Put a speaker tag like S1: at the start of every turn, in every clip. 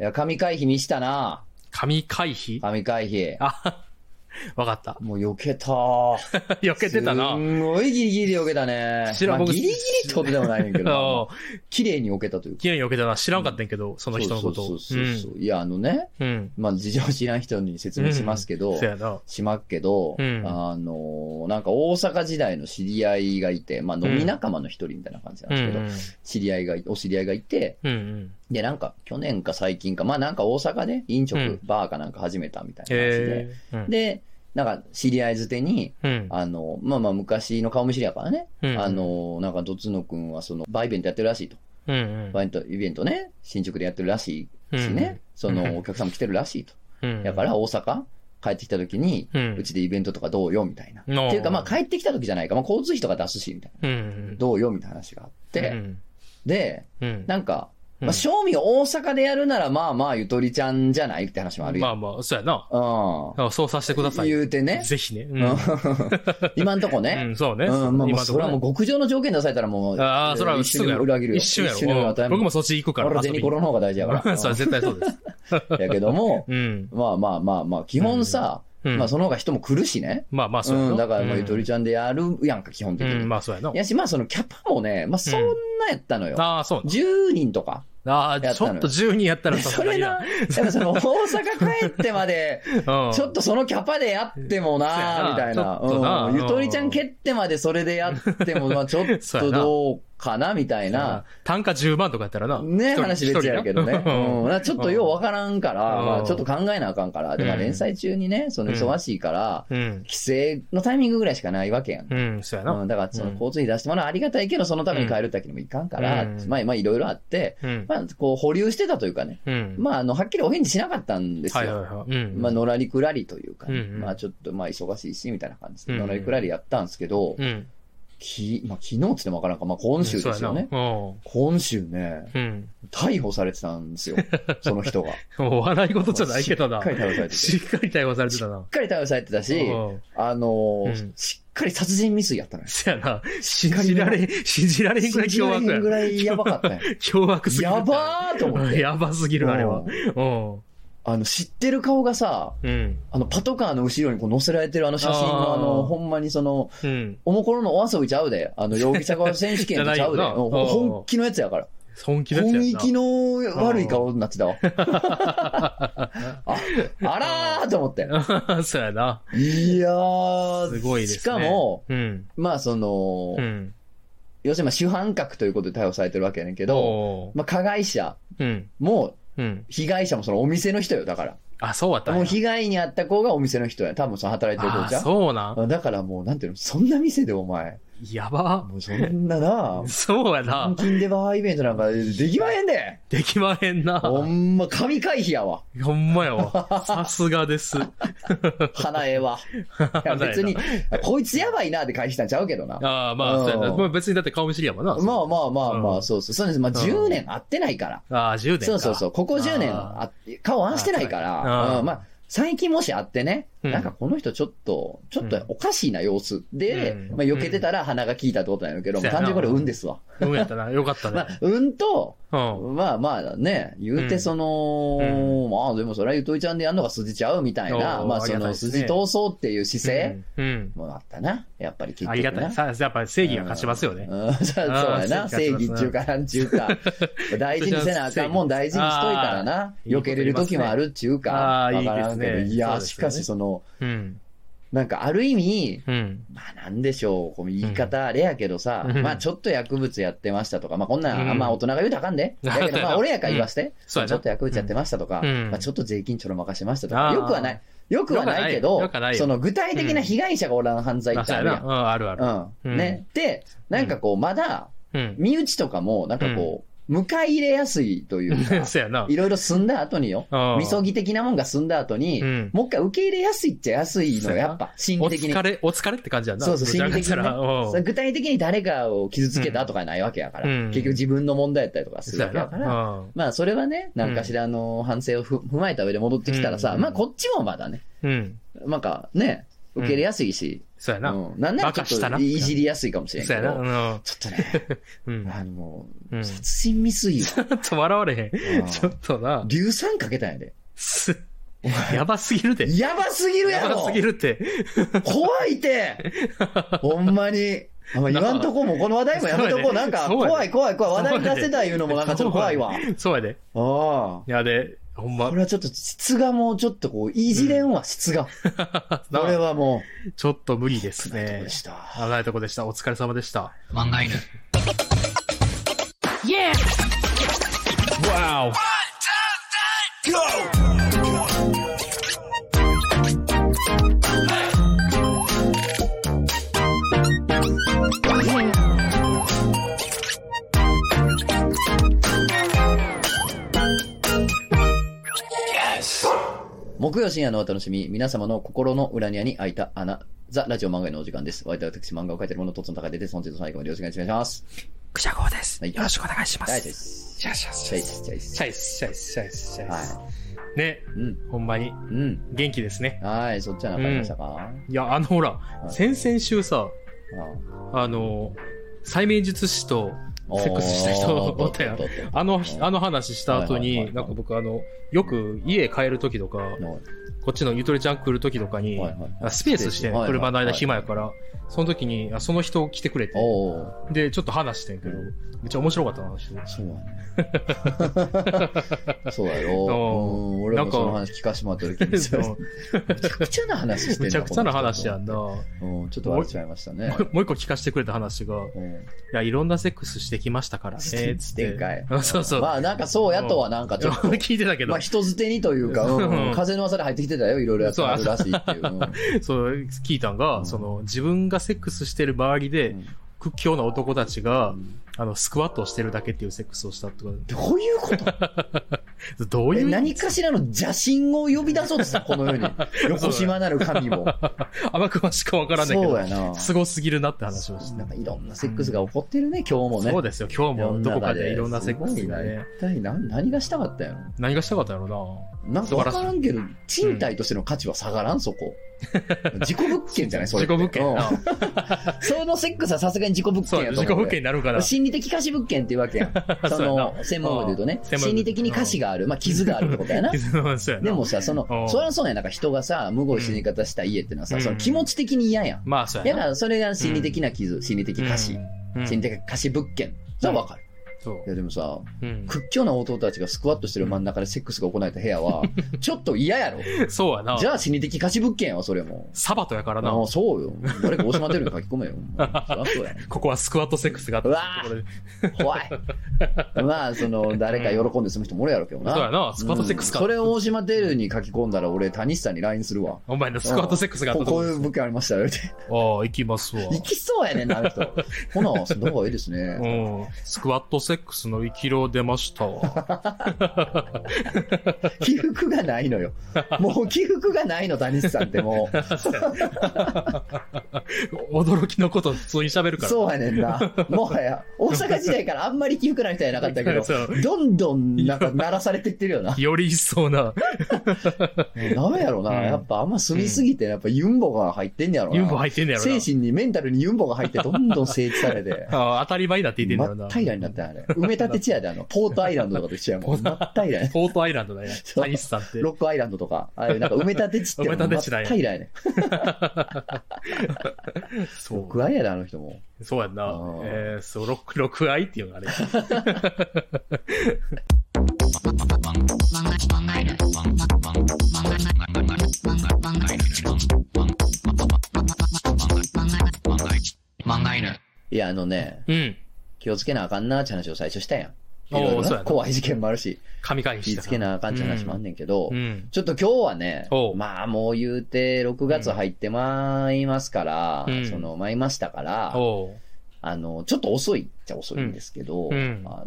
S1: いや、神回避見したな。
S2: 神回避
S1: 神回避。
S2: あ、 わかった。
S1: もう避けたー。
S2: 避けてたな。
S1: す
S2: うん
S1: んごいギリギリ避けたね。
S2: 知らん
S1: まあ
S2: 僕
S1: ギリギリってことでもないねん けど、綺麗に避けたというか。
S2: 綺麗に避けたな。知らんかったんやけど、その人のこと
S1: そ
S2: を
S1: う。そうそうそう。いや、あのね、
S2: うん。うん。
S1: まあ、事情知らん人に説明しますけど、
S2: そうやな。
S1: しまっけど、
S2: うん
S1: あの、なんか大阪時代の知り合いがいて、まあ飲み仲間の一人みたいな感じなん
S2: う
S1: ですけ
S2: ん
S1: ど、。知り合いが、お知り合いがいて、
S2: うんうん。
S1: で、なんか去年か最近か、まあなんか大阪で飲食、
S2: うん
S1: バーかなんか始めたみたいな感じで、
S2: ええ。うん
S1: で、なんか知り合いづてに、
S2: うん。
S1: あの、まあまあ昔の顔見知りやからね、
S2: うん
S1: あ、の、なんかどつのくんはその、バーイベントやってるらしいと。
S2: うんうん。
S1: バーイベント、イベントね、新宿でやってるらしいしね、そ
S2: うん
S1: のお客さんも来てるらしいと。
S2: うん。
S1: だから大阪帰ってきた時に、
S2: うん
S1: うちでイベントとかどうよみたいな。
S2: の
S1: っていうかまあ帰ってきた時じゃないか、まあ交通費とか出すし、みたいな。
S2: うんうん。
S1: どうよみたいな話があって、
S2: うん
S1: で、
S2: うん。
S1: なんか、まあ、
S2: うん
S1: 正味大阪でやるならまあまあゆとりちゃんじゃないって話もある
S2: ま
S1: よ。
S2: あまあ、そうやな。
S1: う
S2: あそうさせてくだ
S1: ん。
S2: さい。
S1: 言うてね。
S2: ぜひね。う
S1: うんん 今んとこね。
S2: うん、そうね。
S1: うん、まあ、ま
S2: 今
S1: あ
S2: のと
S1: そ
S2: こ
S1: れはもう極上の条件出されたらもう、
S2: ああ、それは
S1: 一
S2: す
S1: 瞬
S2: ぐ
S1: で
S2: やろ。
S1: 裏切るよ。
S2: 一瞬や
S1: 一瞬で
S2: ろ
S1: 裏切。る
S2: 僕もそっち行くから。
S1: 俺、ゼニコロの方が大事やから。
S2: そう、絶対そうです。
S1: うんやけども、
S2: うん。
S1: まあまあまあまあ、基本さ、
S2: うん
S1: まあその方が人も来るしね。
S2: まあまあ、そうやな
S1: うん、だからまあゆとりちゃんでやるやんか、基本的
S2: う
S1: に。
S2: ん、まあそうやな。
S1: やし、まあそのキャパもね、まあそんなやったのよ。
S2: ああ、そうな。
S1: 10人と か。
S2: あ
S1: や
S2: あ、
S1: っ
S2: ちょ
S1: たの
S2: っと10人やったらさす
S1: そ
S2: が
S1: れ
S2: にな
S1: な、やっぱその大阪帰ってまで、
S2: うん
S1: ちょっとそのキャパでやっても
S2: そうや
S1: な、
S2: な
S1: みたいな。
S2: ちょっとな
S1: うんゆとりちゃん蹴ってまでそれでやっても、まあちょっ
S2: そうや
S1: と
S2: な
S1: どうか な、みたいな。
S2: 単価10万とかやったらな。一
S1: ね、
S2: 人
S1: 話別やけどね。
S2: 一人な
S1: うん、なちょっとようわからんから、
S2: うん
S1: まあちょっと考えなあかんから、でまあ
S2: うん
S1: 連載中にね、その忙しいから、
S2: うん。
S1: 帰省のタイミングぐらいしかないわけやん。
S2: うん、そうや
S1: う
S2: な。
S1: ん、だからその
S2: うん
S1: 交通費出してもらうのはありがたいけど、そのために帰るってわけにもいかんから、
S2: うん
S1: まあまあいろいろあって、
S2: うん。
S1: まあこう保留してたというかね、
S2: うん。
S1: まああの、はっきりお返事しなかったんですよ。
S2: はいはいはい。うん。
S1: まあ、のらりくらりというかね、
S2: うんうん
S1: まあちょっとまあ忙しいし、みたいな感じ
S2: う
S1: で、
S2: んう
S1: の
S2: ん
S1: らりくらりやったんですけど、
S2: うん。
S1: き、まあ昨日っつってもわからんか、まあ今週ですよね
S2: そ。うやなうん
S1: 今週ね、
S2: うん。
S1: 逮捕されてたん ですよ、その人が。
S2: お笑い事じゃないけどな
S1: しっ。かり逮捕されてて。
S2: し
S1: し
S2: っかり逮捕されてたな
S1: っ。かり逮捕されてたし、
S2: うん
S1: あのー
S2: うん
S1: しっかり殺人未遂やったのよ。
S2: そやな。信じられ、信じられへんぐらい凶悪
S1: 信じられへ
S2: や
S1: んぐ。らいやばかったんよ。
S2: 凶悪すぎる。
S1: やばーと思っ
S2: うん
S1: て。
S2: やばすぎる、あれは。うん。
S1: あの、知ってる顔がさ、
S2: うん。
S1: あの、パトカーの後ろにこう載せられてるあの写真の、あ
S2: あー
S1: の、ほんまにその、
S2: うん。
S1: おもころのお遊びちゃうで。あの、容疑者が選手権とちゃう
S2: じ
S1: で。
S2: ゃないよな
S1: うん
S2: うん
S1: 本気のやつやから。
S2: 本気だった
S1: 本
S2: や
S1: 気の悪い顔になってたわ。あ、あらーと思って。
S2: な。そうやな。
S1: いやー。
S2: すごいですね。
S1: しかも、、
S2: うん。
S1: まあその、
S2: うん。
S1: 要するにまあ主犯格ということで逮捕されてるわけやねんけど、
S2: おー
S1: まあ加害者
S2: うん。
S1: も、
S2: うん。
S1: 被害者もそのお店の人よ、だから。
S2: あ、そうやったんや
S1: もう被害に遭った子がお店の人や。多分その働いてる子
S2: あ
S1: じゃん
S2: そうなん。
S1: だからもう、なんていうの、そんな店でお前、
S2: やば。
S1: もうそんなな
S2: そう
S1: あ、
S2: やな
S1: 監。禁でバーイベントなんかできまへん で。
S2: できまへんな。
S1: ほ
S2: ほ
S1: んま、神回避やわ。
S2: んま やわ。さすがです。
S1: 花江 は。いや別に、こいつやばいなって返したんちゃうけどな。
S2: ああ、まあ、そうやな。まあ別にだって顔見知りやもんな。
S1: まあまあまあま
S2: う
S1: あ、
S2: ん
S1: そうそう。そうです。まあ
S2: うん
S1: 10年会ってないから。
S2: ああ、10年か。
S1: そうそうそう。ここ10年
S2: あー
S1: あ顔合わせてないから
S2: あ。ー
S1: うんまあ、最近もし会ってね、
S2: うん
S1: なんかこの人ちょっと、ちょっとおかしいな様子で、
S2: う
S1: ま
S2: ん
S1: あ避けてたら鼻が効いたってことなんやけど、
S2: そうやな
S1: 単純にこれ運ですわ。
S2: うんやったな。よかった
S1: ま
S2: ね
S1: あ。、運と、
S2: うん。
S1: まあまあね、言うてその、
S2: う
S1: まあでもそれはゆとりちゃんでやんのが筋ちゃうみたいな、
S2: おー
S1: まあ
S2: あ
S1: そ
S2: りがたい
S1: の
S2: ですね
S1: 筋通そうっていう姿勢
S2: うん。
S1: もあったな、やっぱり結局な。
S2: うん。ありがたい。さやっぱ正義が勝ちますよね。
S1: うん。そうそうやな。
S2: あー
S1: 正義中かなんちゅうか。大事にせなあかんもん大事にしといたら な。
S2: ー
S1: 避けれる時もあるっちゅうか。
S2: あーいい
S1: わ
S2: で
S1: から
S2: す
S1: ん
S2: ね
S1: けど。いや
S2: そ
S1: ー、
S2: うで
S1: し
S2: すよ
S1: か
S2: ね
S1: しその、
S2: うん。
S1: なんかある意味、
S2: うん。
S1: まあなんでしょう、この言い方あれやけどさ、
S2: うん
S1: まあちょっと薬物やってましたとか、まあこんなんあんま
S2: うん
S1: 大人が言うたらあかんで。
S2: うん
S1: だけどまあ俺やから言わして、
S2: そうやな
S1: ちょっと薬物やってましたとか、
S2: うん
S1: まあちょっと税金ちょろまかしましたとか、
S2: あー
S1: よくはない。よくはないけど
S2: よくはないよくはな、いよ
S1: その具体的な被害者がおらん犯罪
S2: あ
S1: って
S2: そう
S1: あ
S2: や
S1: る
S2: な。
S1: や
S2: うん、あるある。
S1: ん。う。
S2: うんん
S1: ね。で、なんかこう、まだ、
S2: うん。、
S1: 身内とかも、なんかこう、迎え入れやすいというか
S2: そうやな。
S1: いろいろ済んだ後によ、
S2: うん
S1: みそぎ的なもんが済んだ後に、
S2: うん
S1: もう一回受け入れやすいっちゃ安いのよ、やっぱ、心
S2: お
S1: 理的に
S2: 疲。れ、お疲れって感じやな。
S1: そうそう、心理的に
S2: どちらか
S1: ね、
S2: っ
S1: そ
S2: た
S1: れ
S2: ら
S1: 具体的に誰かを傷つけたとかないわけやから、
S2: うん
S1: 結局自分の問題やったりとか
S2: うん
S1: す
S2: そう
S1: るわ
S2: や
S1: けやから、
S2: な。
S1: まあそれはね、なんかしらあの反省をふ踏まえた上で戻ってきたらさ、
S2: うん
S1: まあこっちもまだね、
S2: うん。うん。
S1: なんかね、受け入れやすいし、
S2: そうやな。
S1: うん。なんならち
S2: バカし
S1: ょ
S2: た
S1: っ
S2: な
S1: といじりやすいかもしれん
S2: そ
S1: け
S2: うやな。
S1: ど
S2: う。ん
S1: ちょっとね、
S2: うん。
S1: あのも
S2: うん
S1: う、殺人未 遂よ。
S2: ちょっと笑われへ
S1: うん
S2: ん。ちょっとな。
S1: 硫酸かけたんやで。
S2: すやばすぎるで。
S1: やばすぎるや
S2: やば
S1: ろ
S2: すぎるって。
S1: 怖いっ てほんまに。あんま言わんとこも、この話題もやめとこう。
S2: そうや
S1: なん
S2: ね
S1: か、
S2: そうやね
S1: 怖い怖い怖い。話題に出せないいうのもなんかちょっと怖いわ。あ
S2: そうやで。
S1: あ。
S2: いやで、ほんま
S1: こ。れはちょっと質がもうちょっとこう、いじれんわ、質が。これはもう、
S2: ちょっと無理です
S1: ないとこ
S2: ね
S1: で。した。
S2: 危ないとこでした。お疲れ様でした。
S3: 漫画犬。
S2: Wow!
S3: Yes!
S1: 木曜深夜のお楽しみ、皆様の心の裏にあに開いた穴、ザ・ラジオ漫画へのお時間です。お相手は私、漫画を描いているものとつの高でです。本日の最後までよろしくお願いします。
S3: クジャゴーです。
S1: はい
S3: よろしくお願いしま
S1: 大丈
S3: す。
S1: 夫です。
S3: シャシャシ
S1: チ
S3: ャ
S1: ャイス、チャイス。
S2: シャイス、シャイス、シャイス、シャイス。
S1: は
S2: ね、
S1: い。うん、
S2: ほんまに
S1: うん。
S2: 元気ですね。
S1: はい、そっちはなかりましたか、
S2: いや、あのほら、
S1: はい
S2: 先々週さ、
S1: ああ
S2: あの、催眠術師と、セックスした人おったやん
S1: おったおった
S2: あの、あの話した後
S1: はいはいは
S2: に、
S1: い
S2: な
S1: はい
S2: んか僕あの、よく家帰る時とか、
S1: はい
S2: こっちのゆとりちゃん来る時とかに
S1: はいはい、
S2: あスペースしてん、
S1: はいはい
S2: 車の間暇やから、その時に、あその人来てくれて、
S1: おお
S2: で、ちょっと話してんけど、めっちゃ面白かったなあ の人。
S1: そうやね。そうやろ。うん俺もその話聞かしてもらった時にさ、め ちゃくちゃな話してんな
S2: めちゃくちゃな話やんな。
S1: こ
S2: も
S1: の人うん、ちょっと笑っちゃいましたね。
S2: うもう一個聞かせてくれた話が、い
S1: うん
S2: や、いろんなセックスしてきましたからね。
S1: して
S2: つっ
S1: してんかい
S2: そうそう。
S1: まあなんかそうやとはなんかちょっと。
S2: 聞いてたけど、
S1: まあ人捨てにというか、うん
S2: うん
S1: 風の噂で入ってきてたよ、いろいろやってるらしいっていう。うん
S2: そう、聞いたんが、
S1: うん
S2: その、自分がセックスしてる周りで、屈強な男たち
S1: う
S2: が、
S1: ん
S2: あの、スクワットをしてるだけっていうセックスをしたってこ
S1: どういうこと
S2: と。どうい
S1: え
S2: う
S1: 何かしらの邪神を呼び出そうとした、この世に。横島なる神も。
S2: 甘くはしかわからないけ
S1: そう
S2: ど、
S1: やな。
S2: すごすぎるなって話をし
S1: なんか
S2: た。
S1: いろんなセックスが起こってるね、今日もね。
S2: そうですよ、今日もどこかでいろんなセックス
S1: が
S2: が
S1: ね
S2: ね。。
S1: 一体何何がしたかったんやろ
S2: 何がしたかったんやろ
S1: なんか分からんけど、賃貸としての価値は下がらん、 そこ。事故物件じゃない
S2: な
S1: それ
S2: 自
S1: って。
S2: 己物件やな
S1: うん。 そのセックスはさすがに事故物
S2: そ
S1: 件
S2: うや、
S1: やと
S2: 自己
S1: 思う
S2: 物
S1: よ。
S2: 件になる から。
S1: 心理的瑕疵物件っていうわけやん。そ
S2: そうや
S1: の、専門用語で言うとね
S2: うん、専門用語
S1: 心理的に瑕疵がある、まあ傷があるってこと やな。
S2: そうやな
S1: でもさ、その
S2: う、ん
S1: そりゃそうやん。なんか人がさ、無謀死に方した家ってのは
S2: う
S1: さ、
S2: ん
S1: その気持ち的に嫌やん。
S2: まあ、そう
S1: だ
S2: や
S1: か
S2: な。
S1: らそれが心理的な傷、心理的瑕疵、
S2: うん
S1: 心理的瑕疵物件。それは分かる。
S2: そう
S1: いやでもさ、
S2: うん
S1: 屈強な弟たちがスクワットしてる真ん中でセックスが行われた部屋 は、ちょっと嫌やろ。
S2: そうやな
S1: じ。ゃあ心理的貸し物件やわ、それも。
S2: サバトやからな。
S1: ああそうよ。誰か大島てるの書き込め よ。そりゃそうや
S2: ここはスクワットセックスがあったってところで。
S1: 怖い。まあ、その、誰か喜んで済む人もおるやろうけどな。
S2: そうやな、スクワットセックス
S1: うん
S2: か
S1: そ。れを大島てるに書き込んだら、俺、谷さんに LINE するわ。
S2: お前のスクワットセックスがあっ
S1: こ
S2: たと
S1: こ
S2: こ
S1: う
S2: ろ
S1: いう
S2: で
S1: 物件ありましたよ って。
S2: ああ、行きますわ。
S1: 行きそうやねんな、あの人。ほな、その方がいいです
S2: う
S1: ね。
S2: ん。スクワットセックスの生き量出ました わ。
S1: 起伏がないのよ。もう起伏がないの、谷さんってもう。
S2: 驚きのこと普通に喋るから。
S1: そうやねん な。もはや、大阪時代からあんまり起伏ないみたいなかったけど
S2: そう、
S1: どんどんなんか鳴らされてってるよ な。
S2: より一層な、
S1: ダメやろな。
S2: うん
S1: やっぱあんま住みすぎて、やっぱユンボが入ってんねやろな。
S2: ユンボ入ってんねやろな。
S1: 精。神に、メンタルにユンボが入ってどんどん整地されて
S2: ああ、当たり前になっていってん
S1: 真
S2: だよ
S1: っ
S2: な。
S1: 平らになったよあれ。埋め立て地やで、あ の、ポートアイランドとかと一緒やもん。真っ平らやね。
S2: ポートアイランドだよ。
S1: そう
S2: タニスさんって。
S1: ロックアイランドとか、あれ、なんか埋め立て地ってもう
S2: 埋め立
S1: 真
S2: て地な
S1: っ
S2: んや
S1: 平らやね。
S2: そ
S1: 僕はやで、あの人も。
S2: う。そうやんな
S1: うん。
S2: えー、そう、ロック、ロックアイっていうのがあれ。
S4: 漫画漫画犬漫画漫画漫画漫画漫画漫画犬
S3: 漫画犬。
S1: いや、あのね、
S2: うん。
S1: 気をつけなあかんなって話を最初したやん。
S2: おー
S1: いろいろ
S2: そうや
S1: な
S2: な
S1: 怖い事件もあるし、
S2: 神回避
S1: 気
S2: し
S1: を
S2: た。
S1: つけなあかんって話もあんねんけど
S2: う、ん。
S1: ちょっと今日はね
S2: お、う
S1: まあもう言うて、6月入ってまいますから、
S2: うん
S1: その、まいましたから、
S2: おう。
S1: あの、ちょっと遅いっちゃ遅いんですけど、
S2: うんうん
S1: あの、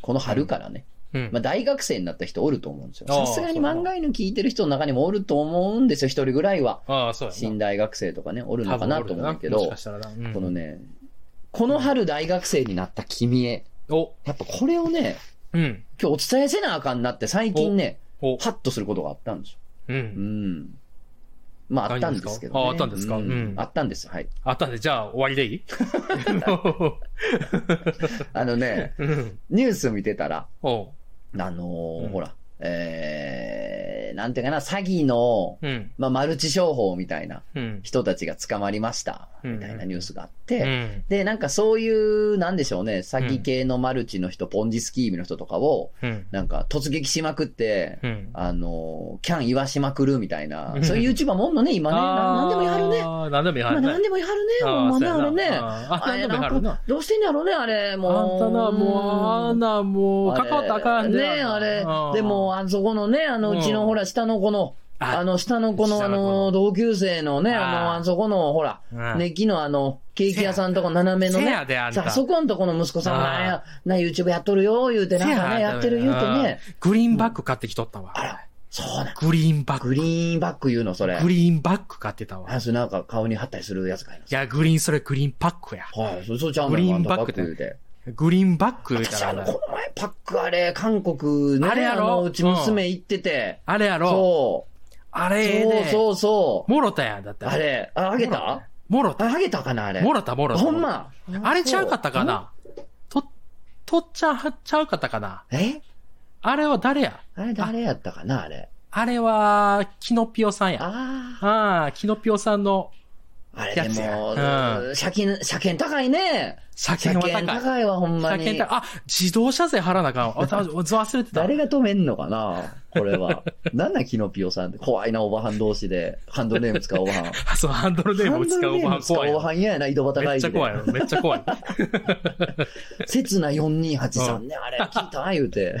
S1: この春からね、
S2: うん
S1: まあ、。大学生になった人おると思うんですよ。
S2: あ
S1: さ
S2: あ
S1: すがに
S2: そうだな
S1: 漫画犬聞いてる人の中にもおると思うんですよ、一人ぐらいは。
S2: ああ、そうや
S1: 新
S2: な。
S1: 大学生とかね、おるのかなと思うんだけ
S2: 多分
S1: ど
S2: おるよなもしか、したらな。うん
S1: このね、この春大学生になった君へ、
S2: お、
S1: やっぱこれをね、
S2: うん。
S1: 今日お伝えせなあかんなって最近ね、
S2: お、
S1: ハッとすることがあったんですよ。
S2: う。
S1: うんん。まあ、あったんですけど、ね。
S2: ああったんですか
S1: う
S2: うん
S1: あったんです。 はい。
S2: あったんで、じゃあ終わりで いい
S1: あのね、
S2: うん
S1: ニュース見てたら、
S2: おう
S1: あのー
S2: うん
S1: ほら、えー、なんていうかな、詐欺の、
S2: うん。
S1: まあ、マルチ商法みたいな
S2: うん。
S1: 人たちが捕まりました、
S2: うん
S1: みたいなニュースがあっ
S2: う
S1: て、
S2: ん。
S1: で、なんかそういう、なんでしょうね、詐欺系のマルチの人、ポンジスキームの人とかを、
S2: うん。
S1: なんか突撃しまくって、
S2: うん。
S1: あのー、キャン言わしまくるみたいな
S2: う、ん
S1: そういう YouTuber もんのね、今ね、ななんでもやるね。
S2: ね。何でもや
S1: 今
S2: るね。
S1: なんでもやるね、
S2: あー
S1: ほんまね、
S2: そ
S1: あ
S2: う
S1: れ
S2: や
S1: ね。
S2: なあー
S1: あれ
S2: 何でもや
S1: な
S2: る
S1: んか
S2: な。、
S1: どうしてんやろうね、あれ、もう。
S2: あんたな、もう、あんな、もう、
S1: あれ
S2: 関わったらあかん
S1: ね
S2: で
S1: あれ
S2: う。ん
S1: でも、あそこのね、あの、
S2: うん
S1: うちのほら、下の子の、
S2: あ
S1: あの、下の子の、
S2: 下
S1: あ
S2: の子
S1: の、
S2: の
S1: 同級生のね、あの、
S2: あー
S1: あそこの、ほら、
S2: うん
S1: ね、木のあの、ケーキ屋さんとこ斜めの
S2: せ
S1: ね
S2: や、で、あん
S1: さ
S2: た。
S1: あそこんとこの息子さんが、
S2: あー
S1: なんや、な、YouTube やっとるよ、言うて、なんかね、
S2: せ
S1: やってる言うてね。。
S2: うんグリーンバック買ってきとったわ。
S1: あら、そうなん。
S2: グリーンバック。
S1: グリーンバック言うの、それ。
S2: グリーンバック買ってたわ。
S1: あ、それなんか顔に貼ったりするやつかいな。
S2: いや、グリーン、それグリーンパックや。
S1: はい、そそうちゃうの
S2: グリーンバックって
S1: なんとか言うて。
S2: グリーンバック言う
S1: 私、
S2: た
S1: あの、
S2: ら、
S1: この前、パックあれ、韓国ね、
S2: あれやろ
S1: のうち娘行ってて。
S2: あれやろ、
S1: そ
S2: あ
S1: う。
S2: れええ
S1: そう
S2: ね、
S1: そうそう。
S2: もろたやん、だって。
S1: あれ、あ、あげた
S2: もろ
S1: あ
S2: た。
S1: あげたかなあれ。
S2: もろた、もろた。
S1: ほんま。
S2: あれちゃうかったかなと、とっちゃはちゃうかったかな
S1: え
S2: あれは誰や
S1: あれ誰やったかなあれ。
S2: あれは、キノピオさんや。
S1: ああ。
S2: ああ、キノピオさんの
S1: あれでも、
S2: やつやうん
S1: 車検、車検高いね。
S2: 車
S1: 車
S2: 検は
S1: 検
S2: 高い。
S1: 高いわ、ほんま
S2: 車
S1: に。
S2: 検高い。あ、自動車税払わな あかんわ。あた忘れてた。
S1: 誰が止めんのかなこれは。 なんなん、キノピオさんって。怖いな、おばはん同士で。ハンドネーム使うおばはん。ハ
S2: あそう、ハンドルネーム
S1: ン
S2: 使
S1: ド
S2: う
S1: ルネー
S2: おば
S1: ム使う
S2: 怖い
S1: おば
S2: よ。
S1: はん嫌やな、井戸端
S2: めっ
S1: 会
S2: ちゃ
S1: 議
S2: 怖い
S1: で。
S2: よ。めっちゃ怖 い。
S1: 刹那4283ね、あれ、聞いた言うて。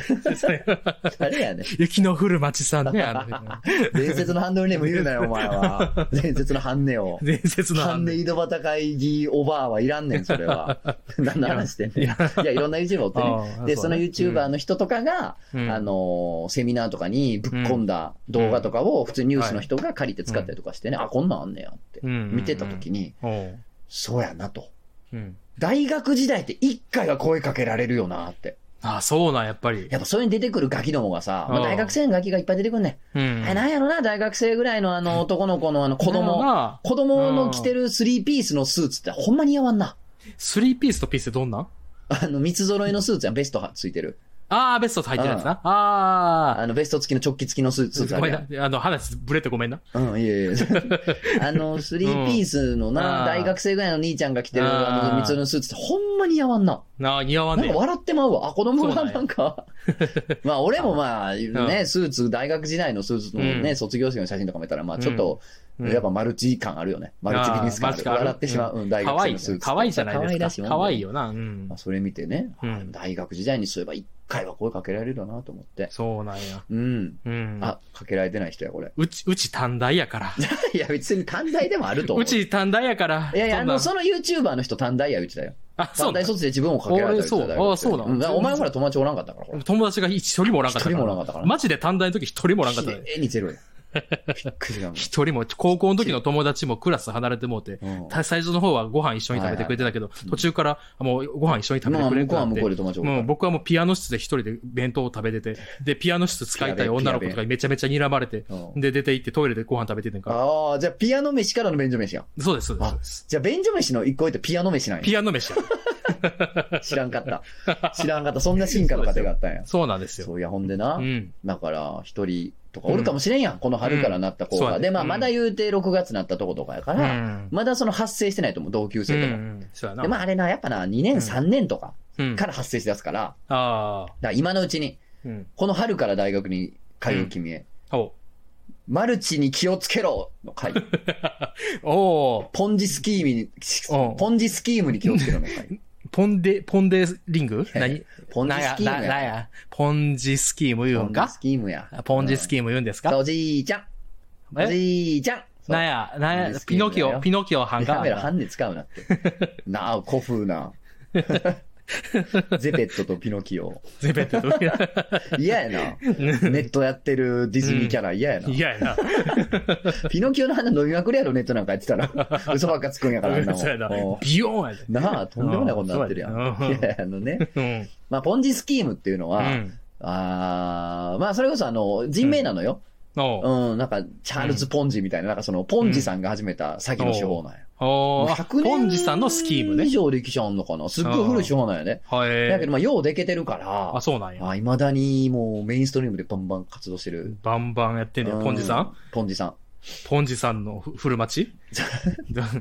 S1: 誰やねん。
S2: 雪の降る街さんね、あの、
S1: 伝説のハンドルネーム言うなよ、お前は。伝説のハンネを。
S2: 伝説の
S1: ハンネ
S2: い
S1: 井戸端会議おばあはいらんねん、それ は。何の話してんねん。
S2: い
S1: い
S2: や
S1: や、いろんな YouTuber おって
S2: あ
S1: ね。
S2: あ
S1: で、
S2: そ
S1: そうの
S2: ね
S1: YouTuber の人とかが、
S2: うん
S1: あのー、セミナーとかにぶっ込んだ動画とかを、普通にニュースの人が借りて使ったりとかしてね、あ、こんなんあんねやって、見てた時
S2: に。
S1: に、
S2: おう
S1: そうやなと。
S2: うん
S1: 大学時代って一回は声かけられるよなって。
S2: あ、そうなん、やっぱり。
S1: やっぱそれに出てくるガキどもがさ、まあ
S2: ああ
S1: 大学生のガキがいっぱい出てくるね。
S2: うん
S1: あなんやろな、大学生ぐらいのあの男の子のあの子
S2: な
S1: 供。
S2: んや
S1: 子供の着てるスリーピースのスーツってほんまに似合わんな。
S2: ろなスリーピースとピースってどんなん
S1: あの、三つ揃いのスーツやん、ベストはついてる。
S2: ああ、ベスト入ってるやつな。ああ。
S1: あの、ベスト付きの直帰付きのスーツスーツあ
S2: ごめ
S1: る
S2: ん
S1: やん。
S2: な。あの、話ぶれてごめんな。
S1: うん、いえいえ。 あの、スリーピースの
S2: うんあ
S1: な、
S2: ー
S1: 大学生ぐらいの兄ちゃんが着てる、あ
S2: あ
S1: の、
S2: ー
S1: 三つ揃いのスーツってほんまに似合わんな。
S2: なあ、似合わん
S1: なん
S2: ね
S1: か
S2: え。
S1: 笑ってまうわ。あ、子供
S2: そ
S1: が
S2: うなんや
S1: なんか。 まあ、俺もまあ、
S2: う
S1: ね、スーツ、大学時代のスーツの
S2: う
S1: ね、
S2: ん
S1: 卒業生の写真とか見たら、まあ、ちょっと、
S2: うん
S1: やっぱマルチ感あるよね。マルチビジネス感あ
S2: あー
S1: る。
S2: マルチ感ある
S1: 笑ってしまう。うん、大
S2: か
S1: 学
S2: わ
S1: 生
S2: いい
S1: のスー。ツ。
S2: かわいいじゃない
S1: 可愛ら
S2: で
S1: し
S2: す
S1: い
S2: か。
S1: もん
S2: か
S1: ね
S2: わいいよな。うん
S1: まあ。それ見てね、
S2: うん
S1: あ大学時代にそういえば一回は声かけられるだなと思って。
S2: そうなんや。
S1: うん。
S2: うん。
S1: あ、かけられてない人や、これ。
S2: うち、うち短大やから。
S1: いや、別に短大でもあると思う。
S2: うち短大やから。
S1: いやいや、あ
S2: そんな
S1: の、その YouTuber の人短大や、うちだよ。
S2: あ、そ
S1: 短
S2: うな
S1: 大
S2: ん
S1: 卒で自分をかけられたりしてた
S2: 俺
S1: よ
S2: そうあそうなの
S1: んだからお前ほら友達おらんかったから、ほら。
S2: 友達が一人もおらんかったか
S1: 一
S2: ら。
S1: 人もおらんかったから
S2: マジで短大の時一人もおらんかったで。
S1: きれいにゼロや。 びっくりしたも ん。
S2: 一人も、高校の時の友達もクラス離れてもうて、
S1: うん
S2: た最初の方はご飯一緒に食べてくれてたけど、途中からもうご飯一緒に食べ
S1: ま
S2: て
S1: あ、
S2: くれ
S1: 向
S2: んく
S1: こうは
S2: なっ
S1: 向
S2: て
S1: こうで友達おるか
S2: も
S1: ら
S2: う僕はもうピアノ室で一人で弁当を食べてて、で、ピアノ室使いたい女の子とかにめちゃめちゃ睨まれて
S1: う、ん
S2: で、出て行ってトイレでご飯食べててんから。
S1: ああ、じゃあピアノ飯からの便所飯や。
S2: そうです、そうですそうです。
S1: じゃあ便所飯の一個言ってピアノ飯なんや。
S2: ピアノ飯や。
S1: 知らんかった。知らんかった。そんな進化の過程があったんや。
S2: そうなんですよ。
S1: そういや、ほんでな
S2: う。ん。
S1: だから、一人とかおるかもしれんやん。この春からなった子
S2: うんそう
S1: が。
S2: やね
S1: で、まあ、
S2: うん
S1: まだ言うて6月なったとことかやか
S2: う
S1: ら、
S2: ん。
S1: まだその発生してないと思う、同級
S2: う
S1: 生とか。
S2: ん。そうやな。
S1: で、まあ、あれな、やっぱな、2年、
S2: うん
S1: 3年とか
S2: うん
S1: から発生しだすから、
S2: ああ。
S1: だから今のうちに、
S2: うん。
S1: この春から大学に通う君へ、
S2: おう
S1: マルチに気をつけろの 回。
S2: おう
S1: ポンジスキームに、
S2: うん
S1: ポンジスキームに気をつけろ の回。
S2: ポンデ、ポンデリング何
S1: ポンジスキー
S2: な
S1: ム
S2: んやな
S1: や。
S2: んやポンジスキーム言うん
S1: ポンジ
S2: か
S1: スキームや。
S2: ポンジスキーム言うんですか
S1: おじいちゃん。お
S2: え
S1: じいちゃん。そう
S2: なんや、な
S1: ポ
S2: ん
S1: ンジ
S2: や
S1: ス、キー
S2: ピ
S1: ムだよ
S2: ノキオ、ピノキオはん
S1: カメラハ
S2: か。
S1: ンネ使うなって。 なあ、古風な。ゼペットとピノキオ。
S2: ゼベットと。
S1: 嫌やな。 ネットやってるディズニーキャラ嫌や な。
S2: いややな。
S1: ピノキオの花飲みまくりやろ、ネットなんかやってた ら。嘘ばっかつくんやから、あんなもん
S2: そうやな
S1: お。う
S2: ビヨーンやで。
S1: なあ、とんでもないことになってるやん。
S2: うんそう
S1: い
S2: やな
S1: や、あのね。
S2: うん。
S1: まあ、ポンジスキームっていうのは、
S2: うん
S1: あーまあ、それこそあの、人名なのよ。
S2: おう
S1: うん、なんか、チャールズ・ポンジみたいな、なんかその、ポンジさんが始めた詐欺の手法なんや。
S2: おうあ
S1: 100年
S2: ポンジさんのスキーム
S1: 以
S2: ね。
S1: 上歴史あんのかなすっごい古い手法なんやね。
S2: は
S1: だけど、
S2: い。
S1: まあ、ようできてるから
S2: あ、、そうなんや。
S1: いまだにもうメインストリームでバンバン活動してる。
S2: バンバンやってんねや
S1: う
S2: ポンジさん
S1: ポンジさん。
S2: ポンジさんのふ古町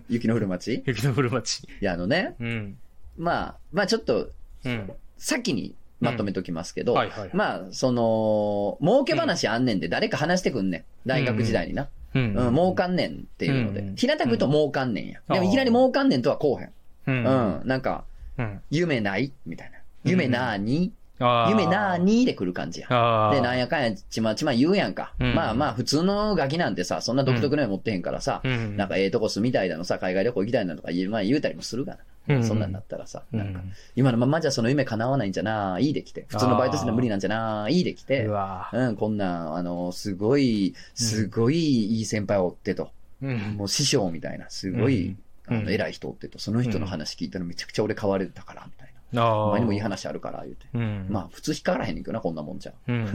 S1: 雪の降る街い
S2: 雪の古町。
S1: や、あのね、
S2: うん。
S1: まあ、まあちょっと、
S2: うん。
S1: 先にまとめときますけど、
S2: はいはい。
S1: まあ、その、儲け話あんねんで、誰か話してくんねん。大学時代にな。
S2: うん
S1: うん、儲かんねんっていうの
S2: うんう
S1: で
S2: ん。
S1: 平たく言うと儲かんねんや。
S2: うん
S1: でも、いきなり儲かんねんとはこうへん。
S2: うん。
S1: うん、なんか、
S2: うん。
S1: 夢ないみたいな。
S2: うん
S1: 夢なーに、
S2: あー
S1: 夢なーにで来る感じや。
S2: あー
S1: で、なんやかんや、ちまちま言うやんか。
S2: うん
S1: まあまあ、普通のガキなんてさ、そんな独特なの持ってへんからさ、
S2: うん。
S1: なんかええとこ住みたいだのさ、海外旅行行きたいなとか言う,、まあ、言うたりもするが
S2: う
S1: な、
S2: ん
S1: そんなんだったらさ、
S2: う
S1: なんか
S2: ん。
S1: 今のままじゃその夢叶わないんじゃな、いいできて、普通のバイトするの無理なんじゃな、いいできて
S2: う、わ
S1: うん、こんなん、あの、すごい、すごいいい先輩を追ってと、
S2: うん。
S1: もう師匠みたいな、すごい、
S2: うん
S1: あ
S2: うん
S1: の偉い人を追ってと、その人の話聞いたらめちゃくちゃ俺変われたから、みたいな。
S2: あ
S1: 前
S2: あ。
S1: にもいい話あるから、言うて。
S2: うん。
S1: まあ、普通引っかからへんねんけどな、こんなもんじゃ。
S2: うん。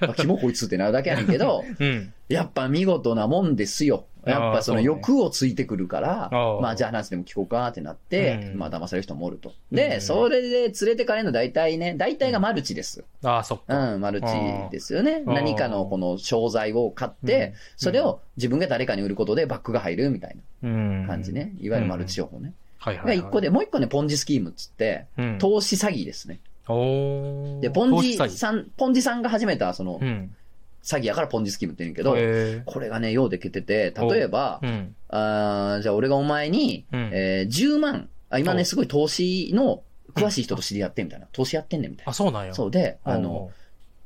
S1: まあ、キモこいつってなるだけやねんけど、
S2: うん。
S1: やっぱ見事なもんですよ。やっぱその
S2: あーそうね
S1: 欲をついてくるから、
S2: あー
S1: まあじゃあ話でも聞こうかってなって、
S2: うん
S1: まあ騙される人もおると。
S2: う
S1: で、
S2: ん
S1: それで連れてかれるの大体ね、大体がマルチです。
S2: ああ、そっ
S1: う
S2: か。
S1: ん、マルチですよね。
S2: あー
S1: 何かのこの商材を買って
S2: うん、
S1: それを自分が誰かに売ることでバックが入るみたい
S2: うん
S1: な感じ。ね。いわゆるマルチ商法ね。
S2: はいはい
S1: が
S2: はい。
S1: 一個で、もう一個ね、ポンジスキームっつって、
S2: うん、
S1: 投資詐欺ですね。
S2: おー
S1: で、ポンジ
S2: 投資詐
S1: さん、ポンジさんが始めた、その
S2: 欺う、ん。
S1: 詐欺やからポンジスキームって言うんけ
S2: け
S1: ど、
S2: え
S1: これがね、ようできてて、例えば
S2: ー、、うん。
S1: あーじゃあ俺がお前に、
S2: うん
S1: えー10万、あ今
S2: お
S1: ね、
S2: う
S1: すごい投資の詳しい人と知り合ってみたいな。投資やってんねんみたい
S2: あ、
S1: な。
S2: そうなんや。
S1: そうで、あの、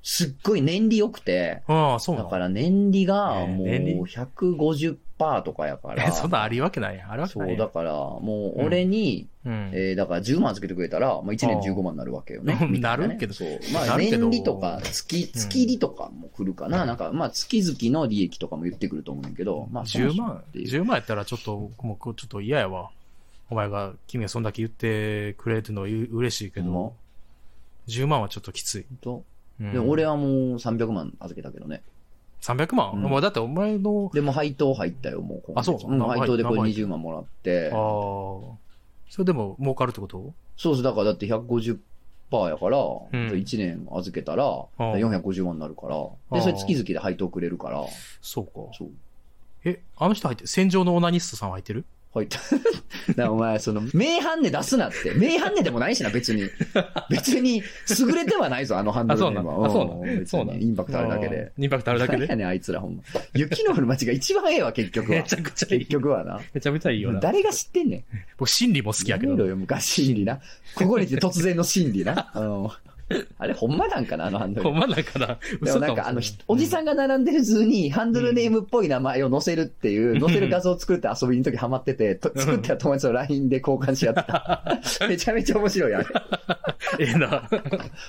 S1: すっごい年利良くて、
S2: おー、ああ、そうな
S1: だ
S2: ん
S1: から年利
S2: え
S1: が
S2: ー
S1: もう
S2: 年利
S1: 150%とかやから。
S2: え、 そんなんありわけないやん。あるわけ
S1: そ
S2: な
S1: う、
S2: い
S1: だ
S2: や
S1: から、もう俺に、
S2: ん。うん。
S1: えーだから10万預けてくれたら、まあ、1年15万になるわけよね
S2: あ。ー
S1: みたいね
S2: なるけど
S1: そう。ま
S2: な
S1: あ、
S2: るけど
S1: 年利とか、月、月利とかも来るかな。なんか、まあ、月々の利益とかも言ってくると思うんだけど、まあ、
S2: 10
S1: その人
S2: 万
S1: っていう
S2: ?10 万やったらちょっと、もうちょっと嫌やわ。お前が、君がそんだけ言ってくれるのはう嬉しいけ
S1: ほんま
S2: ど、10万はちょっときつい。
S1: 本当
S2: うん
S1: でも俺はもう300万預けたけどね。
S2: 300万、
S1: うん
S2: もうだってお前の、
S1: でも配当入ったよ、もう今月。
S2: あそう
S1: うん
S2: 何倍
S1: 配当でこれ
S2: 何倍
S1: 20万もらって
S2: ああ。、それでも儲かるってこと
S1: そうそう、だからだって150%やから、
S2: ん
S1: 1年預けたら、450万になるから、
S2: あ
S1: で、
S2: ー
S1: それ月々で配当くれるから、
S2: そうか。
S1: そう。
S2: え、あの人入って、戦場のオナニストさん入ってる
S1: 入った。 な、お前、その、名ハンネ出すなって。名ハンネでもないしな、別 に。別に、優れてはないぞ、あのハンドルネームは。
S2: あそうなんだあそうなんだ
S1: ん別
S2: そうなんだ
S1: にインパクトあるだけで。。
S2: インパクトあるだけ
S1: 何や
S2: で。
S1: ねん、あいつら、ほんま。雪の降る街が一番ええわ、結局は
S2: め。ちゃくちゃい
S1: 結
S2: い。
S1: 局はな。
S2: めちゃめちゃいいよな。
S1: 誰が知ってんねん。
S2: 僕、心理も好きやけ
S1: やめ
S2: ど。
S1: ろよ、昔心理な。ここに来て突然の心理な。うんあれ、ほんまなんかな、あのハンド
S2: ほ
S1: ル
S2: ん。まだから、
S1: で
S2: 嘘
S1: もな
S2: かも
S1: んか、あの、ひ
S2: しれない
S1: おじさんが並んでる図にハンドルネームっぽい名前を載せるっていう、載せる画像を作って遊びの時ハマってて、と作った友達と LINE で交換し合って た。めちゃめちゃ面白い、あれ。
S2: ええな。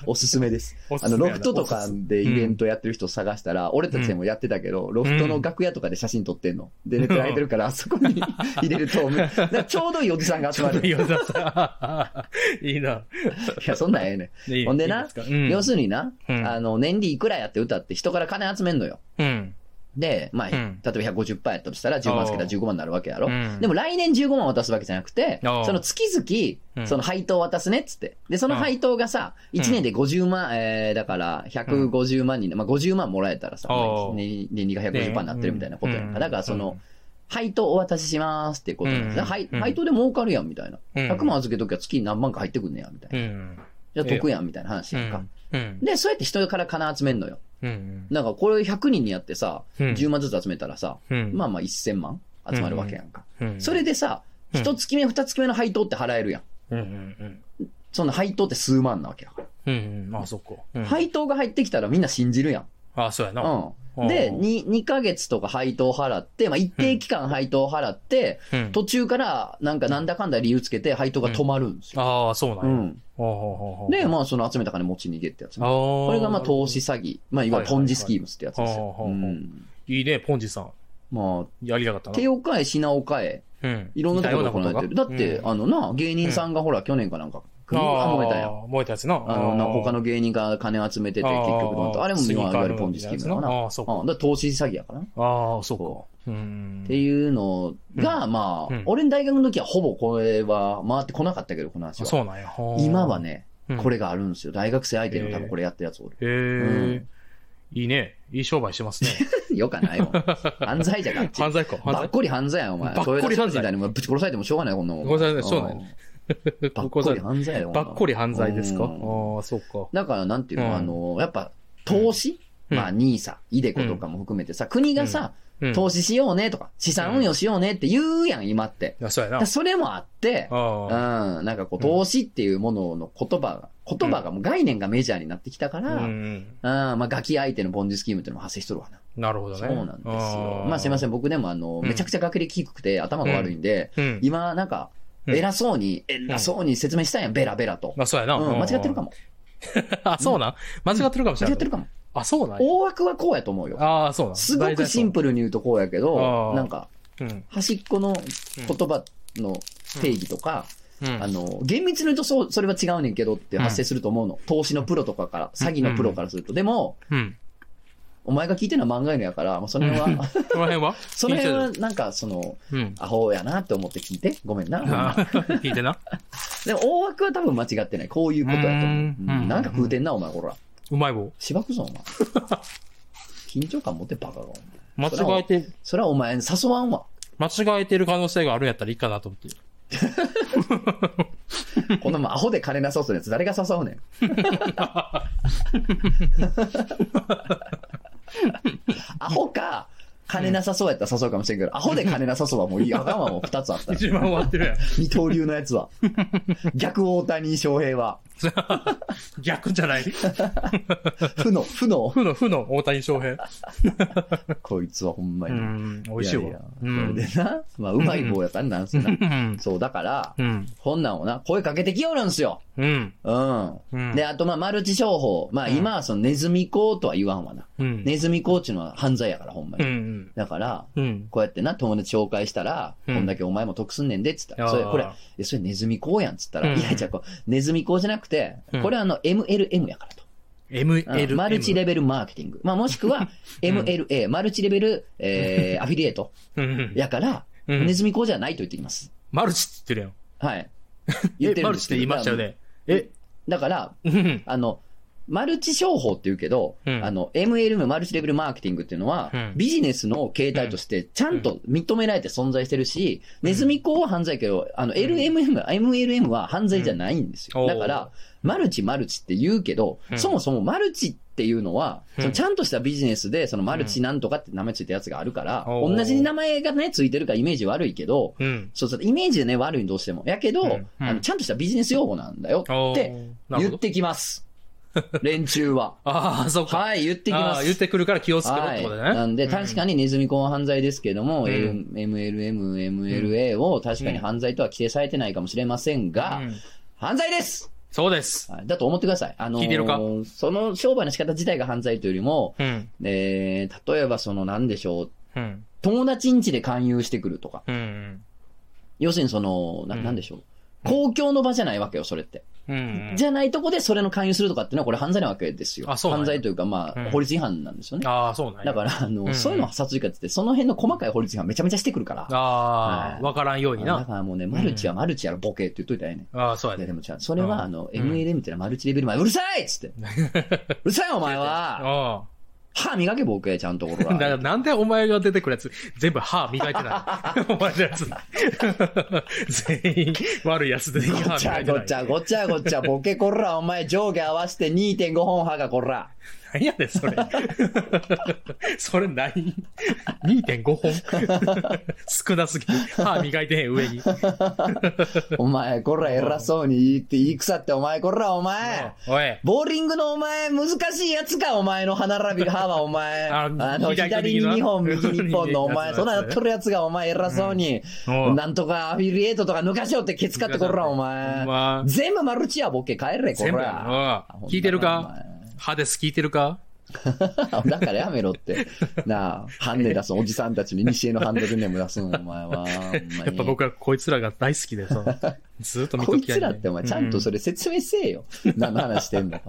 S1: おすすめです。
S2: おす
S1: あ
S2: す
S1: の、
S2: めや
S1: ロ
S2: な
S1: フトとかでイベントやってる人探したら、俺たちでもやってたけど、ロフトの楽屋とかで写真撮ってんの。で、寝てられてるから、あそこ に入れると、だからちょうどいいおじさんが集まる。い
S2: いいよなさいいな。
S1: や、そんなんええねん。
S2: いい
S1: ほんでない
S2: いすかうん
S1: 要するにな、
S2: うん
S1: あの、年利いくらやって歌って人から金集めんのよ。
S2: うん。
S1: で、まあ、
S2: ん
S1: 例えば150%やったとしたら10万つけたら15万になるわけやろ。
S2: うん
S1: でも来年15万渡すわけじゃなくて、
S2: おう
S1: その月
S2: う
S1: 々、
S2: ん
S1: その配当渡すねっつって。で、その配当がさ、
S2: ん
S1: 1年で50万、えー、だから150万人、まあ50万もらえたらさ、
S2: おう
S1: 年年利が150%になってるみたいなことやん
S2: ねう
S1: か。
S2: ん
S1: だからそうの
S2: ん、
S1: 配当お渡ししますっていうことなんですね。
S2: うん
S1: 配
S2: うん
S1: 配当で儲かるやんみたいな。
S2: うん
S1: 100万預けときは月に何万か入ってくんねや、みたいうな。
S2: ん。
S1: じゃあ得やんみたいな話やんか。
S2: うん。
S1: で、そうやって人から金集めんのよ。
S2: うん。
S1: なんかこれ100人にやってさ、
S2: うん
S1: 10万ずつ集めたらさ、
S2: うん
S1: まあまあ1000万集まるわけやんか。
S2: うん
S1: それ、でさ、
S2: うん
S1: 1月目、2月目の配当って払えるやん。
S2: うんうん
S1: その配当って数万なわけやから。
S2: うん。うん。あ、そっか。うん
S1: 配当が入ってきたらみんな信じるやん。
S2: あ、そうやな。
S1: う。
S2: うんん
S1: で、2、2ヶ月とか配当払って、まあ一定期間配当払って、
S2: うん
S1: 途中からなんかなんだかんだ理由つけて配当が止まるんですよ。
S2: ああ、そうなん
S1: う
S2: や。
S1: ん。
S2: ほうほうほうほう
S1: で、まあその集めた金持ち逃げってやつね。
S2: こ
S1: これがまあ投資詐欺。まあいわゆるポンジスキームスってやつです
S2: はい
S1: よ。
S2: は
S1: う
S2: いはい
S1: ん。
S2: いいね、ポンジさん。
S1: まあ、
S2: やりやがったな。
S1: 手を変え、品を変え、
S2: うん。
S1: いろんなところが行われてる。だって、
S2: うん
S1: あのな、芸人さんがほら、去年かなんか、組が燃えたんや。
S2: あー燃えたやつな。
S1: あの、な他の
S2: っ
S1: 芸人が金集めてて、結局どうなった、あれも今、いわゆるポンジスキームなのかな。
S2: ああ、そうか。
S1: うん、だから投資詐欺やからな。っ
S2: ああ、そ
S1: そ
S2: うか。うん。
S1: ていうのが、まあ、
S2: うん
S1: 俺の大学の時はほぼこれは回ってこなかったけど、この話
S2: あ
S1: は。
S2: そうなんや。ほう
S1: 今は、ね、
S2: うん
S1: こ。れがあるんですよ。大学生相手にも多分これやったやつおる。
S2: へ
S1: う
S2: え。いいね。いい商売してますね。
S1: よか ないもん。犯罪じゃなくて。
S2: 犯罪か。犯
S1: ばっ
S2: 罪
S1: こり犯罪やん、お前。
S2: ばっこり
S1: それ
S2: 犯罪
S1: だけみたいにもうぶち殺されてもしょうがない、こんなもん。
S2: 殺されないそうなんや
S1: うんばっこり犯罪やよ。
S2: ばっこり犯罪ですか。ああ
S1: うん
S2: ー、そうか。
S1: だから、なんていうの、
S2: うん
S1: あの、やっぱ、投資、
S2: うん
S1: まあ、ニーサ、イデコとかも含めてさ、国がさ、
S2: うん
S1: 投資しようねとか、資産運用しようねって言うやん、今って。
S2: いやそうや
S1: だ
S2: な
S1: から。それもあって、うん、
S2: あ
S1: なんかこう、
S2: うん
S1: 投資っていうものの言葉が、言葉がもう概念がメジャーになってきたか
S2: あ。
S1: ら、
S2: う
S1: うん、
S2: うんん。
S1: まあ、ガキ相手のボンジスキームっていうのも発生しとるわな。
S2: なるほどね。
S1: そうなんですよ。まあ、すい
S2: み
S1: ませ
S2: ん。
S1: ん、僕でもあの、
S2: うん
S1: めちゃくちゃ学歴低くて頭が悪いんで、
S2: うん。
S1: 今、なんか、偉そうに、偉そうに説明したんや、ベラベラと。
S2: まあ、そうや
S1: う
S2: な。
S1: ん、間違ってるかも。
S2: あ、そうなん間違ってるかもしれ
S1: 間違
S2: ない。
S1: ってるかも。
S2: あ、そうなんや
S1: 大枠はこうやと思うよ。
S2: ああ、そうなん
S1: すごくシンプルに言うとこうやけど
S2: あ、ー
S1: なんか、
S2: ル。うん。
S1: 端っこの言葉の定義とか、
S2: うん
S1: あの、厳密に言うとそう、それは違うねんけどって発生すると思うの。投資のプロとかから、詐欺のプロからすると。でも、
S2: うん。
S1: お前が聞いてるのは漫画犬やから、もうその辺は、
S2: この辺は
S1: その辺
S2: 聞
S1: はい
S2: て
S1: なんかその、
S2: るうん。
S1: アホやなって思って聞いて。ごめん
S2: あ
S1: な。
S2: ー聞いてな。
S1: でも大枠は多分間違ってない。こういうことやと思う。
S2: うー
S1: う
S2: ん
S1: んなんか食うてんな、お前、ほら。
S2: うまい棒。
S1: しばくぞ、お 前。緊張感持ってバカが。お前
S2: 間違えて、
S1: それはお前誘わんわ。
S2: 間違えてる可能性があるんやったらいいかなと思って。
S1: こんなもんアホで金なさそうなやつ誰が誘うねん。アホか、金なさそうやったら誘うかもしれんけど、アホで金なさそうはもういい。あかんわ、もう二つあったら。
S2: 一番終わってるやん。
S1: 二刀流のやつは。逆大谷翔平は、
S2: 逆じゃない。
S1: 負の、負の、
S2: 負の、負の大谷翔平。
S1: こいつはほんま
S2: う
S1: に。
S2: ん。美味しい
S1: や
S2: わ
S1: や。
S2: う
S1: それ
S2: ん。
S1: でな、まあ、うまい棒やからなんすよな。
S2: うん。
S1: そう、だから、
S2: うん。
S1: こんなんをな、声かけてきよるんすよ。
S2: うん。
S1: うん。
S2: うん。
S1: で、あと、まあ、マルチ商法。まあ、今はそのネズミ講とは言わんわな。
S2: うん。
S1: ネズミ講っていうのは犯罪やから、ほんま
S2: う
S1: に。
S2: ん。
S1: だから、
S2: うん。
S1: こうやってな、友達紹介したら、
S2: うん
S1: こんだけお前も得すんねんで、つったら、
S2: あー
S1: それ、これ、えそれネズミ講やん、つったら、
S2: うん
S1: いやいや、こう、ネズミ講じゃなくて、
S2: うん
S1: これはあの、MLM やからと。うん
S2: ML。
S1: マルチレベルマーケティング。まあ、もしくは、
S2: うん
S1: MLA、マルチレベル、 えー、アフィリエイト。
S2: うん。
S1: やから、
S2: うん
S1: ネズミ講じゃないと言っています。
S2: マルチって言って
S1: はい。
S2: るやん。 え、
S1: る
S2: マ
S1: ん
S2: ル
S1: で
S2: チっ
S1: すけど
S2: て言いましたよ。ね。え、
S1: だから、
S2: うん。
S1: あの、マルチ商法って言うけど、
S2: うん
S1: あの、MLM、マルチレベルマーケティングっていうのは、
S2: うん
S1: ビジネスの形態としてちゃんと認められて存在してるし、ネズミ講は犯罪やけど、あの、LMM、MLM は犯罪じゃないんです
S2: う
S1: よ。
S2: ん
S1: だから、マルチマルチって言うけど、
S2: うん
S1: そもそもマルチっていうのは、
S2: うん
S1: そのちゃんとしたビジネスで、そのマルチなんとかって名前ついたやつがあるから、
S2: おー
S1: 同じ名前がね、ついてるからイメージ悪いけど、
S2: うん。
S1: そうそう、イメージでね、悪いのどうしても。やけど、
S2: うんうん
S1: あのちゃんとしたビジネス用語なんだよ
S2: お
S1: って
S2: ーな
S1: 言
S2: るほ
S1: っ
S2: ど。
S1: てきます。連中は。
S2: あ あ、そうか。
S1: はい、言ってきま
S2: ああ
S1: す。
S2: 言ってくるから気をつけろっ
S1: は
S2: て
S1: い。
S2: ことだね。
S1: なんで、確かにネズミ婚犯罪ですけども、
S2: うん
S1: M- MLM、MLA を確かに犯罪とは規定されてないかもしれませんが、
S2: うん
S1: 犯罪です
S2: そうです。
S1: はいだと思ってください。あのー
S2: 聞いてるか
S1: その商売の仕方自体が犯罪というよりも、
S2: うん。
S1: えー、例えばその、なんでしょう、
S2: うん。
S1: 友達ん家で勧誘してくるとか、
S2: うん。
S1: 要するにその、な
S2: うん
S1: なんでしょう。公共の場じゃないわけよ、それって。
S2: うん。
S1: じゃないとこでそれの勧誘するとかっていうのはこれ犯罪なわけですよ。
S2: あそうなん
S1: 犯
S2: や
S1: 罪というか、ま
S2: うん
S1: あ、法律違反なんですよね。
S2: ああ、そうなんや
S1: だから、あの、
S2: うん
S1: そういうのは殺人かって言って、その辺の細かい法律違反めちゃめちゃしてくるから。
S2: あ
S1: は
S2: あ、
S1: い
S2: わからんように
S1: だ
S2: な。
S1: からもうね、マルチはマルチやろ、ボケって言っといたらええねん。
S2: ああ、そうや
S1: いやで
S2: ね。
S1: もじゃあ、それは、
S2: うん
S1: あの、
S2: うん
S1: MLM ってのはマルチレベル前、うるさいっつ って。うるさいお前は
S2: あ
S1: 歯磨けボケ、ちゃんところ
S2: あ。だから なんでお前が出てくるやつ、全部歯磨いてない。 お前のやつ。 全員悪いやつで
S1: ご
S2: 歯
S1: ち
S2: 磨
S1: ゃ
S2: いて
S1: ご
S2: ない
S1: ち。ゃごちゃごちゃボケこら、お前上下合わせて2.5本歯がこ ら。
S2: 何やねん、それ。 それ何 ?2.5 本 少なすぎる。歯磨いてへん、上に。
S1: お前こら偉そうに言って言い腐って、お前こら、お前。
S2: おい。
S1: ボーリングのお前、難しいやつか、お前の歯並び、歯はお前。
S2: あ
S1: あの、
S2: 左と
S1: 左
S2: 右
S1: に
S2: の
S1: 2本、右に1本 のお前、
S2: 右
S1: そ
S2: に
S1: ん
S2: やつ
S1: な
S2: やつ
S1: やっとるやつが、お前偉そうに。
S2: おう
S1: なんとかアフィリエイトとか抜かしようってケツ買ってこら、お
S2: ほ
S1: 前
S2: ん。ま
S1: 全部マルチやボケ、帰れ、こ
S2: 全部や
S1: ら。
S2: な聞いてる
S1: ほんま
S2: か
S1: なお前
S2: 歯です、聞いてるか
S1: だからやめろって。なあ、ハンデ出すのおじさんたちに西へのハンドルネーム出すの、お前は。
S2: や
S1: や
S2: っぱ僕はこいつらが大好きでさ、ずーっと見
S1: ことい
S2: きや
S1: つらってお前ちゃんとそ
S2: れ。
S1: れ説明せえ よ。何の話してんのか。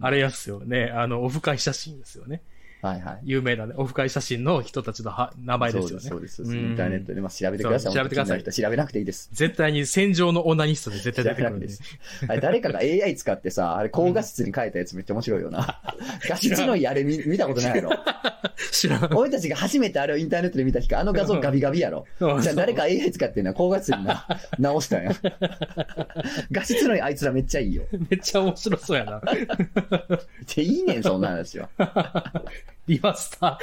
S2: あれやっすよね。あの、オフ会写真ですよね。
S1: はいはい。
S2: 有名なね、オフ会写真の人たちのは名前ですよね
S1: そ。うです、そうです。
S2: うん
S1: インターネットで、まあ、調べてください。
S2: そう調べてください
S1: 本当に気になる人は調べなくていいです。
S2: 絶対に戦場のオナニストで絶対出てくるんで。
S1: あれ、誰かが AI 使ってさ、あれ、高画質に書いたやつめっちゃ面白いよな。画質のいいあれ見見たことないやろ。
S2: 知らん。
S1: 俺たちが初めてあれをインターネットで見た日か、あの画像ガビガビやろ。
S2: うん
S1: じゃあ誰か AI 使ってんのは高画質に な直したんや。画質のいいあいつらめっちゃいいよ。
S2: めっちゃ面白そうやな。
S1: で、いいねん、そんな話は。
S2: リマスタ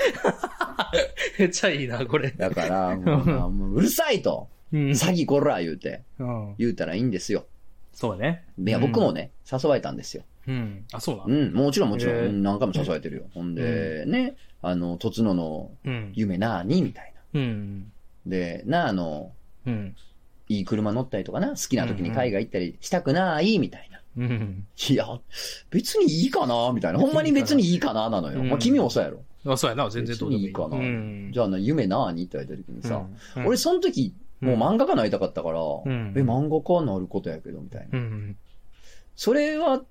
S2: ー。 めっちゃいいな、これ。
S1: だから、もうなもううるさいと
S2: うん。
S1: 詐欺こら言うて、
S2: うん
S1: 言うたらいいんですよ。
S2: そうね。
S1: いや、僕もね、誘われたんですよ。
S2: うん。あ、そうな
S1: う
S2: の
S1: ん、もちろんもちろん
S2: へえ
S1: うん、何回も誘われてるよ。ほんで、ね、あの、とつのの
S2: うん。
S1: 夢なあにみたいな。
S2: うん。
S1: で、なあの、
S2: うん。
S1: いい車乗ったりとかな、好きな時に海外行ったりしたくないみたいな。
S2: うん。
S1: いや、別にいいかなみたいな。ほんまに別にいいかななのよ。
S2: うん
S1: まあ、君もそうやろ。
S2: あ、そうやな、全然どうでもい
S1: 別に
S2: い。
S1: いいかな
S2: うん。
S1: じゃあな、夢なあにって言われた時にさ、
S2: うん、
S1: 俺その時、もう漫画家なりたかったから、
S2: ん
S1: え、漫画家なることやけど、みたいな。
S2: うん。
S1: それは、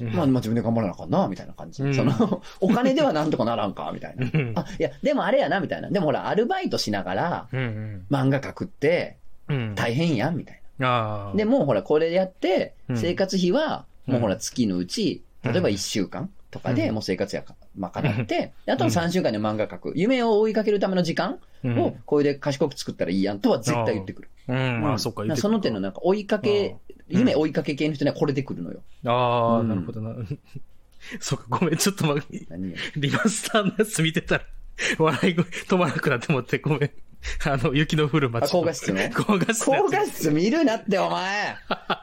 S2: うん
S1: まあ、まあ自分で頑張らなあかんな、みたいな感じ。
S2: うん
S1: その、お金ではなんとかならんか、みたいな。
S2: うん。
S1: あ、いや、でもあれやな、みたいな。でもほら、アルバイトしながら、
S2: うん。
S1: 漫画描くって、
S2: うん。
S1: 大変やん、みたい
S2: あ
S1: な。
S2: あ。
S1: で、もうほら、これやって
S2: う、ん
S1: 生活費は、
S2: うん
S1: もうほら、月のうち、例えば1週間とかで、
S2: うん
S1: もう生活やか、まあ、語って、であとは3週間で漫画描く。夢を追いかけるための時間
S2: うん、
S1: を、これで賢く作ったらいいやんとは絶対言ってくる。
S2: うん。ま
S1: う
S2: あ、
S1: ん
S2: そっか、
S1: なんかその点のなんか、追いかけ、
S2: うん
S1: 夢追いかけ系の人にはこれでくるのよ。
S2: ああ、
S1: うん
S2: なるほどな。 そっか、ごめん、ちょっとま、
S1: 何よ
S2: リマスターのやつ見てたら、 笑い声止まらなくなって思って、ごめん。あの、雪の降る
S1: あ、
S2: 街。
S1: 高画質の
S2: 高画質のや
S1: 高
S2: つ。
S1: 画質見るなって、お前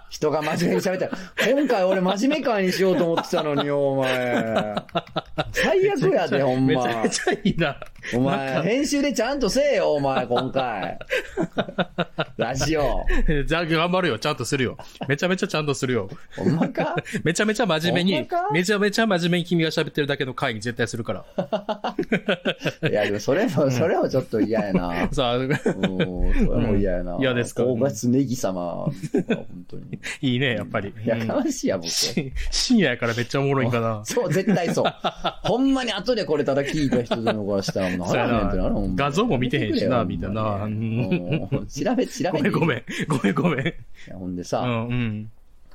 S1: 人が真面目に喋ったら、今回俺真面目会にしようと思ってたのによ、お前。最悪やで、ほん
S2: め
S1: ま
S2: ち。ゃめちゃいいな。
S1: お
S2: なん
S1: 前、
S2: か
S1: 編集でちゃんとせえよ、お前、今回。ラジオ。
S2: じゃあ頑張るよ。ちゃんとするよ。めちゃめちゃちゃんとするよ。
S1: ほんまか
S2: めちゃめちゃ真面目
S1: ほん
S2: に
S1: まか、
S2: めちゃめちゃ真面目に君が喋ってるだけの会議絶対するから。
S1: いや、でもそれも、それもちょっと嫌やな。
S2: さあ、
S1: うんそれも嫌やな。
S2: うん嫌ですか
S1: 高画質ネギ様。本当に。
S2: いいね、やっぱり。
S1: やか
S2: うん
S1: ましいや、僕。
S2: し深夜やからめっちゃおもろいんかな。
S1: そう、絶対そう。ほんまに後でこれただ聞いた人のからしたら、もう
S2: そうや
S1: 何
S2: な
S1: やねんってなるほんま
S2: 画像も見てへんしなみたいな
S1: ほんまにうん調べ、調べて
S2: ごめ
S1: い
S2: ん
S1: い
S2: ごめん。ごめんごめん。
S1: いやほんで
S2: う
S1: さ、
S2: ん、うん。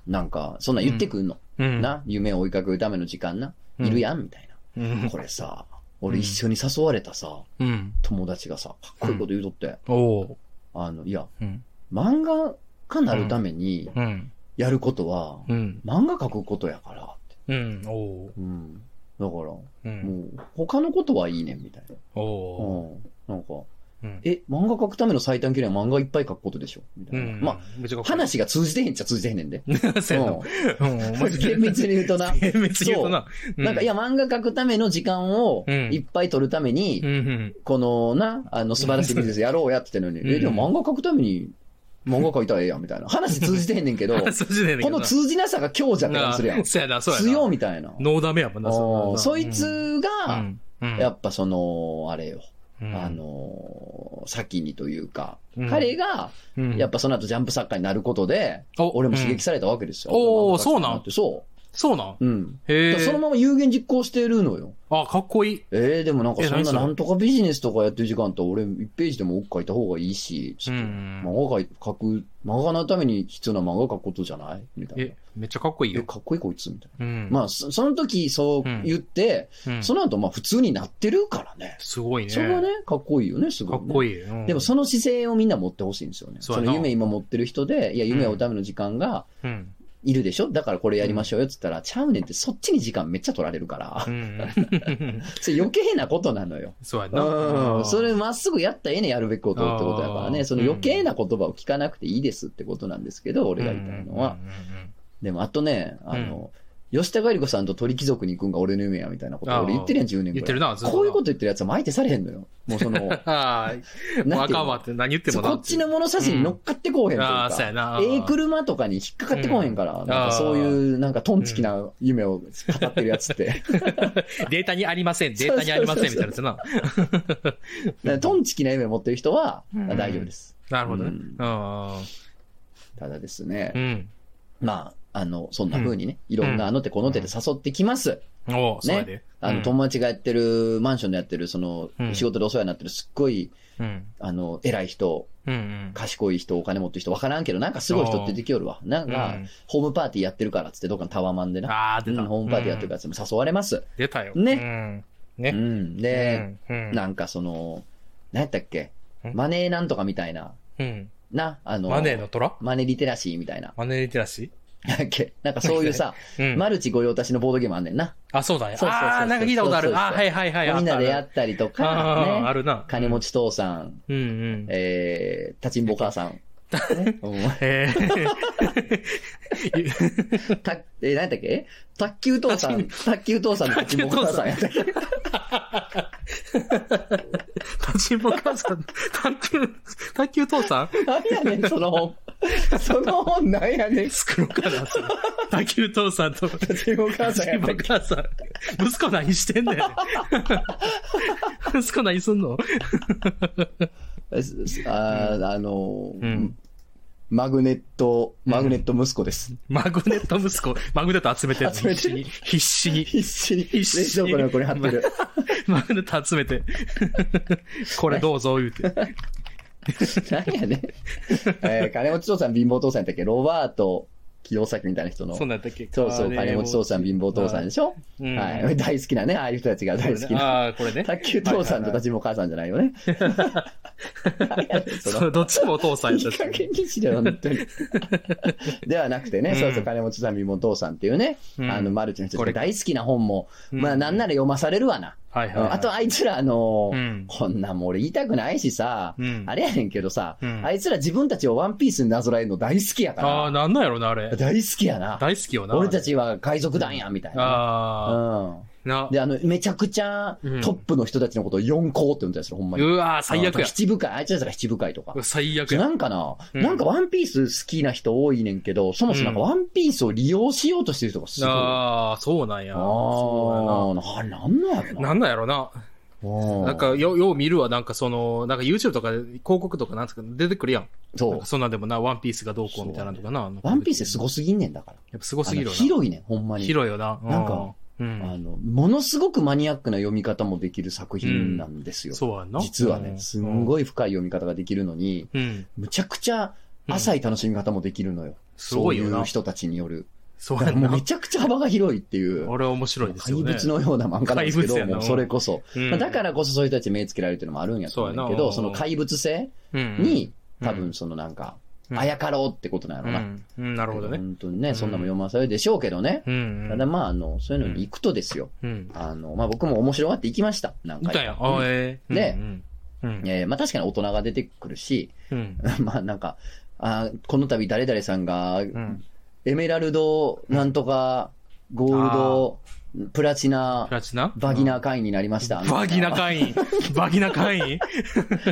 S1: なんか、そんなん言ってくんの。
S2: うん。
S1: な、夢を追いかけるための時間な。
S2: うん
S1: いるやん、みたい
S2: うん。
S1: な。これさ、俺一緒に誘われたさ、
S2: うん。
S1: 友達がさ、かっこいいこと言うとって、
S2: おう。
S1: あの、いや、
S2: うん。
S1: 漫画家なるために
S2: うん。
S1: やることは、
S2: うん。
S1: 漫画描くことやからって。
S2: うん。おう。
S1: うん。だから、も
S2: う。、
S1: うん他のことはいいねん、みたいな。
S2: おう。
S1: うん。なんか、
S2: うん。
S1: え、漫画描くための最短距離は漫画いっぱい描くことでしょみた
S2: う
S1: いな。
S2: ん。
S1: ま
S2: めちゃ
S1: あ、
S2: かっこいい、
S1: 話が通じてへんっちゃ通じてへんねんで。
S2: そうやなうん。 お
S1: うん
S2: 前
S1: 厳密に言うとな。
S2: 厳密 に言うとな。う
S1: なんか、いや、、漫画描くための時間を
S2: うん
S1: いっぱい取るために、
S2: うんうん。
S1: このな、あの、素晴ら しいビジネスやろうやって言ってんのに、
S2: うん
S1: え、でも漫画描くために、漫画描いたらええやん、みたいな。話通じてへんねんけど、こ
S2: そじねえんだけど
S1: の
S2: な
S1: 通じなさが強者って感じするやん。
S2: そうやな、そうやな。
S1: 強みたいな。
S2: ノーダメやもんな、
S1: おー
S2: な
S1: そい、つ
S2: う
S1: が、
S2: んうん
S1: やっぱその、あれよ、
S2: うん
S1: あのー、先にというか、
S2: うん
S1: 彼が、
S2: うん
S1: やっぱその後ジャンプ作家になることで、
S2: お
S1: 俺も刺激
S2: うん
S1: されたわけですよ。
S2: うんおー
S1: 俺も漫画家にってそ
S2: そうなん
S1: う。うん。だ
S2: へえ
S1: から。そのまま有言実行してるのよ。
S2: あ、かっこいい。
S1: えー、でもなんか
S2: え
S1: そん
S2: 何
S1: な
S2: それ
S1: なんとかビジネスとかやってる時間と俺1ページでも多く書いた方がいいし、ち
S2: う
S1: ょっと
S2: ん。
S1: 漫画書く、漫画のために必要な漫画書くことじゃないみたいな。
S2: え、めっちゃかっこいい
S1: え、
S2: よ。
S1: かっこいいこいつみたい
S2: うん。
S1: な。まあ、そその時そう言って、
S2: うん
S1: その後まあ普通になってるからね。
S2: すごいね。
S1: それはね、かっこいいよね、すご
S2: か
S1: い、ね。
S2: っこいい。うん
S1: でもその姿勢をみんな持ってほしいんですよね。
S2: そう
S1: そ
S2: やな
S1: の夢今持ってる人で、いや、夢を追うための時間が
S2: うん。
S1: いるでしょだからこれやりましょうよって言ったら、ちゃうねんってそっちに時間めっちゃ取られるから
S2: う、ん。
S1: それ余計なことなのよ。
S2: そうや
S1: う
S2: な。
S1: ん。それまっすぐやったらええねんやるべきことってことだから
S2: あー
S1: ね。その余計な言葉を聞かなくていいですってことなんですけど、俺が言いたいのは。
S2: うんうんうんうん。
S1: でもあとね、あの、吉田帰り子さんと鳥貴族に行くんが俺の夢や、みたいなこと
S2: あー
S1: 俺言ってるやん、10年ぐ
S2: 言
S1: ら
S2: っ
S1: い。
S2: てるな、ずっとな。
S1: こういうこと言ってるやつは相手されへんのよ。もうそ の、
S2: ああ、もうあかんわって何言って
S1: そ
S2: も
S1: うこ
S2: な
S1: っちの物差しに乗っかってこうへんという
S2: うんあ
S1: か
S2: ーそうやな、
S1: ええ車とかに引っかかってこうへんから、なんかそういうなんかトンチキな夢を語ってるやつ って、
S2: データにありません、データにありません、みたいなやつな。
S1: だからトンチキな夢を持ってる人は
S2: うん
S1: 大丈夫です。
S2: なるほどね。
S1: うん
S2: あ
S1: ただです
S2: ーう
S1: ね、
S2: ん。
S1: まあ、あの、そんな風にね、いろん
S2: う
S1: なんあの手この手で誘ってきます。
S2: おうそうやで。
S1: あ
S2: う
S1: の、
S2: ん
S1: 友達がやってる、マンションでやってる、その
S2: う、ん
S1: 仕事でお世話になってる、すっごい、
S2: うん。
S1: あの、偉い人、
S2: うんうん。
S1: 賢い人、お金持ってる人、わからんけど、なんかすごい人ってできよるわ。なんか
S2: うん、
S1: ホームパーティーやってるからっつって、どっかのタワマンでな。
S2: ああ、出
S1: う
S2: た。
S1: ん、ホームパーティーやってるか
S2: か
S1: らっつって誘われます。
S2: ら。出たよ。
S1: ね
S2: うん。ね
S1: う。ん。で、
S2: うん、
S1: なんかその、何やったっけ
S2: うん
S1: マネーなんとかみたいな、
S2: うん。
S1: な、あの、
S2: マネーの虎
S1: マネリテラシーみたいな。
S2: マネーリテラシ
S1: なんだっけなんかそういうさ、
S2: ー うん。
S1: マルチ御用達のボードゲームあんねんな。
S2: あ、そうだね。
S1: そうそうそうそう
S2: ああ、なんか聞いたことあ
S1: そう
S2: る。
S1: そうそう
S2: あーはいはいはい。
S1: みんなでや
S2: っ
S1: ったりと
S2: あ
S1: か、
S2: ーあ
S1: ね。
S2: るな。
S1: 金持ち父さん、
S2: うんうん。
S1: えー、立ちんぼ母さん。 ねうん
S2: え ー
S1: たえー、何やったっけ卓球父さん、卓球父さんと立ちんぼ母さんやったっけ
S2: 立ちんぼ母さん、卓球、卓球父さん
S1: なんやねん、その本。その本なんや ねん。
S2: 作ろうかな、それ卓球父さんと、立
S1: 立ちんぼ母さん
S2: ち
S1: や
S2: ん
S1: っ
S2: ぼ
S1: たっけ
S2: 母さん。息子何してんねん。息子何すんの
S1: あーあのー、
S2: うん
S1: マグネット、マグネット息子です。
S2: マグネット息子、マグネット集めてんの
S1: 集め
S2: 必
S1: て
S2: 死
S1: る
S2: に、必死に。
S1: 必死 に、冷
S2: 必死
S1: 蔵庫の横に貼ってる。
S2: マグネット集めて。これどうぞ、言うて。
S1: 何やねん。えー金持ち父さん、貧乏父さんやったっけロバート清崎みたいな人の。
S2: そ
S1: そ
S2: んなんやったっけ
S1: うそう、金持ち父さん、貧乏父さんでしょ、
S2: うん
S1: はい。大好きなね、ああいう人たちが大好きな。
S2: ああ、これね。
S1: 卓球父さんと立ちんぼ母さんじゃないよね。何やねんそ
S2: そ
S1: の
S2: うどっちもお父さん
S1: い
S2: や
S1: い
S2: ったし
S1: 加減にしろよ、本当に。 ではなくてね、
S2: うん
S1: そうそう、金持ちさん、貧乏父さんっていうね、
S2: うん
S1: あの、マルチの人た
S2: こ
S1: ち
S2: れ
S1: が大好きな本も、
S2: うん
S1: まあ、なんなら読まされるわな。
S2: はいはいはい。
S1: あと、あいつら、あのー
S2: うん
S1: こんなんもう俺言いたくないしさ、
S2: うん
S1: あれやねんけどさ、
S2: うん
S1: あいつら自分たちをワンピースになぞらえるの大好きや
S2: ああ、
S1: か
S2: なんなんやろな、あれ
S1: ら。。大好きやな。
S2: 大好きよな。
S1: 俺たちは海賊団や、みたいな。う
S2: あ
S1: ん。
S2: あ、な。
S1: で、あの、めちゃくちゃト
S2: うん
S1: ップの人たちのことを四皇って呼んでたりする、ほんまに。
S2: うわー最悪
S1: あの。
S2: や
S1: 七部会、あいつらが七部会とか。
S2: 最悪や。
S1: なんかな、
S2: うん
S1: なんかワンピース好きな人多いねんけど、そもそもなんかワンピースを利用しようとしてる人がすごい。あ
S2: ああ、そうなんや。
S1: あ
S2: そ
S1: ー、あれなんなんやろ
S2: うやな。
S1: な。
S2: なんなんやろな。
S1: うん
S2: なんか、よ、よう見るわ。なんか、その、なんか YouTube とかで広告とかなんつうか出てくるやん。
S1: そ
S2: なん
S1: う
S2: か。そんなんでもな、ワンピースがどうこうみたいなのとかな。
S1: ワンピースす
S2: ご
S1: ごすぎんねんだから。
S2: やっぱすごすぎるよ
S1: あ
S2: な。
S1: の広いねん、ほんまに。
S2: 広いよな。う
S1: なんか、あ
S2: うん。
S1: の、ものすごくマニアックな読み方もできる作品なんですよ。
S2: そうやんな。
S1: 実は
S2: う
S1: ね、
S2: ん
S1: すんごい深い読み方ができるのに、
S2: うん。
S1: むちゃくちゃ浅い楽しみ方もできるのよ。
S2: すごいよ
S1: そうい
S2: な
S1: う。人たちによる。
S2: そう
S1: だか
S2: や
S1: ら
S2: ん
S1: もう
S2: な
S1: め。ちゃくちゃ幅が広いっていう。
S2: 俺は面白いですよね。
S1: 怪物のような漫画なんですけ
S2: 怪物や
S1: ど、
S2: な
S1: もうそれこそ。
S2: うん、
S1: だからこそそういう人たちに目つけられるっていうのもあるんやと思うんだけ
S2: そうや
S1: ど、
S2: な
S1: その怪物性
S2: うん、
S1: に、
S2: うん
S1: 多分そのなんか、
S2: うん
S1: あやかろうってことなんや
S2: う
S1: ろな。
S2: ん、うんなるほどね。
S1: 本当にね、そんなもん読まされるでしょうけどね。
S2: うん、うん。
S1: ただまあ、あの、そういうのに行くとですよ。
S2: うん。
S1: あの、まあ僕も面白がって行きました。なん
S2: い
S1: か。
S2: たんや。あ
S1: うん
S2: ええ。
S1: で
S2: うんうん。
S1: えーまあ確かに大人が出てくるし、
S2: うん。
S1: まあなんか、あーこの度誰々さんが
S2: うん。
S1: エメラルド、なんとか、ゴールド、プラチナ
S2: プ、ラチナ
S1: バギナ会員になりました。
S2: バギナ会員。バギナ会員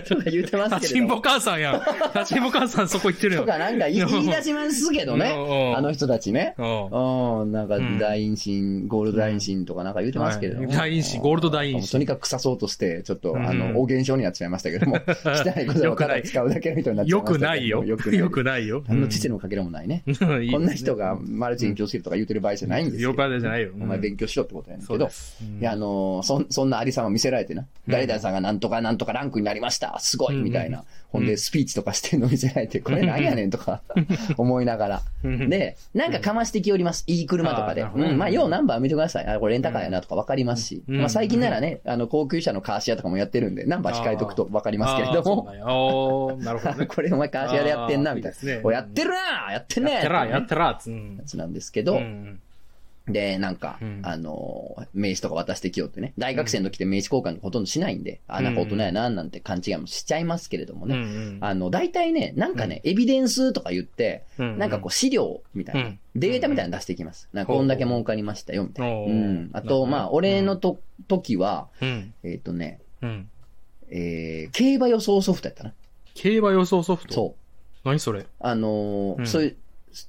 S1: とか言ってます
S2: 立
S1: け
S2: ち
S1: れ
S2: ん
S1: ど
S2: ぼ
S1: も。
S2: 母さんやん。立ちんぼ母さんそこ行ってる
S1: と
S2: よ。
S1: かなんか言い言い出しますけどね。あの人たちね。
S2: うん。
S1: うん、なんか
S2: うん
S1: 大陰神、ゴールド大陰神とかなんか言ってますけれども。
S2: はい大陰神ゴールド大陰神
S1: とにかく臭そうとして、ちょっと、あ
S2: うん
S1: の、お現象になっちゃいましたけ ども、汚い言葉をただ使うだけの人になっちゃい
S2: よ
S1: ましたけど
S2: く
S1: も
S2: ないよ。
S1: よ
S2: よ
S1: くない。
S2: くないよ。
S1: 何の知性のかけらもないね。
S2: うんいい
S1: こんな人がマルチに気をつけるとか言ってる場合じゃないんです
S2: よ
S1: よ
S2: く。あるじゃないよ。
S1: お前
S2: うん
S1: 勉強しろってことやねん
S2: そう
S1: け
S2: で
S1: ど。
S2: す。うん
S1: いや、あのーそん、そんなありさま見せられてな。誰々さんがなんとかなんとかランクになりました。すごい
S2: うん
S1: みたいな。ほん
S2: う
S1: で、
S2: ん
S1: スピーチとかしてんの見せられて、これなんやねんとか思いながら。
S2: うん、
S1: で、なんかかましてきよります。いい車とかで。
S2: あーなるほど
S1: うん。まあ、ようナンバー見てください。あ、これレンタカーやなとかわかりますし。
S2: うん
S1: まあ、最近ならね、あの、高級車のカーシェアとかもやってるんで、ナンバー控えとくとわかり
S2: い
S1: ますけれども。
S2: おー、なるほど ね。
S1: これお前カーシェアでやってんな、みたい
S2: あーいいですね
S1: な。お、やってるなやってんね
S2: やってら、やっててら、つうん
S1: や。つなんですけど、
S2: うん
S1: で、なんか、
S2: うん
S1: あのー、名刺とか渡してきようってね。大学生の時って名刺交換ほとんどしないんで、あ、なんか大人やな、なんて勘違いもしちゃいますけれども
S2: うん
S1: ね。あの、大体ね、なんかね、エビデンスとか言って、
S2: うん。
S1: なんかこう資料みたいな、
S2: うん
S1: データみたいなの出してきます。なんかこんだけ儲かりましたよ、みたいな。
S2: お
S1: う
S2: ー
S1: ん。あと、まあ、俺の、と、時は、
S2: うん。
S1: えっ、とね、
S2: うん。
S1: えー、競馬予想ソフトやったな。
S2: 競馬予想ソフト
S1: そう。
S2: 何それ
S1: あのー
S2: うん
S1: そういう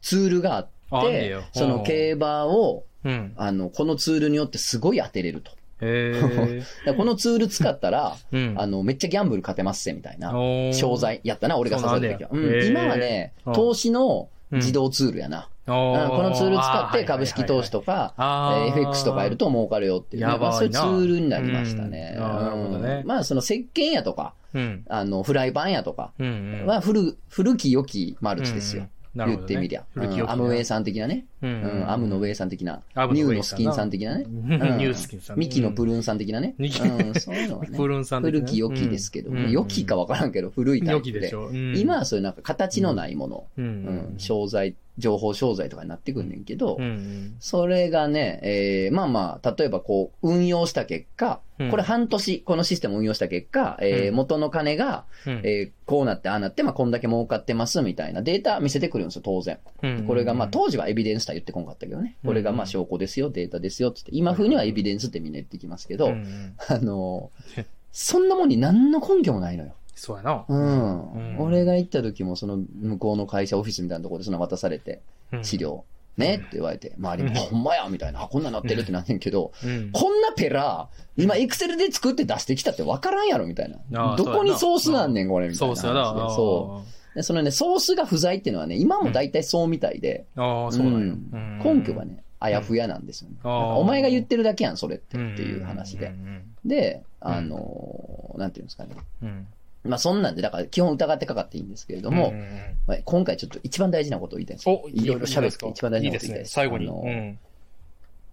S1: ツールがあっ
S2: ああんね
S1: て
S2: や、
S1: その競馬を、
S2: うん。
S1: あの、このツールによってすごい当てれると。
S2: へ え。
S1: だからこのツール使ったら、
S2: うん。
S1: あの、めっちゃギャンブル勝てますぜ、みたいな。
S2: の
S1: 商。材やったな、俺が誘った時は。
S2: そううなんだよへ
S1: ん、
S2: ー
S1: 今はね
S2: う、ん
S1: 投資の
S2: うん
S1: 自動ツールやな。
S2: こ
S1: うんこのツール使って株式投資
S2: か、
S1: とか、え
S2: あー
S1: ー FX とかやる。と儲かるよっていうね、
S2: やばい
S1: ま
S2: な
S1: あそういうツールになりましたね。
S2: うんあーなるほどね
S1: うんまあその石鹸やとか、
S2: うん。
S1: あの、フライパンやとか
S2: うんうん。
S1: は古、古き良きマルチですよ。
S2: うん。なるほ
S1: 言
S2: ど
S1: っ
S2: ね
S1: てみりゃ。
S2: 古き良き
S1: うん
S2: な
S1: アムウェイさん的なね。
S2: う
S1: うん
S2: うん
S1: ん、アムのウェイさん的な。
S2: アム
S1: ニ
S2: の
S1: ュー
S2: ウェイ
S1: の
S2: さ
S1: ス
S2: んな
S1: キンさん的なね。
S2: うん
S1: うん
S2: ニュースキンさん
S1: ミキのプルーンさん的なね。
S2: ミキ
S1: うん、そういうのはね。
S2: プルンさん的な
S1: 古き良きですけど、
S2: うん
S1: 良きか分からんけど、古いタイ
S2: 良
S1: プ
S2: きで
S1: で
S2: し。ょ。うん
S1: 今は、そういうなんか形のないもの、
S2: う
S1: うんん、商材、情報商材とかになってくんねんけど
S2: うんう、ん。
S1: それがね、えーまあまあ、例えばこう、運用した結果、
S2: うん
S1: これ半年、このシステムを運用した結果、えー
S2: うん
S1: 元の金が、
S2: うん
S1: えーこうなって、ああなって、まあ、こんだけ儲かってます、みたいなデータ見せてくるんですよ、当然。
S2: うん
S1: これが、まあ、当時はエビデンスとは言ってこんかったけどね。これが、まあ、証拠ですよ、データですよ、つって。今風にはエビデンスってみんな言ってきますけ
S2: う
S1: ど
S2: んう、ん
S1: あのー、そんなもんに何の根拠もないのよ。
S2: そうやな。
S1: うん。
S2: うん
S1: 俺が行った時も、その、向こうの会社オフィスみたいなところでそんな渡されて、
S2: うん
S1: 資。料、ねって言われて、周りも、
S2: うん
S1: ほんまやみたいな、あこんなんなってるってなんねんけど、
S2: うん。
S1: こんなペラ、今、エクセルで作って出してきたって分からんやろ、みたい
S2: あ
S1: な。
S2: あ
S1: どこにソースなんねん、これ、みたい
S2: そ
S1: な話
S2: うそ
S1: で。
S2: うやな。ああ
S1: そう。でそのね、ソースが不在っていうのはね、今も大体そうみたいで、
S2: ああ、そうなんや
S1: うん
S2: うん
S1: 根拠がね、あやふやなんですよね。
S2: あー
S1: なんかお前が言ってるだけやん、それって、
S2: ん
S1: っていう話で
S2: う。ん
S1: で、あのーなんていうんですかね。
S2: うんうん
S1: まあそんなんで、だから基本疑ってかかっていいんですけれども、
S2: んん
S1: まあ今回ちょっと一番大事なことを言いたいんです
S2: お
S1: いろいろ喋って
S2: いいですか
S1: 一番大事
S2: い
S1: ないこと
S2: です
S1: 言いたい
S2: ね。
S1: です
S2: 最後に。
S1: あの
S2: うん。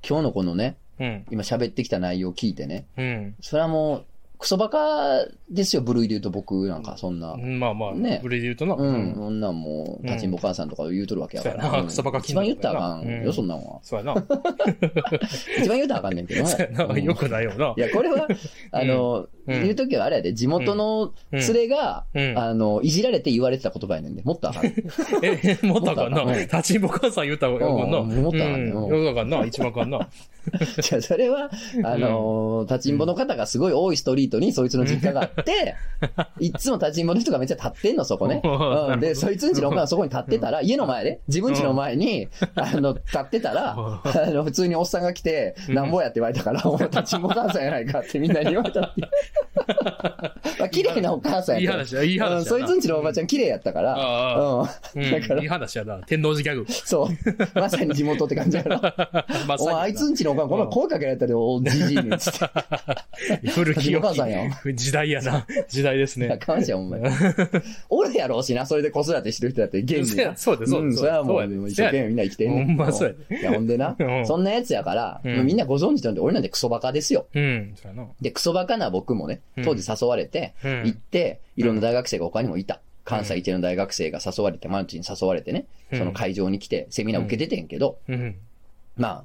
S1: 今日のこのね、
S2: うん。
S1: 今喋ってきた内容を聞いてね、
S2: うん。
S1: それはもう、クソバカですよ、部類で言うと僕なんか、そんな。
S2: まあまあ、
S1: ね
S2: ブレで言うとな。
S1: うん、そんなんもう、立ちんぼ母さんとか言うとるわけやか
S2: そうや
S1: ら。
S2: な
S1: うん
S2: クソバカ
S1: 一
S2: 金
S1: 番
S2: 額
S1: 言ったらあかん
S2: う
S1: よ、
S2: ん
S1: そんなんは。
S2: そうやな。
S1: 一番言うたらあかんねんけどね
S2: そうやな。
S1: うん
S2: よくないよな。
S1: いや、これ は、あの、
S2: うん
S1: 言うときはあれやで、地元の
S2: うん
S1: 連れが、
S2: うん
S1: あの、いじられて言われてた言葉やねんで、もっとあかん。
S2: え、 もったかん
S1: もった
S2: な。
S1: か
S2: 立ちんぼ母さん言うたらよかんな。
S1: うんもったかんね
S2: うん
S1: うん
S2: よかんな。一番 かんな。
S1: じゃあそれは、あの、立ちんぼの方がすごい多いストリートにそいつの実家があって、 いっつも立ちんぼの人がめっちゃ立ってんの、そこね。
S2: おーなるほど
S1: うん、で、そいつんちのお母さんそこに立ってたら、家の前で、自分ちの前に、あの、立ってたら、
S2: お
S1: あの、普通におっさんが来て、なんぼやって言われたから、お前立ちんぼ母さんやないかってみんなに言われた っていうまあ綺麗なお母さんや
S2: いい
S1: から
S2: 話や、いい話や
S1: う
S2: な。
S1: んそいつんちのおばちゃん綺麗やったから、
S2: あ
S1: うん。
S2: うん
S1: だから
S2: いい話やな。天王寺ギャグ。
S1: そう。まさに地元って感じやろ。
S2: ま
S1: お前、あいつ
S2: に
S1: んちのおかん、この前声かけられたで、おじじいに。つって。
S2: な古き良
S1: お母さんや
S2: き時代やな。 時代です
S1: いや
S2: ね。
S1: かんしゃん、お前。 俺やろうしな、それで子育てしてる人だって、現
S2: そ
S1: に
S2: うや
S1: な。
S2: そうです、そう
S1: う
S2: で
S1: ん、
S2: す。
S1: それはも
S2: やで
S1: う、一生懸命みんな生きてんね
S2: ほんまそう
S1: いや、ほんでな
S2: う、ん
S1: そんなやつやから、
S2: うん
S1: もうみんなご存知なんで、俺なんてクソバカですよ。
S2: うん、そうやな。
S1: で、クソバカな僕もね、当時誘われて、
S2: うん
S1: 行って、いろんな大学生が他にもいた。関西一の大学生が誘われて、マルチに誘われてね、
S2: うん
S1: その会場に来て、セミナー受けててんけど、
S2: うん。
S1: まあ、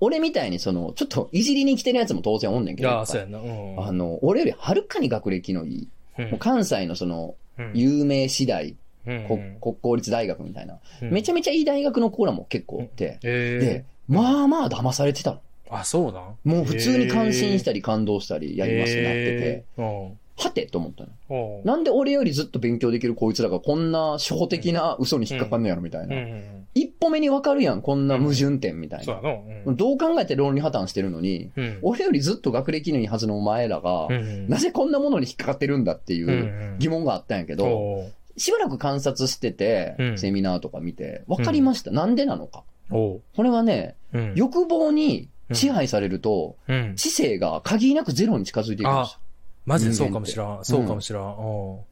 S1: 俺みたいにその、ちょっといじりに来てるやつも当然おんねん
S2: い
S1: けど、
S2: や
S1: やっぱ
S2: そうやな。うん。
S1: あの、俺よりはるかに学歴のいい、
S2: う
S1: も
S2: ん
S1: う関西のその、
S2: うん
S1: 有名次第、
S2: うん
S1: こ国公立大学みたいな、
S2: うん
S1: めちゃめちゃいい大学のコーラも結構おって、
S2: え
S1: で、まあまあ騙されてたの。
S2: え。あ、そうなん
S1: もう普通に感心したり感動したりやりますってなってて、。
S2: ええうん。
S1: はてと思ったの。
S2: おう
S1: なんで俺よりずっと勉強できるこいつらがこんな初歩的な嘘に引っかかんのやろみたい
S2: うんう
S1: な。
S2: ん。
S1: 一歩目にわかるやん、こんな矛盾点みたい
S2: そう
S1: な
S2: や。な。うん。
S1: どう考えて論理破綻してるのに、
S2: うん
S1: 俺よりずっと学歴のいいはずのお前らが、
S2: うん
S1: なぜこんなものに引っかかってるんだってい
S2: うんう
S1: うん疑問があったんやけど、
S2: おう
S1: しばらく観察して
S2: う
S1: て、
S2: ん
S1: セミナーとか見て、わかりました。なんでなのか。
S2: おう
S1: これはね、
S2: うん。
S1: 欲望に支配されると、
S2: うん。
S1: 知性が限りなくゼロに近づいていくんですよ
S2: マジでそうかもしらん。そうかもしらん。お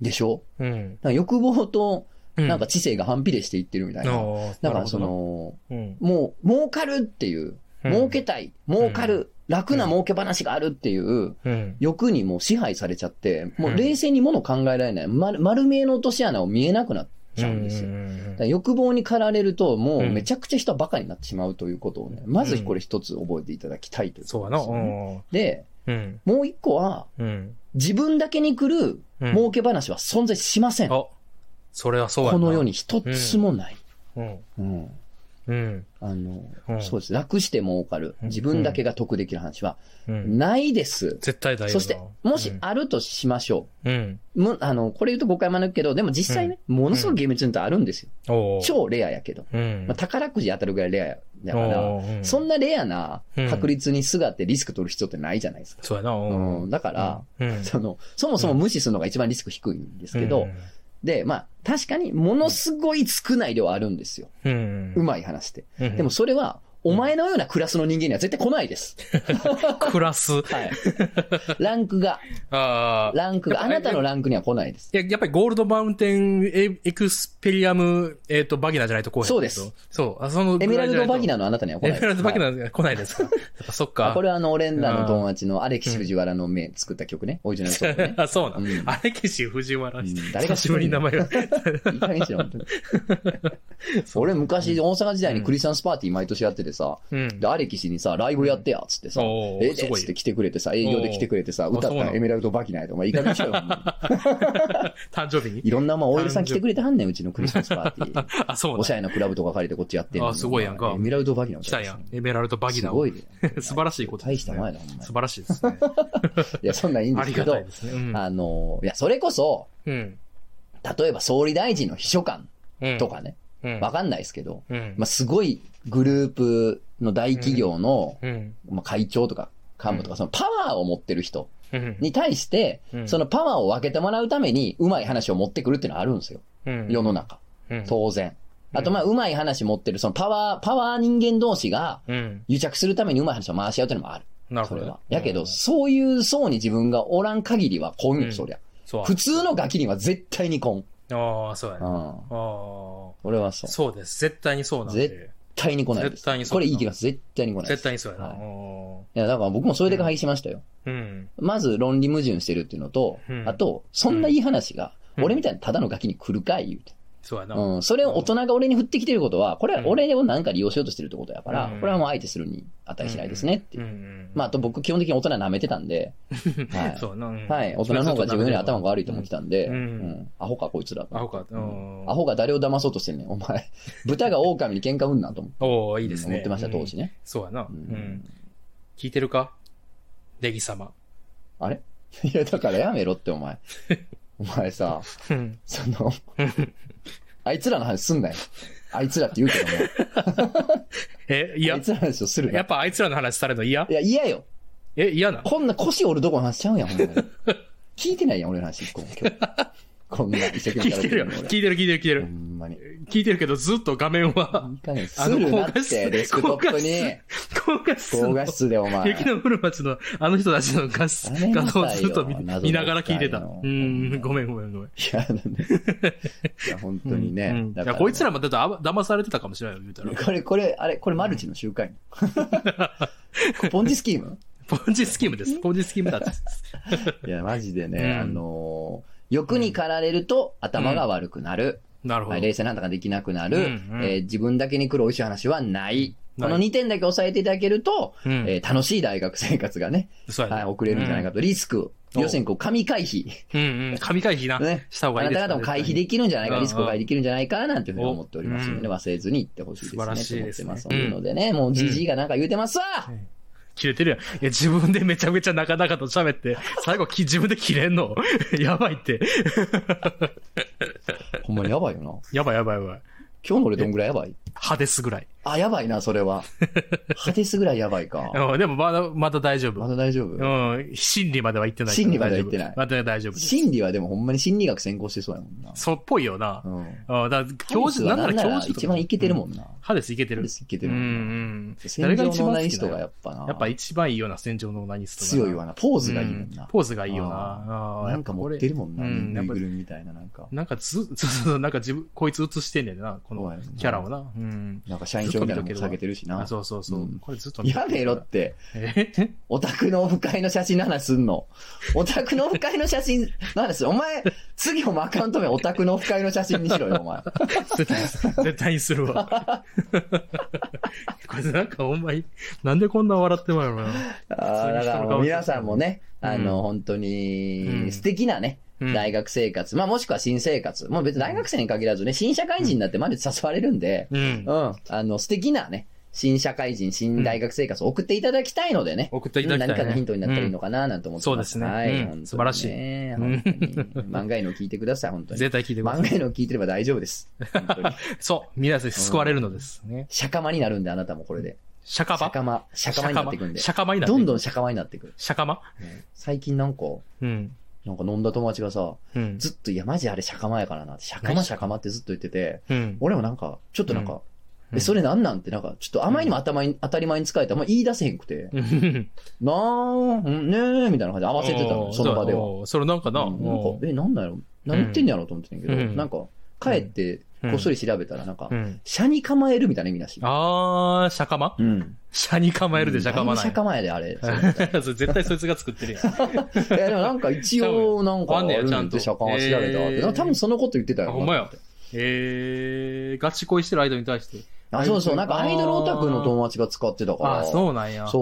S1: でしょ
S2: ううん。
S1: だから欲望と、
S2: う
S1: なんか、知性が反比例していってるみたいな。
S2: おう
S1: だからそ
S2: なるほ
S1: の、
S2: どなうん。
S1: もう、儲かるっていう、
S2: うん
S1: 儲けたい、儲かる、楽な儲け話があるっていう、
S2: うん。
S1: 欲にもう支配されちゃって、もう冷静にもの考えられない、ま、丸見えの落とし穴を見えなくなっちゃうんですよ。
S2: う
S1: だ
S2: んうんうん
S1: から欲望に駆られると、もう
S2: うん
S1: めちゃくちゃ人はバカになってしまうということをね、まずこれ一つ覚えていただきたいというこ
S2: そう
S1: とで
S2: やな。
S1: すよ
S2: う
S1: ね。
S2: ん。
S1: で、
S2: うん。
S1: もう一個は、
S2: うん。
S1: 自分だけに来る
S2: うん
S1: 儲け話は存在しません。こ
S2: あ、それはそうやな
S1: の世。に一つもない。
S2: うん。
S1: うん
S2: うん。
S1: あの、
S2: うん
S1: そうです。楽して儲かる。
S2: うん
S1: 自分だけが得できる話は
S2: うん。
S1: ないです。
S2: 絶対大丈夫。
S1: そして、もしあるとしましょ
S2: うん、うん。
S1: う。もあの、これ言うと誤解招くけど、でも実際ね、ものすごく厳密に言うとあるんですよ。
S2: おー
S1: 超レアやけど。
S2: うん。
S1: まあ、宝くじ当たるぐらいレアだから、
S2: おーうん
S1: そんなレアな確率にすがってリスク取る必要ってないじゃないですか。
S2: そうやな。う。
S1: うんん、だから、
S2: うん。
S1: その、そもそも無視するのが一番リスク低いんですけど、で、まあ、確かにものすごい少ない量あるんですよ。
S2: うん、う。
S1: うんまい話って。
S2: うん。
S1: でも、それは、お前のようなクラスの人間には絶対来ないです。
S2: クラ
S1: は
S2: ス。
S1: い。ランクが、
S2: ああ。
S1: ランクが、あなたのランクには来ないです。
S2: いや、やっぱりゴールドマウンテンエエクスペリアム、えっ、と、バギナじゃないとこうへん
S1: そうです。
S2: そう。あその
S1: エメラルドバギ
S2: ナ
S1: ナのあなたには来
S2: エ
S1: ないです。
S2: メラルドバギ
S1: はい
S2: ナが来ないですか。やっぱそっ
S1: あ
S2: か。。
S1: これはあの、オレンダの友達のアレキシ藤原の名作った曲ね。オリジナルソングね
S2: あ、 そうな。
S1: うんん
S2: あれけし藤原
S1: うん。誰が
S2: 久しぶりに名前
S1: い
S2: が。
S1: い加減にしろ、本 当に。俺昔、大阪時代にクリスチャンスパーティー毎年やっててさ、
S2: うん
S1: で、。アレキ氏にさ、ライブやってや、つってさ、
S2: おー
S1: ええ
S2: す
S1: で
S2: ごい
S1: つって来てくれてさ、営業で来てくれてさ、
S2: おーあ
S1: 歌っ
S2: そうなの
S1: たエメラルドバキナイと、お前いい加減にし ろよ、ほんまに
S2: 誕生日に
S1: いろんな、まあ、OL さん来てくれてはんねん、うちのクリスマスパーティ ー。
S2: あ、そう
S1: お
S2: だ
S1: し。ゃれなクラブとか借りてこっちやってんのに
S2: あすごいやんか
S1: エメラルドバキナイ
S2: 来たやん。エメラルドバギナ
S1: すごい
S2: を
S1: ね
S2: 素晴らしいことで
S1: 大し
S2: す
S1: た
S2: ね。
S1: 前だ、ほんまに
S2: 素晴らしいですね。
S1: いや、そんなんいいん
S2: あ
S1: です
S2: り
S1: け
S2: が
S1: ど、
S2: た
S1: あ
S2: いですね。うん
S1: の、いや、それこそ、
S2: うん。
S1: 例えば総理大臣の秘書官
S2: うん
S1: と。かね、
S2: うん。
S1: わかんないですけど、
S2: うん。
S1: まあ、すごいグループの大企業の、
S2: うん。
S1: まあ、会長とか幹部と
S2: う
S1: か、そのパワーを持ってる人
S2: うん。
S1: に対して
S2: う、ん
S1: そのパワーを分けてもらうために、うまい話を持ってくるっていうのはあるんですよ。
S2: うん
S1: 世の中。
S2: うん。
S1: 当然。あと、
S2: うん
S1: まあ、うまい話持ってる、そのパワー、パワー人間同士が、
S2: うん。
S1: 癒着するためにうまい話を回し合うというのもある。
S2: なる
S1: そ
S2: ほ
S1: れ
S2: ど
S1: は
S2: ね。。
S1: やけ
S2: う
S1: ど、
S2: ん
S1: そういう層に自分がおらん限りは来ん
S2: う
S1: よ、
S2: ん
S1: そりゃ。
S2: そう。
S1: 普通のガキには絶対に来ん。
S2: ああ、そうや
S1: う
S2: ね。
S1: ん。
S2: ああ。
S1: 俺はそう。絶
S2: そうです。絶対にそうなんで
S1: 絶。対に来ないです。
S2: 絶対にそう
S1: これ言い切ります。絶対に来ないです。
S2: 絶対にそうやな。
S1: はい
S2: お
S1: いや、だから僕もそれで回避しましたよ。
S2: ーうん。
S1: まず論理矛盾してるっていうのと、
S2: うん
S1: あと、そんないい話が、
S2: うん
S1: 俺みたいなただのガキに来るかい言うて。
S2: そうやな。
S1: うん。それを大人が俺に振ってきてることは、これは俺をなんか利用しようとしてるってことやから、
S2: うん
S1: これはもう相手するに値しないですねっていう。
S2: ん
S1: まあ、あと僕基本的に大人舐めてたんで、はい
S2: そうやな。うん
S1: はい。大人の方が自分より頭が悪いと思ってたんで、
S2: う
S1: うんん。アホか、こいつらと。
S2: アホか。うん
S1: アホが誰を騙そうとしてんねん、お前。豚が狼に喧嘩うんなと思って。
S2: おーいいですね。
S1: 思ってました、当時
S2: ね。
S1: ね。
S2: そうやな。う
S1: うん
S2: ん。聞いてるかネギ様。
S1: あれいや、だからやめろって、お 前。お前さ、
S2: うん。
S1: その、あいつらの話すんなよ。あいつらって言うけども。
S2: え、い
S1: あ
S2: や
S1: い、つらの話をするな。
S2: やっ
S1: い
S2: ぱあいつらの話されるの嫌
S1: や、嫌よ。
S2: え、嫌なの
S1: こんな腰折るとこの話しちゃうやん、ほんまに。聞いてないやん、俺の話一個も今日。こんな一生懸命
S2: 聞い
S1: 食
S2: て
S1: べ
S2: るよ。
S1: のに
S2: 聞いてる聞いてる聞いて
S1: 俺。ほ
S2: る。
S1: んまに。、
S2: 聞いてるけど、ずっと画面はい
S1: い加減す
S2: あの
S1: るな
S2: 高
S1: っ
S2: 画質
S1: て、デスクトップに。
S2: 高画質
S1: 高
S2: の
S1: 画質でお前。
S2: 雪の降る町のあの人たちの画質、
S1: やめ
S2: 画
S1: なさいよ
S2: 像をずっと見
S1: 謎の
S2: 見ながら聞いてた。う
S1: 機械の
S2: ん、ごめんごめんごめん。
S1: いや、なんでいや、本当にね。
S2: うん
S1: だ
S2: い
S1: か
S2: や、
S1: ら
S2: こいつらもだってあば騙されてたかもしれないよ、言うたら。
S1: これ、これ、あれ、これマルチの集会。 ポンジスキーム
S2: ポンジスキー ムです。ポンジスキームだって。
S1: いや、マジでね、
S2: うん
S1: あのー欲に駆られると頭が悪くなる。
S2: なるほ
S1: まあ
S2: ど。
S1: 冷静なんとかできなくなる。
S2: うんうん
S1: えー自分だけに来る美味しい話はない。
S2: な
S1: こ
S2: い
S1: の2点だけ押さえていただけると、
S2: うん
S1: えー楽しい大学生活がね、
S2: そうや
S1: はい、
S2: ね。
S1: 送れるんじゃないかと。リスク、
S2: お
S1: 要するにこう、神回避。
S2: うんうん。神回避な
S1: ね。
S2: した方
S1: あ
S2: がいい
S1: な
S2: です
S1: た
S2: ね。
S1: 方も回避できるんじゃない
S2: うん
S1: か、
S2: うん
S1: リスクを回避できるんじゃないかな、というふうに思っておりますので、
S2: お
S1: 忘れずに行ってほしいですね。
S2: 素晴らしい
S1: と思
S2: で
S1: っ
S2: す
S1: て
S2: ね
S1: ますのでね、もうじじいがなんか言うてますわ
S2: 切れてるやん。いや、自分でめちゃめちゃなかなかと喋 って、最後き自分で切れんの。 やばいって。
S1: ほんまにやばいよな。
S2: やばいやばいやばい。
S1: 今日の俺どんぐらいやばい
S2: 派ですぐらい。
S1: あ、やばいな、それは。ハテスぐらいやばいか。
S2: うん、でもまだ、まだ大丈夫。
S1: まだ大丈夫
S2: うん、心理までは言ってないけど。
S1: 心理までは言ってない
S2: 大丈夫まだ大丈夫です。
S1: 心理はでもほんまに心理学専攻してそうやもんな。
S2: そうっぽいよな。
S1: うん。
S2: あだから教授、
S1: ハ
S2: な
S1: デスは
S2: んなら教授とか
S1: 一番いけてるもんな。
S2: ハデスいけて
S1: ハ
S2: る
S1: デ。スいけ
S2: う
S1: て
S2: ん
S1: る
S2: う
S1: もんな。
S2: ん。
S1: 戦場のない
S2: 好き
S1: 人
S2: だよ
S1: がやっぱな。
S2: やっぱ一番いいような戦場の何人
S1: 強いわな。ポーズがいいもんな。
S2: ポーズがいいよな。あー
S1: なんか持ってるもんな。
S2: やっぱこ
S1: ぬいぐ
S2: れうん
S1: るみみたいななんか。
S2: なんかず、そうそうそう、なんか自分、こいつ映してんねんな、こ
S1: 怖
S2: の
S1: いよな
S2: キャラをな。うん。
S1: なんか社員料みたいな
S2: 時
S1: のも
S2: 々
S1: 下げてるしな
S2: あ、。そうそうそ
S1: う
S2: う。
S1: ん
S2: これずっと見てる
S1: やめろって。
S2: え
S1: オタクのオフ会の写真の話すんの。オタクのオフ会の写真 の話、お前、次お前アカウント名オタクのオフ会の写真にしろよ、お前。
S2: 絶対、絶対にするわ。 これなんかほんまに、なんでこんな笑ってまうのかな。
S1: あーだからもう皆さんもね、
S2: うん
S1: あの、本当
S2: う
S1: に
S2: ん
S1: 素敵なね、
S2: うん
S1: 大学生活、まあもしくは新生活、もう別に大学生に限らずね、新社会人になってまで誘われるんで、
S2: うん
S1: う。ん、あの、素敵なね、新社会人、新大学生活を送っていただきたいのでね、
S2: 送っていただきたい、ね。
S1: 何かのヒントになったらいいのかななんて思ってます。
S2: うんそうですね
S1: はい、
S2: うん
S1: 本当にね
S2: 素晴らしい
S1: 本当に漫画への聞いてください、本当に。
S2: 絶対聞いてくだ
S1: 漫
S2: さ
S1: 画
S2: い。
S1: への聞いてれば大丈夫です。本当 に
S2: そう。皆さん救われるのですね。
S1: 釈迦間になるんで、あなたもこれで。
S2: 釈迦
S1: 釈迦
S2: 場
S1: 間、釈迦間になっていくんで。
S2: 釈迦場になってい
S1: ど
S2: く
S1: んどん釈迦間になっていく。
S2: 釈迦場
S1: ね最近なんか、
S2: うん。
S1: なんか飲んだ友達がさ、
S2: うん。
S1: ずっと、いや、マジあれ釈迦間やからなって、釈迦間
S2: 何
S1: 釈迦間ってずっと言ってて、
S2: うん。
S1: 俺もなんか、ちょっとなんか、
S2: うん
S1: え、それなんなんって、なんか、ちょっとあまりにも頭に、当たり前に使えて、あんま言い出せへんくて、
S2: うん
S1: なーん、ねーみたいな感じで合わせてた
S2: お
S1: の、
S2: ー
S1: その場では。
S2: おーそれなんかな、
S1: うんなん
S2: も
S1: か、え、なんだろ何言ってんのやろと思ってんけど、
S2: うん
S1: なんか、帰って、こっそり調べたら、なんか
S2: う、うん。
S1: 車に構えるみたいな意味だし。
S2: あー、釈迦場
S1: うん。
S2: 車に構えるで釈迦場
S1: うん
S2: な
S1: だ
S2: ん
S1: いぶ
S2: や
S1: 釈迦間やで、あ れ。そう
S2: それ絶対そいつが作ってるやん。
S1: いや、でもなんか一応、なんか、
S2: あんねやちゃんと
S1: 釈迦間調べたわって。
S2: えー
S1: なんか多分そのこと言ってたよ。
S2: あほんまや。えー、ガチ恋してる間に対して。
S1: あ、そうそう、なんかアイドルオタクの友達が使ってたから。
S2: あー、そうなんや。う。あー、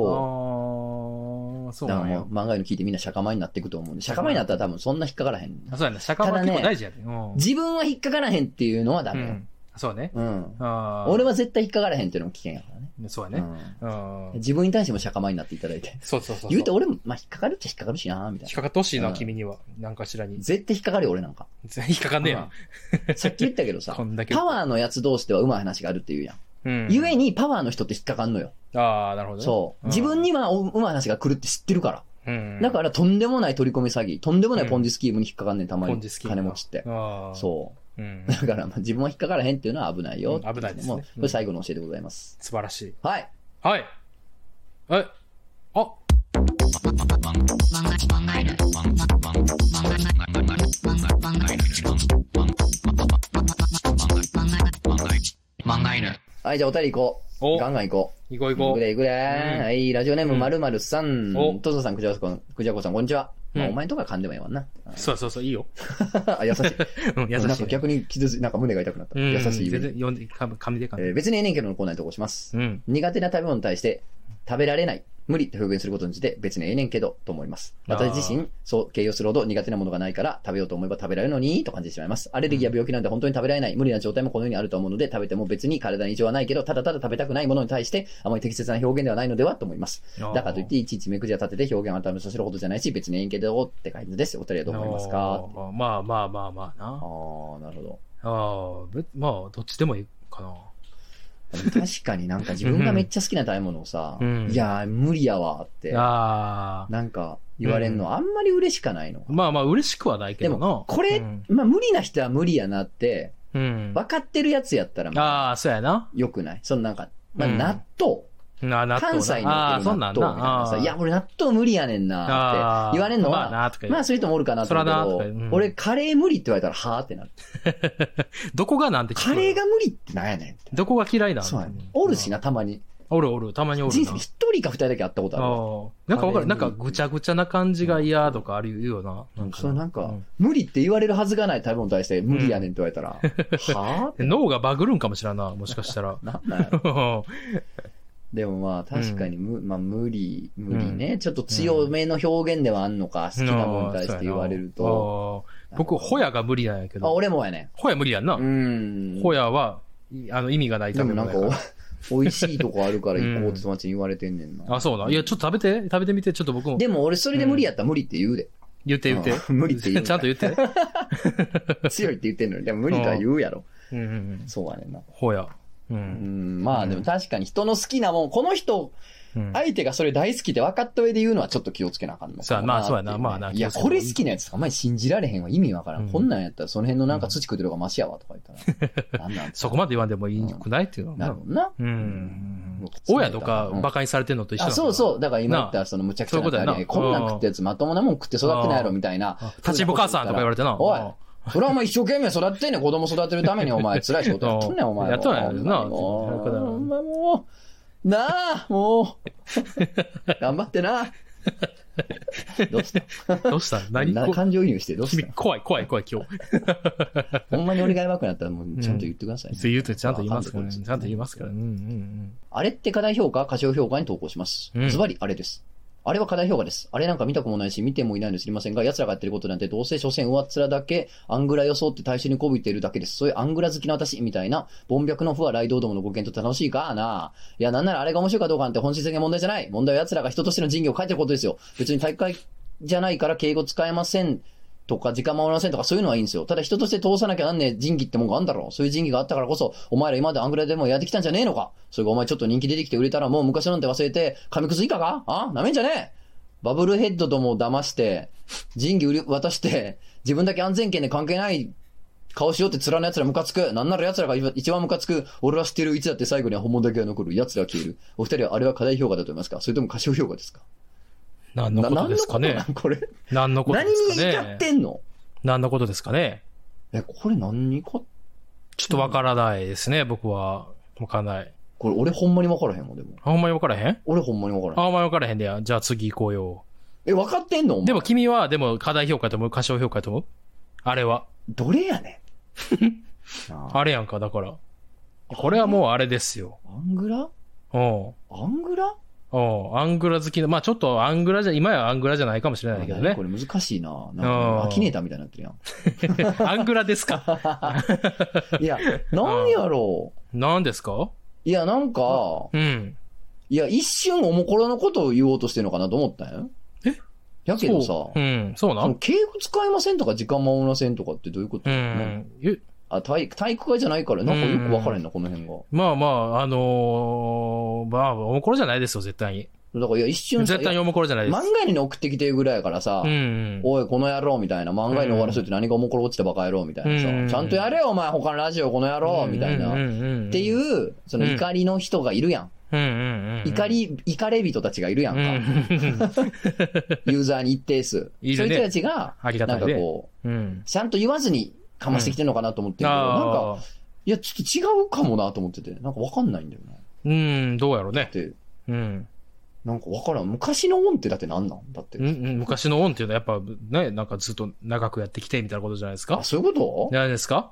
S2: そう
S1: だか
S2: な
S1: ら
S2: んや
S1: もう。漫画の聞いてみんな釈迦前になっていくと思うんで、釈迦前になったら多分そんな引っかからへん。
S2: あそうやな、釈迦
S1: た
S2: 場
S1: だ
S2: 結
S1: ね
S2: 構大事やで。うん
S1: 自分は引っかからへんっていうのはダ
S2: う
S1: メよ。
S2: ん。そうね。
S1: うん。
S2: あー
S1: 俺、は絶対引っかからへんっていうのも危険やからね。
S2: そうやね。
S1: うん
S2: うん。
S1: 自分に対しても釈迦前になっていただいて。
S2: そうそうそう。
S1: 言うて俺も、まあ引っかかるっちゃ引っかかるしなみたい
S2: 引
S1: な。
S2: っかかってほしいな、
S1: うん
S2: 君には。なんかしらに。
S1: 絶対引っかかるよ、俺なんか。
S2: 全然引っかかんねえや
S1: うんさっき言ったけど
S2: ん。
S1: さ、
S2: こんだけ。
S1: パワーのやつ同士ではうまい話があるって言うやん。
S2: うん。
S1: ゆえにパワーの人って引っかかんのよ。
S2: ああ、なるほどね。
S1: そう。自分にはうまい話が来るって知ってるから。
S2: うん。
S1: だからとんでもない取り込み詐欺、とんでもないポンジスキームに引っかかんねん、たま
S2: ポ
S1: に。
S2: ンジスキーム
S1: 金持ちって。
S2: ああ。
S1: そう。
S2: う。うん。
S1: だから、まあ自分は引っかからへんっていうのは危ないよ。
S2: うん危ないですね
S1: もう、これ最後の教えでございます。
S2: 素晴らしい。
S1: はい。
S2: はい。はい。あ、
S1: はい、じゃあお便り行こ
S2: お
S1: う。ガンガン行こ
S2: 行こう
S1: う。い
S2: 行こ
S1: く
S2: う。
S1: れいくれ。はい、ラジオネーム
S2: うん
S1: まるまるさん。
S2: お
S1: トトさん、クジャコさん、クジャコさん、こんにちは。まあ
S2: うん
S1: お前んとか噛んでもええわんな。
S2: そうそうそう、いいよ。
S1: あ 優しい。
S2: うん、優しいね。
S1: なんか逆に傷つ、なんか胸が痛くなった。
S2: うん
S1: 優しい
S2: 全
S1: 指
S2: 然。読んで、か紙でかん
S1: え
S2: で。
S1: ー別にええねんけどのコーナーに投稿します。
S2: うん。
S1: 苦手な食べ物に対して、食べられない、無理って表現することについて別にええねんけどと思います。
S2: あー
S1: 私自身、そう形容するほど苦手なものがないから、食べようと思えば食べられるのにと感じてしまいます。アレルギーや病気なんて本当に食べられない、無理な状態もこの世にあると思うので、食べても別に体に異常はないけど、ただただ食べたくないものに対して、あまり適切な表現ではないのではと思います。
S2: だ
S1: だからといって、いちいち目くじを立てて表現を改めさせるほどじゃないし、別にええんけどって感じです。お二人はどう思いますかって
S2: ああまあまあまあまあ
S1: あ
S2: な。
S1: ー、なるほど。
S2: ああ、ぶまあ、どっちでもいいかな。
S1: でも確かになんか自分がめっちゃ好きな食べ物をさ、
S2: うん
S1: いやー、無理やわーって。
S2: ああ。
S1: なんか言われんの、あんまり嬉しかないの。
S2: まあまあ、嬉しくはないけ
S1: で
S2: ど
S1: も
S2: な、。
S1: これ、
S2: うん
S1: まあ無理な人は無理やなって、
S2: うん。
S1: 分かってるやつやったら、まあ、
S2: ああ、そうやな。
S1: よくないそのなんか、まあ
S2: うん
S1: 納豆、
S2: な、納豆な
S1: 関西に
S2: あ
S1: お
S2: あ、
S1: け
S2: そ
S1: る
S2: んな
S1: 納
S2: ん
S1: 豆みたい
S2: な。
S1: なさ、
S2: ああ
S1: いや、俺納豆無理やねんな
S2: あ
S1: っ
S2: あ
S1: て言われんのは、
S2: まあな、とか言う
S1: まあそういう人もおるかなと思うけど、
S2: そらなとかうん
S1: 俺カレー無理って言われたら、はあってなる。
S2: どこがなんて聞く
S1: カレーが無理ってなんやねんって。
S2: どこが嫌いなの
S1: そうやねん。おるし。な、たまに。
S2: おるおる、たまにおるな。
S1: 人生で一人か二人だけ会ったことあるわ。
S2: ああ。なんかわかる。なんかぐちゃぐちゃな感じが嫌とかある言うよな。
S1: うんそれなんか、
S2: うん
S1: 無理って言われるはずがない食べ物に対して、無理やねんって言われたら、はあ って。。
S2: 脳がバグるんかもしれんな、もしかしたら
S1: なんなんやろでもまあ確かにむ、まあ無理、無理ね、ちょっと強めの表現ではあんのか、好きなものに対して言われると。
S2: と。ああ僕、ホヤが無理なんやけ
S1: あ、
S2: ど。
S1: 俺もやね。
S2: ホヤ無理やんな
S1: う。ん。
S2: ホヤは、いあの、意味がない
S1: で
S2: 食べ
S1: もなん
S2: 物や
S1: か
S2: から
S1: お、 美味しいとこあるから行こうって友達に言われてんねんな。
S2: あ、そうな。いや、ちょっと食べて、食べてみて、ちょっと僕も。
S1: でも俺それで無理やったら無理って言うで。
S2: 言って言って。
S1: うん 無理って言う
S2: ちゃんと言って。
S1: 強いって言ってんのに。でも無理とは言うやろ。
S2: うんうんうん。
S1: そうやねんな。
S2: ホヤ。う。
S1: うんん、まあでも確かに人の好きなもん、この人、
S2: うん
S1: 相手がそれ大好きで分かった上で言うのはちょっと気をつけなあかんのか
S2: そうやまあそうやなまあない
S1: や、
S2: 気をつけ
S1: こ
S2: な
S1: れ好きなやつとか、まり信じられへんわ。意味わからん。
S2: うん
S1: こんなんやったら、その辺のなんか土食ってる方がマシやわとか言ったら。なんなん
S2: そこまで言わんでもいいくないっていうのは
S1: なる
S2: な
S1: ほ。どな。
S2: うん。親とか馬鹿にされてんのと一緒
S1: あ、そう
S2: う。
S1: そう。だから今言ったら、そのむちゃくちゃな
S2: そういうことやな
S1: こんなん食ったやつまともなもん食って育ってないやろみたいな。
S2: 立ちぼ母さんとか言われてな。
S1: おい
S2: あ
S1: それはお前一生懸命育ってんねん子供育てるためにお前辛い仕事やっとんねんお前
S2: やっとんねん
S1: ほまに
S2: な
S1: もう
S2: だから
S1: お前もうなあもう頑張ってなどうした
S2: どうした 何
S1: な
S2: こ
S1: 感情移入してどうし
S2: 君
S1: た
S2: 怖い怖い怖い今日。
S1: ほんまに俺がやばくなったらもうちゃんと言ってくださいね、
S2: 言うとちゃんと言いますから
S1: わ
S2: ね。
S1: かんない
S2: ちゃんと言いますからね。うんうん
S1: あれって課題評価、過小評価に投稿します
S2: うん。
S1: ズバリあれです。あれは課題評価です。あれなんか見たくもないし、見てもいないの知りませんが、奴らがやってることなんて、どうせ所詮上っ面だけ、アングラ装って大衆にこびているだけです。そういうアングラ好きの私、みたいな、凡白の不は雷道どものご検討楽しいかないや、なんならあれが面白いかどうかなんて本質的な問題じゃない。問題は奴らが人としての人義を書いてることですよ。別に大会じゃないから敬語使えません。とか、時間守りませんとか、そういうのはいいんですよ。ただ人として通さなきゃなんねえ人義ってもんがあんだろ。そういう人義があったからこそ、お前ら今まであんぐらいでもやってきたんじゃねえのか。それがお前ちょっと人気出てきて売れたらもう昔なんて忘れて、紙くず以下かあなめんじゃねえバブルヘッドとも騙して、人義売り渡して、自分だけ安全圏で関係ない顔しようって面の奴らムカつく。なんなら奴らが一番ムカつく。俺は知ってる。いつだって最後には本物だけが残る。奴らは消える。お二人はあれは課題評価だと思いますかそれとも過小評価ですか
S2: 何のことですか
S1: な何の
S2: ね
S1: ことなんこれ。
S2: 何のこと
S1: 何
S2: ですか
S1: に怒っ
S2: ね
S1: てんの
S2: 何のことですかね
S1: え、これ何に怒っ
S2: ちょっとわからないですね、僕は。わかんない。
S1: これ俺ほんまに分からへんわ、でも。
S2: あんまりわからへん
S1: 俺ほんまに分からへん。
S2: あんまりわからへんでや。じゃあ次行こうよ。
S1: え、分かってんのお前
S2: でも君は、でも課題評価と思う過小評価と思うあれは。
S1: どれやね ん。なあ
S2: あれやんか、だから。これはもうあれですよ。
S1: アングラ
S2: うん。
S1: アングラ
S2: うん。アングラ好きの、まあちょっとアングラじゃ、今やアングラじゃないかもしれないけどね
S1: こ。れ難しいな。なん
S2: うん
S1: か、アキネーターみたいになってるやん。
S2: アングラですか
S1: いや、なんやろう。
S2: 何ですか
S1: いや、なんか、
S2: うん。
S1: いや、一瞬おもころのことを言おうとしてるのかなと思ったんや。
S2: え
S1: やけどさ、
S2: そううん、そうな
S1: その
S2: ん
S1: 敬語使えませんとか時間守りませんとかってどういうこと
S2: う
S1: なん
S2: ん。ゆ
S1: あ体育、体育会じゃないから、なんかよく分からへんな、この辺が。
S2: まあまあ、あのー、まあ、おもころじゃないですよ、絶対に。
S1: だから、いや、一瞬さ
S2: 絶対におもころじゃない
S1: い
S2: で
S1: や
S2: す。
S1: 漫画に送ってきてるぐらいやからさ、
S2: うんうん。
S1: おい、この野郎みたいな、漫画に終わらせて何がおもころ落ちたバカ野郎みたいなさ、
S2: うん
S1: ちゃんとやれよ、お前、他のラジオ、この野郎みたいな。
S2: うん
S1: っ
S2: うんうん。。
S1: ていうう、その怒りの人がいるやん。
S2: うんうんうん。
S1: 怒り、怒れ人たちがいるやん
S2: う
S1: か。
S2: んうんうん。
S1: ユーザーに一定数。
S2: いるね
S1: そういう人たちが、
S2: ありが
S1: な
S2: た
S1: ん
S2: い
S1: か
S2: ね。
S1: こ
S2: うん
S1: う、。ちゃんと言わずにかましてきてるのかなと思ってるけど、なんか、
S2: ああ。
S1: いや、ちょっと違うかもなと思ってて、なんかわかんないんだよな。っ
S2: うん、どうやろうね。
S1: て、
S2: うん。
S1: なんかわからん。昔の音ってだってなんなんだって
S2: うん。うん昔のオンっていうのはやっぱね、なんかずっと長くやってきてみたいなことじゃないですか
S1: あ、そういうこと
S2: じゃないですか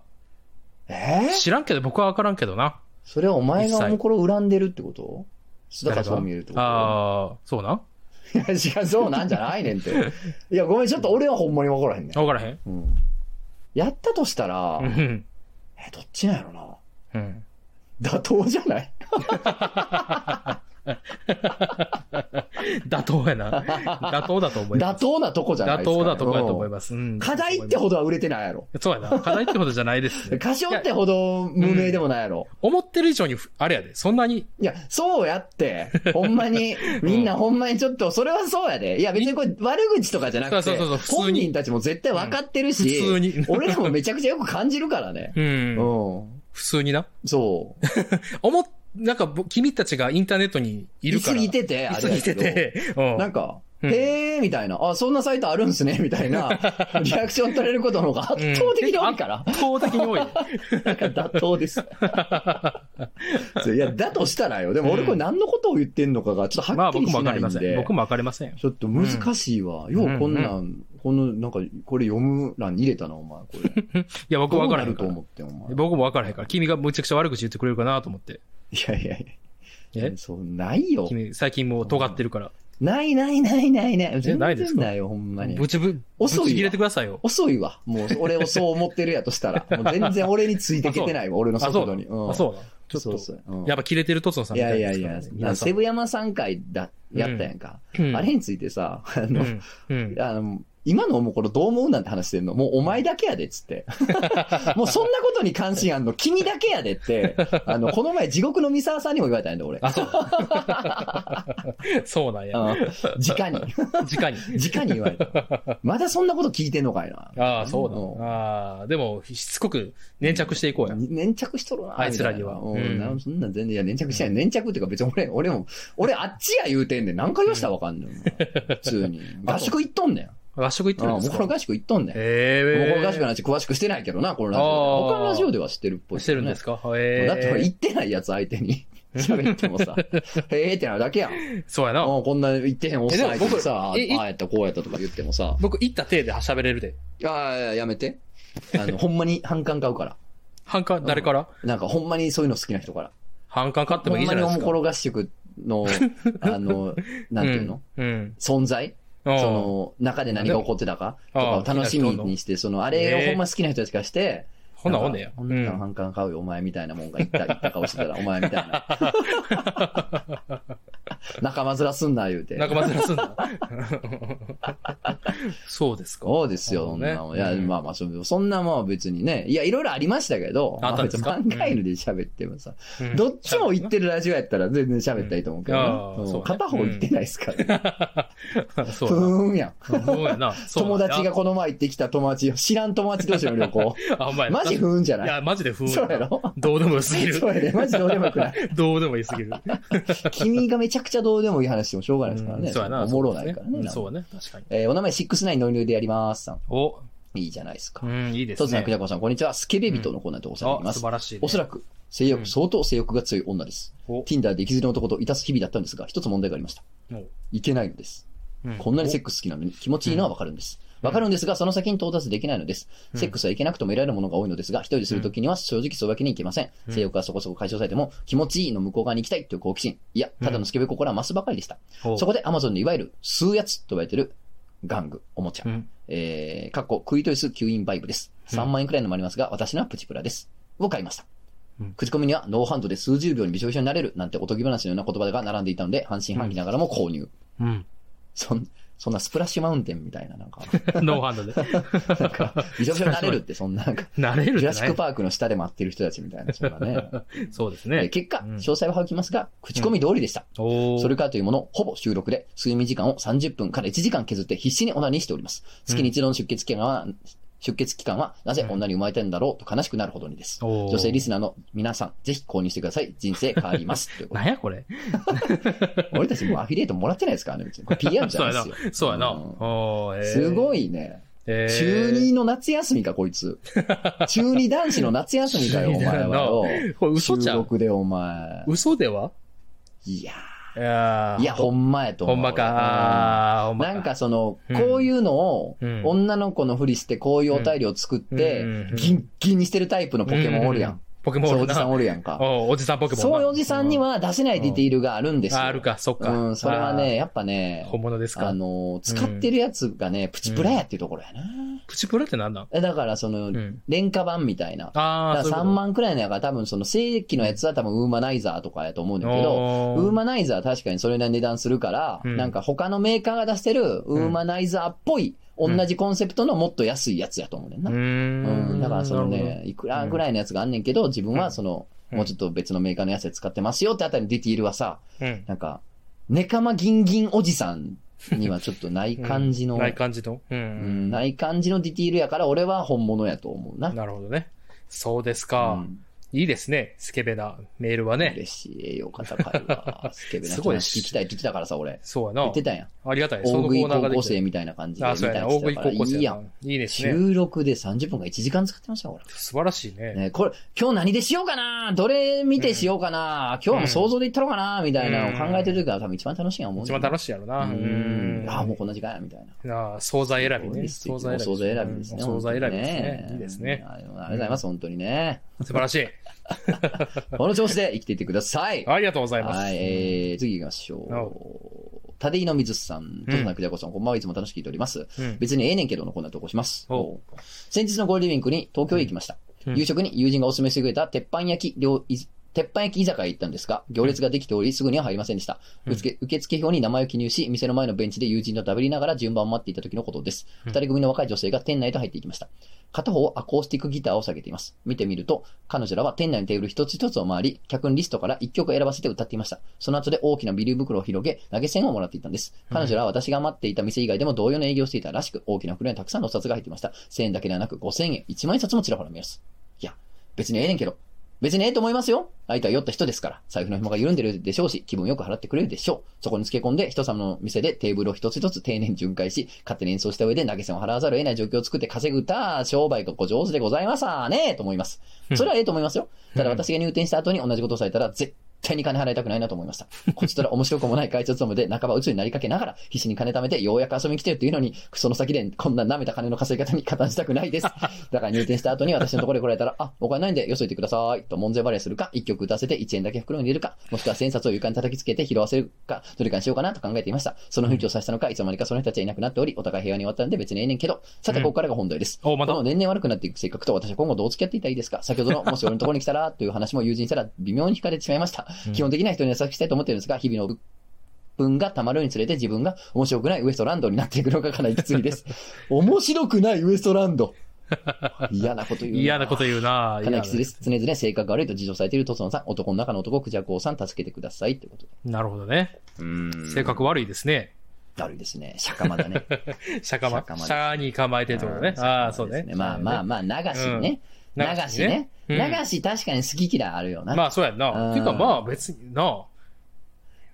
S1: えー
S2: 知らんけど、僕はわからんけどな。
S1: それはお前がおもころを恨んでるってことだからそう見えるってこと
S2: ああ、そうなん
S1: いや、違う、そうなんじゃないねんっ て。いや、ごめん、ちょっと俺はほんまに分からへんねん。
S2: わからへん
S1: うん、やったとしたら、
S2: う
S1: え、
S2: ん。
S1: どっちなんやろな。
S2: うん。
S1: 妥当じゃない
S2: 妥当 やな。妥当だと思いま
S1: 妥
S2: す。
S1: 当なとこじゃない
S2: 妥
S1: ですか、
S2: 当だとこやと思い
S1: す。
S2: ます。うん。
S1: 課題ってほどは売れてないやろ。
S2: そうやな。課題ってほどじゃないです ね。
S1: 過小ってほど無名でもないやろ。
S2: 思ってる以上に、あれやで、そんなに、
S1: いや、そうやって。ほんまに、みんなほんまにちょっと、それはそうやで。いや、別にこれ悪口とかじゃなく
S2: そう
S1: て
S2: そうそう、そう普通
S1: 本
S2: に
S1: 人たちも絶対分かってる
S2: 普
S1: し、
S2: 通に。
S1: 俺らもめちゃくちゃよく感じるからね。
S2: うん
S1: う。ん。
S2: 普通にな。
S1: そう。
S2: 思っ、なんかぼ、君たちがインターネットにいるから。
S1: いすぎてて、あ
S2: い
S1: れ
S2: すぎて
S1: だけ
S2: て。う
S1: ど。なん
S2: ん。
S1: か、
S2: うん
S1: へーみたいな、あ、そんなサイトあるんすね、みたい な、リアクション取れることの方が圧倒的に多いから、
S2: 圧倒的に多い。
S1: なんか妥当です。そういや、だとしたらよ、でも俺これ何のことを言ってんのかが、ちょっと
S2: ま
S1: は
S2: あ
S1: っき
S2: 僕
S1: り
S2: も
S1: し
S2: わか
S1: ない
S2: りま
S1: ん
S2: せ
S1: で、
S2: ん。僕もわかりませんよ。
S1: ちょっと難しいわ。ようこんなん、この、なんか、これ読む欄に入れたな、お前、これ。
S2: いや、僕
S1: ど
S2: もわ
S1: う
S2: から
S1: な
S2: へん
S1: る
S2: か
S1: と
S2: ら。
S1: 思って、お前。い
S2: 僕もわからへんから。君がむちゃくちゃ悪口言ってくれるかなと思って。
S1: やいやいや。
S2: え
S1: そう、ないよ。
S2: 君、最近もう尖ってるから。
S1: ないないないないない。全
S2: ないです
S1: 然
S2: か
S1: ないよ、ほんまに。
S2: ぶちぶ、ぶち
S1: 遅いわ
S2: 切れてくださいよ。
S1: 遅いわ。もう、俺をそう思ってるやとした ら。もう全然俺についてきてないわ、俺の
S2: あ、
S1: 速
S2: そう
S1: 度
S2: な
S1: に。
S2: の。
S1: ん
S2: あ、そうなの。ちょっ
S1: そう
S2: と。
S1: そううん
S2: やっぱ切れてるとつのさん
S1: い
S2: みた
S1: や
S2: い
S1: い
S2: な
S1: や
S2: です
S1: いや
S2: からね。、
S1: な
S2: 皆さん
S1: セブヤマさん会だ、やったやんか。
S2: うん
S1: あれについてさ、あ
S2: う
S1: の、
S2: んうん
S1: あの今のもうこれどう思うなんて話してんのもうお前だけやでっつっ て。もうそんなことに関心あんの君だけやでって、あの、この前地獄の三沢さんにも言われたんやで俺。
S2: あ、そう。そうなんや。
S1: うん直に、
S2: 直に。
S1: 直に言われ た。まだそんなこと聞いてんのかいな。
S2: ああ、そうだ
S1: うん。
S2: ああ、でも、しつこく粘着していこうや。
S1: 粘着しとるな。
S2: あいつらには
S1: みたいな
S2: うん
S1: うん、なそんなん全然、いや、粘着しない。粘着っていうか別に俺、俺も、俺あっちや言うてんねん。何回言わしたらわかんねん。普通に。合宿行っとんねん。
S2: 合宿行って
S1: うん、
S2: る
S1: も
S2: ん
S1: う
S2: です
S1: これ
S2: か
S1: 合宿行っとんねん。もうこ
S2: え
S1: れ
S2: え
S1: 合宿の話詳しくしてないけどな、このラジ
S2: あ
S1: オ
S2: ー
S1: で。他のラジオでは知ってるっぽい、
S2: してるんです
S1: か、
S2: かええ
S1: だってこれ行ってないやつ相手に 喋ってもさ、へーってなるだ けやん。
S2: そうやな。
S1: もうこんな言ってへんおっさん
S2: えで
S1: 相
S2: も
S1: 手
S2: 僕
S1: にさ、ああ
S2: えい
S1: やったこうやったとか言ってもさ、
S2: 僕、行った体で喋れるで。
S1: ああ、やめて。あの、ほんまに反感買うから。
S2: 反感、誰から
S1: なんかほんまにそういうの好きな人から。
S2: 反感買って
S1: ほ
S2: もい
S1: ん
S2: いじ
S1: ま
S2: ゃ
S1: に
S2: な
S1: お
S2: いです
S1: も
S2: か。
S1: ころ合宿 の、あの、なんていうの、
S2: うんうん。
S1: 存在
S2: うん
S1: その、中で何が起こってたかとかを楽しみにして、その、あれをほんま好きな人たちからして、
S2: ほんならほんねや。
S1: ほ
S2: うん
S1: なら
S2: ん。
S1: 反感買うよ、お前みたいなもんが言った、言った顔してたら、お前みたいな。 仲間面すんな、言うて。
S2: 仲間ずらすんだ。そうですか。
S1: そうですよ、そん
S2: な
S1: な
S2: るほ
S1: もん。い
S2: どね
S1: や、
S2: うん
S1: まあまあ、そそんなもんは別にね。いや、いろいろありましたけど、
S2: あったんですか
S1: まあ別に考えるで喋ってもさ、
S2: うん
S1: どっちも言ってるラジオやったら全然喋ったらいいと思うけどね、
S2: うんああ
S1: うん
S2: そうね
S1: 片方言ってないですから、ね。
S2: そう
S1: ふ
S2: や
S1: ー
S2: な
S1: んやん。
S2: そうやな。そう
S1: 友
S2: なんや
S1: 達がこの前行ってきた友達、知らん友達同士の 旅行。
S2: あ、ほんまやな
S1: マジ不運じゃ
S2: い
S1: ない
S2: や、マジで不運。
S1: そうやろ
S2: どうでも良すぎ る
S1: そ。うやね。マジどうでもよくない。
S2: どうでもいいすぎる。
S1: 君がめちゃくちゃどうでもいい話してもしょうがないですからね。
S2: うんそうやな。
S1: おもろないからね。
S2: うんそうやね。確かに。
S1: えーお名前69ノリノリでやりますさん。
S2: お、
S1: いいじゃないですか
S2: う。ん、いいで
S1: と
S2: す
S1: つな
S2: ね
S1: く。じゃこさん、こんにちは。スケベ人のコーナーでお世話になり
S2: あ、
S1: ま
S2: 素
S1: す。
S2: 晴らしいね。
S1: おそらく、性
S2: う
S1: 欲、
S2: ん
S1: 相当性欲が強い女です。
S2: お
S1: Tinder で生きずりの男といたす日々だったんですが、一つ問題がありました。
S2: お
S1: いけないのです。
S2: うん
S1: こんなにセックス好きなのに気持ちいいのはわかるんです。
S2: うん
S1: わかるんですが、その先に到達できないのです。
S2: うん
S1: セックスはいけなくとも得られるものが多いのですが、一人でするときには正直そうわけにいけません。
S2: うん
S1: 性欲がそこそこ解消されても、気持ちいいの向こう側に行きたいという好奇心。いや、ただのスケベ心は増すばかりでした。
S2: お
S1: そこで Amazon でいわゆる吸うやつと言われてる玩具、おもちゃ
S2: う。ん。
S1: えー、かっこ、クイトイス吸引バイブです。
S2: うん
S1: 3万円くらいのもありますが、私のはプチプラです。を買いました
S2: うん。
S1: 口コミにはノーハンドで数十秒にびしょびしょになれるなんておとぎ話のような言葉が並んでいたので、半信半疑ながらも購入。
S2: うん。
S1: そん、そんなスプラッシュマウンテンみたいな、なんか、
S2: ノーハンドで。
S1: なんか、びしょびしょになれるって、そんな、なんか、
S2: 慣れる
S1: ジュ
S2: じ
S1: ラ
S2: ゃ
S1: シ
S2: な
S1: ック
S2: い
S1: パークの下で待ってる人たちみたいな、そんな ね。
S2: そうです
S1: え
S2: ね
S1: ー。結果、
S2: うん
S1: 詳細は省きますが、口コミ通りでした。
S2: おー
S1: それからというもの、ほぼ収録で、睡眠時間を30分から1時間削って必死にオナニーしております。月に一度の出血期間は、出血期間は、なぜ女に生まれたんだろうと悲しくなるほどにです。
S2: おー
S1: 女性リスナーの皆さん、ぜひ購入してください。人生変わり ます。ということ
S2: なんやこれ
S1: で俺たちもうアフィリエイトもらってないですからね、別に。これ PR じゃ
S2: そう
S1: な
S2: や
S1: いで
S2: な
S1: すよ。。
S2: そうやな。
S1: うん
S2: おー
S1: すご
S2: い。
S1: いね。
S2: えー
S1: 中2の夏休みか、こいつ。中2男子の夏休みかよ、お前はよ。
S2: これ嘘じゃ
S1: 中
S2: ん。
S1: 国でお前。
S2: 嘘ではい
S1: や
S2: いや
S1: ー、
S2: ー
S1: いや、ほんまやと
S2: ほ
S1: 思う。
S2: んま
S1: 俺
S2: か。あーほんま
S1: なんかその、
S2: うん
S1: こういうのを
S2: うん、
S1: 女の子のふりして、こういうお便りを作って
S2: うんうん、
S1: ギンギンにしてるタイプのポケモンおるや。
S2: うんポケモン
S1: そう
S2: お
S1: いうお
S2: る
S1: じ
S2: な
S1: さんおるやんか。
S2: おうおじさんポケモンな。
S1: そういうおじさんに
S2: う
S1: は出せないディティールがあるんですよ。
S2: ああるか、そっか。
S1: うん、それはね、やっぱ
S2: あー
S1: ね、
S2: 本物です
S1: あ
S2: か。
S1: の、使ってるやつがね、プチプラやっていうところやな。
S2: プチプラってなんなん
S1: だからその
S2: う、ん。
S1: 廉価版みたいな。
S2: あ
S1: だ
S2: あ、
S1: から3万くらいのやから多分その正規のやつは多分ウーマナイザーとかやと思うんだけど、
S2: ど
S1: ウーマナイザーは確かにそれなりの値段するから、
S2: うん
S1: なんか他のメーカーが出してるウーマナイザーっぽい、
S2: うん
S1: 同じコンセプトのもっと安いやつやと思うねんな。
S2: ん
S1: うんだからそのね、いくらぐらいのやつがあんねんけど、自分はその、
S2: うん
S1: もうちょっと別のメーカーのやつで使ってますよってあたりのディティールはさ、
S2: なるほど。
S1: なんか、ネカマギンギンおじさんにはちょっとない
S2: うん。
S1: 感じの、
S2: うんない感じの。う
S1: うん
S2: ん。
S1: ない感じのディティールやから俺は本物やと思うな。
S2: なるほどね。そうです
S1: う
S2: か。
S1: ん
S2: いいですね。スケベなメールはね。
S1: 嬉しい栄養価高いわ。スケベな
S2: すごい
S1: 話聞きたいって言ってたからさ、俺。
S2: そうや
S1: 言
S2: な
S1: って。たやん。
S2: ありがたい。
S1: 大
S2: そのコ
S1: 食い
S2: ーナー
S1: 高
S2: がで
S1: 校
S2: きて
S1: 生。みたいな感じで。
S2: あ、そうやな。
S1: み
S2: 大
S1: たいなや
S2: 食
S1: つ
S2: い
S1: だから
S2: 高校生
S1: いいや。。
S2: やなんいいですね。
S1: 収録で30分か1時間使ってましたよ、
S2: 素晴らしい
S1: 俺。
S2: ね。
S1: ね、これ、今日何でしようかなどれ見てしようかな、今日はもう想像で言ったろうかなみたいなのを考えてる時が多分一番楽しいや思う。
S2: 一番楽しいやろな。
S1: うん。ああ、もう
S2: う
S1: こんな時間や、みたいな。
S2: ん。ああ、惣菜選びね。
S1: 惣
S2: 惣
S1: 菜
S2: 菜
S1: 選び。
S2: 選び。
S1: ですね。
S2: うん惣菜選びですね。いいですね。
S1: ありがとうございます、本当にね。
S2: 素晴らしい。
S1: この調子で生きていってください。
S2: ありがとうございます。
S1: はい、えー、次行きまし
S2: なる
S1: ょう。立井の水さん、となくじゃこさん、こんばんはいつも楽しく聞いております。
S2: うん
S1: 別にええねんけどのこんなとこします。
S2: お
S1: おう先日のゴールデンウィークに東京へ行きました。
S2: うん
S1: 夕食に友人がお勧めしてくれた鉄板焼き料、い鉄板焼き居酒屋へ行ったんですが、行列ができており、すぐには入りませんでした。
S2: うん
S1: 受付受付表に名前を記入し、店の前のベンチで友人と食べりながら順番を待っていた時のことです。
S2: う
S1: 二
S2: ん
S1: 人組の若い女性が店内へと入っていきました。片方はアコースティックギターを下げています。見てみると、彼女らは店内のテーブル一つ一つを回り、客にリストから一曲選ばせて歌っていました。その後で大きなビニール袋を広げ、投げ銭をもらっていたんです。彼女らは私が待っていた店以外でも同様の営業をしていたらしく、大きな袋にたくさんのお札が入っていました。1000円だけではなく5000円、1万円札もちらほら見えます。いや、別にええねんけど、別にええと思いますよ。相手は酔った人ですから、財布の紐が緩んでるでしょうし、気分よく払ってくれるでしょう。そこに付け込んで、人様の店でテーブルを一つ一つ丁寧に巡回し、勝手に演奏した上で投げ銭を払わざるを得ない状況を作って稼ぐ歌、商売がご上手でございますわね、と思います。それはええと思いますよ。ただ私が入店した後に同じことをされたら、絶対に金払いたくないなと思いました。こちとら面白くもない会長務めで、半ば鬱になりかけながら、必死に金貯めて、ようやく遊びに来てるっていうのに、その先でこんな舐めた金の稼ぎ方に加担 したくないです。だから入店した後に私のところで来られたら、あ、お金ないんで、よそいてください。と、門前払いするか、一曲歌わせて1円だけ袋に入れるか、 もしくは千冊を床に叩きつけて拾わせるか、どれかにしようかなと考えていました。その雰囲気をさせたのか、いつの間にかその人たちはいなくなっており、お互い平和に終わったんで別にええねんけど、さて、ここからが本題です。
S2: うんおまた
S1: この年々悪くなっていく性格と私は今後どう付き合っていったらいいですか先ほど の、もし俺のところに来たら、という話も友人にしたら微妙に惹かれてしまいました。基本的には人に優しくしたいと思っているんですが、日々の鬱憤が溜まるにつれて自分が面白くないウエストランドになっていくのがかなりきつい です。面白くないウエストランド。嫌なこと言う。
S2: 嫌なこと言うな
S1: かなりきついです。常々性格が悪いと自称されているトソンさん、男の中の男、クジャコウさん、助けてくださいってことで。
S2: なるほどね。
S1: うん
S2: 性格悪いですね。
S1: 悪いですね。釈迦まだね。
S2: 釈
S1: 釈
S2: 迦
S1: 迦ま
S2: ま、
S1: で
S2: 釈迦に構えてるってこと
S1: う
S2: ね
S1: ん。
S2: ああ、そう
S1: です
S2: ね。
S1: まあまあまあ、流しね。
S2: うん
S1: 流しね。
S2: 流しねうん
S1: 流し確かに好き嫌いあるよな。
S2: まあそうやんな。
S1: うん
S2: ていうかまあ別にな。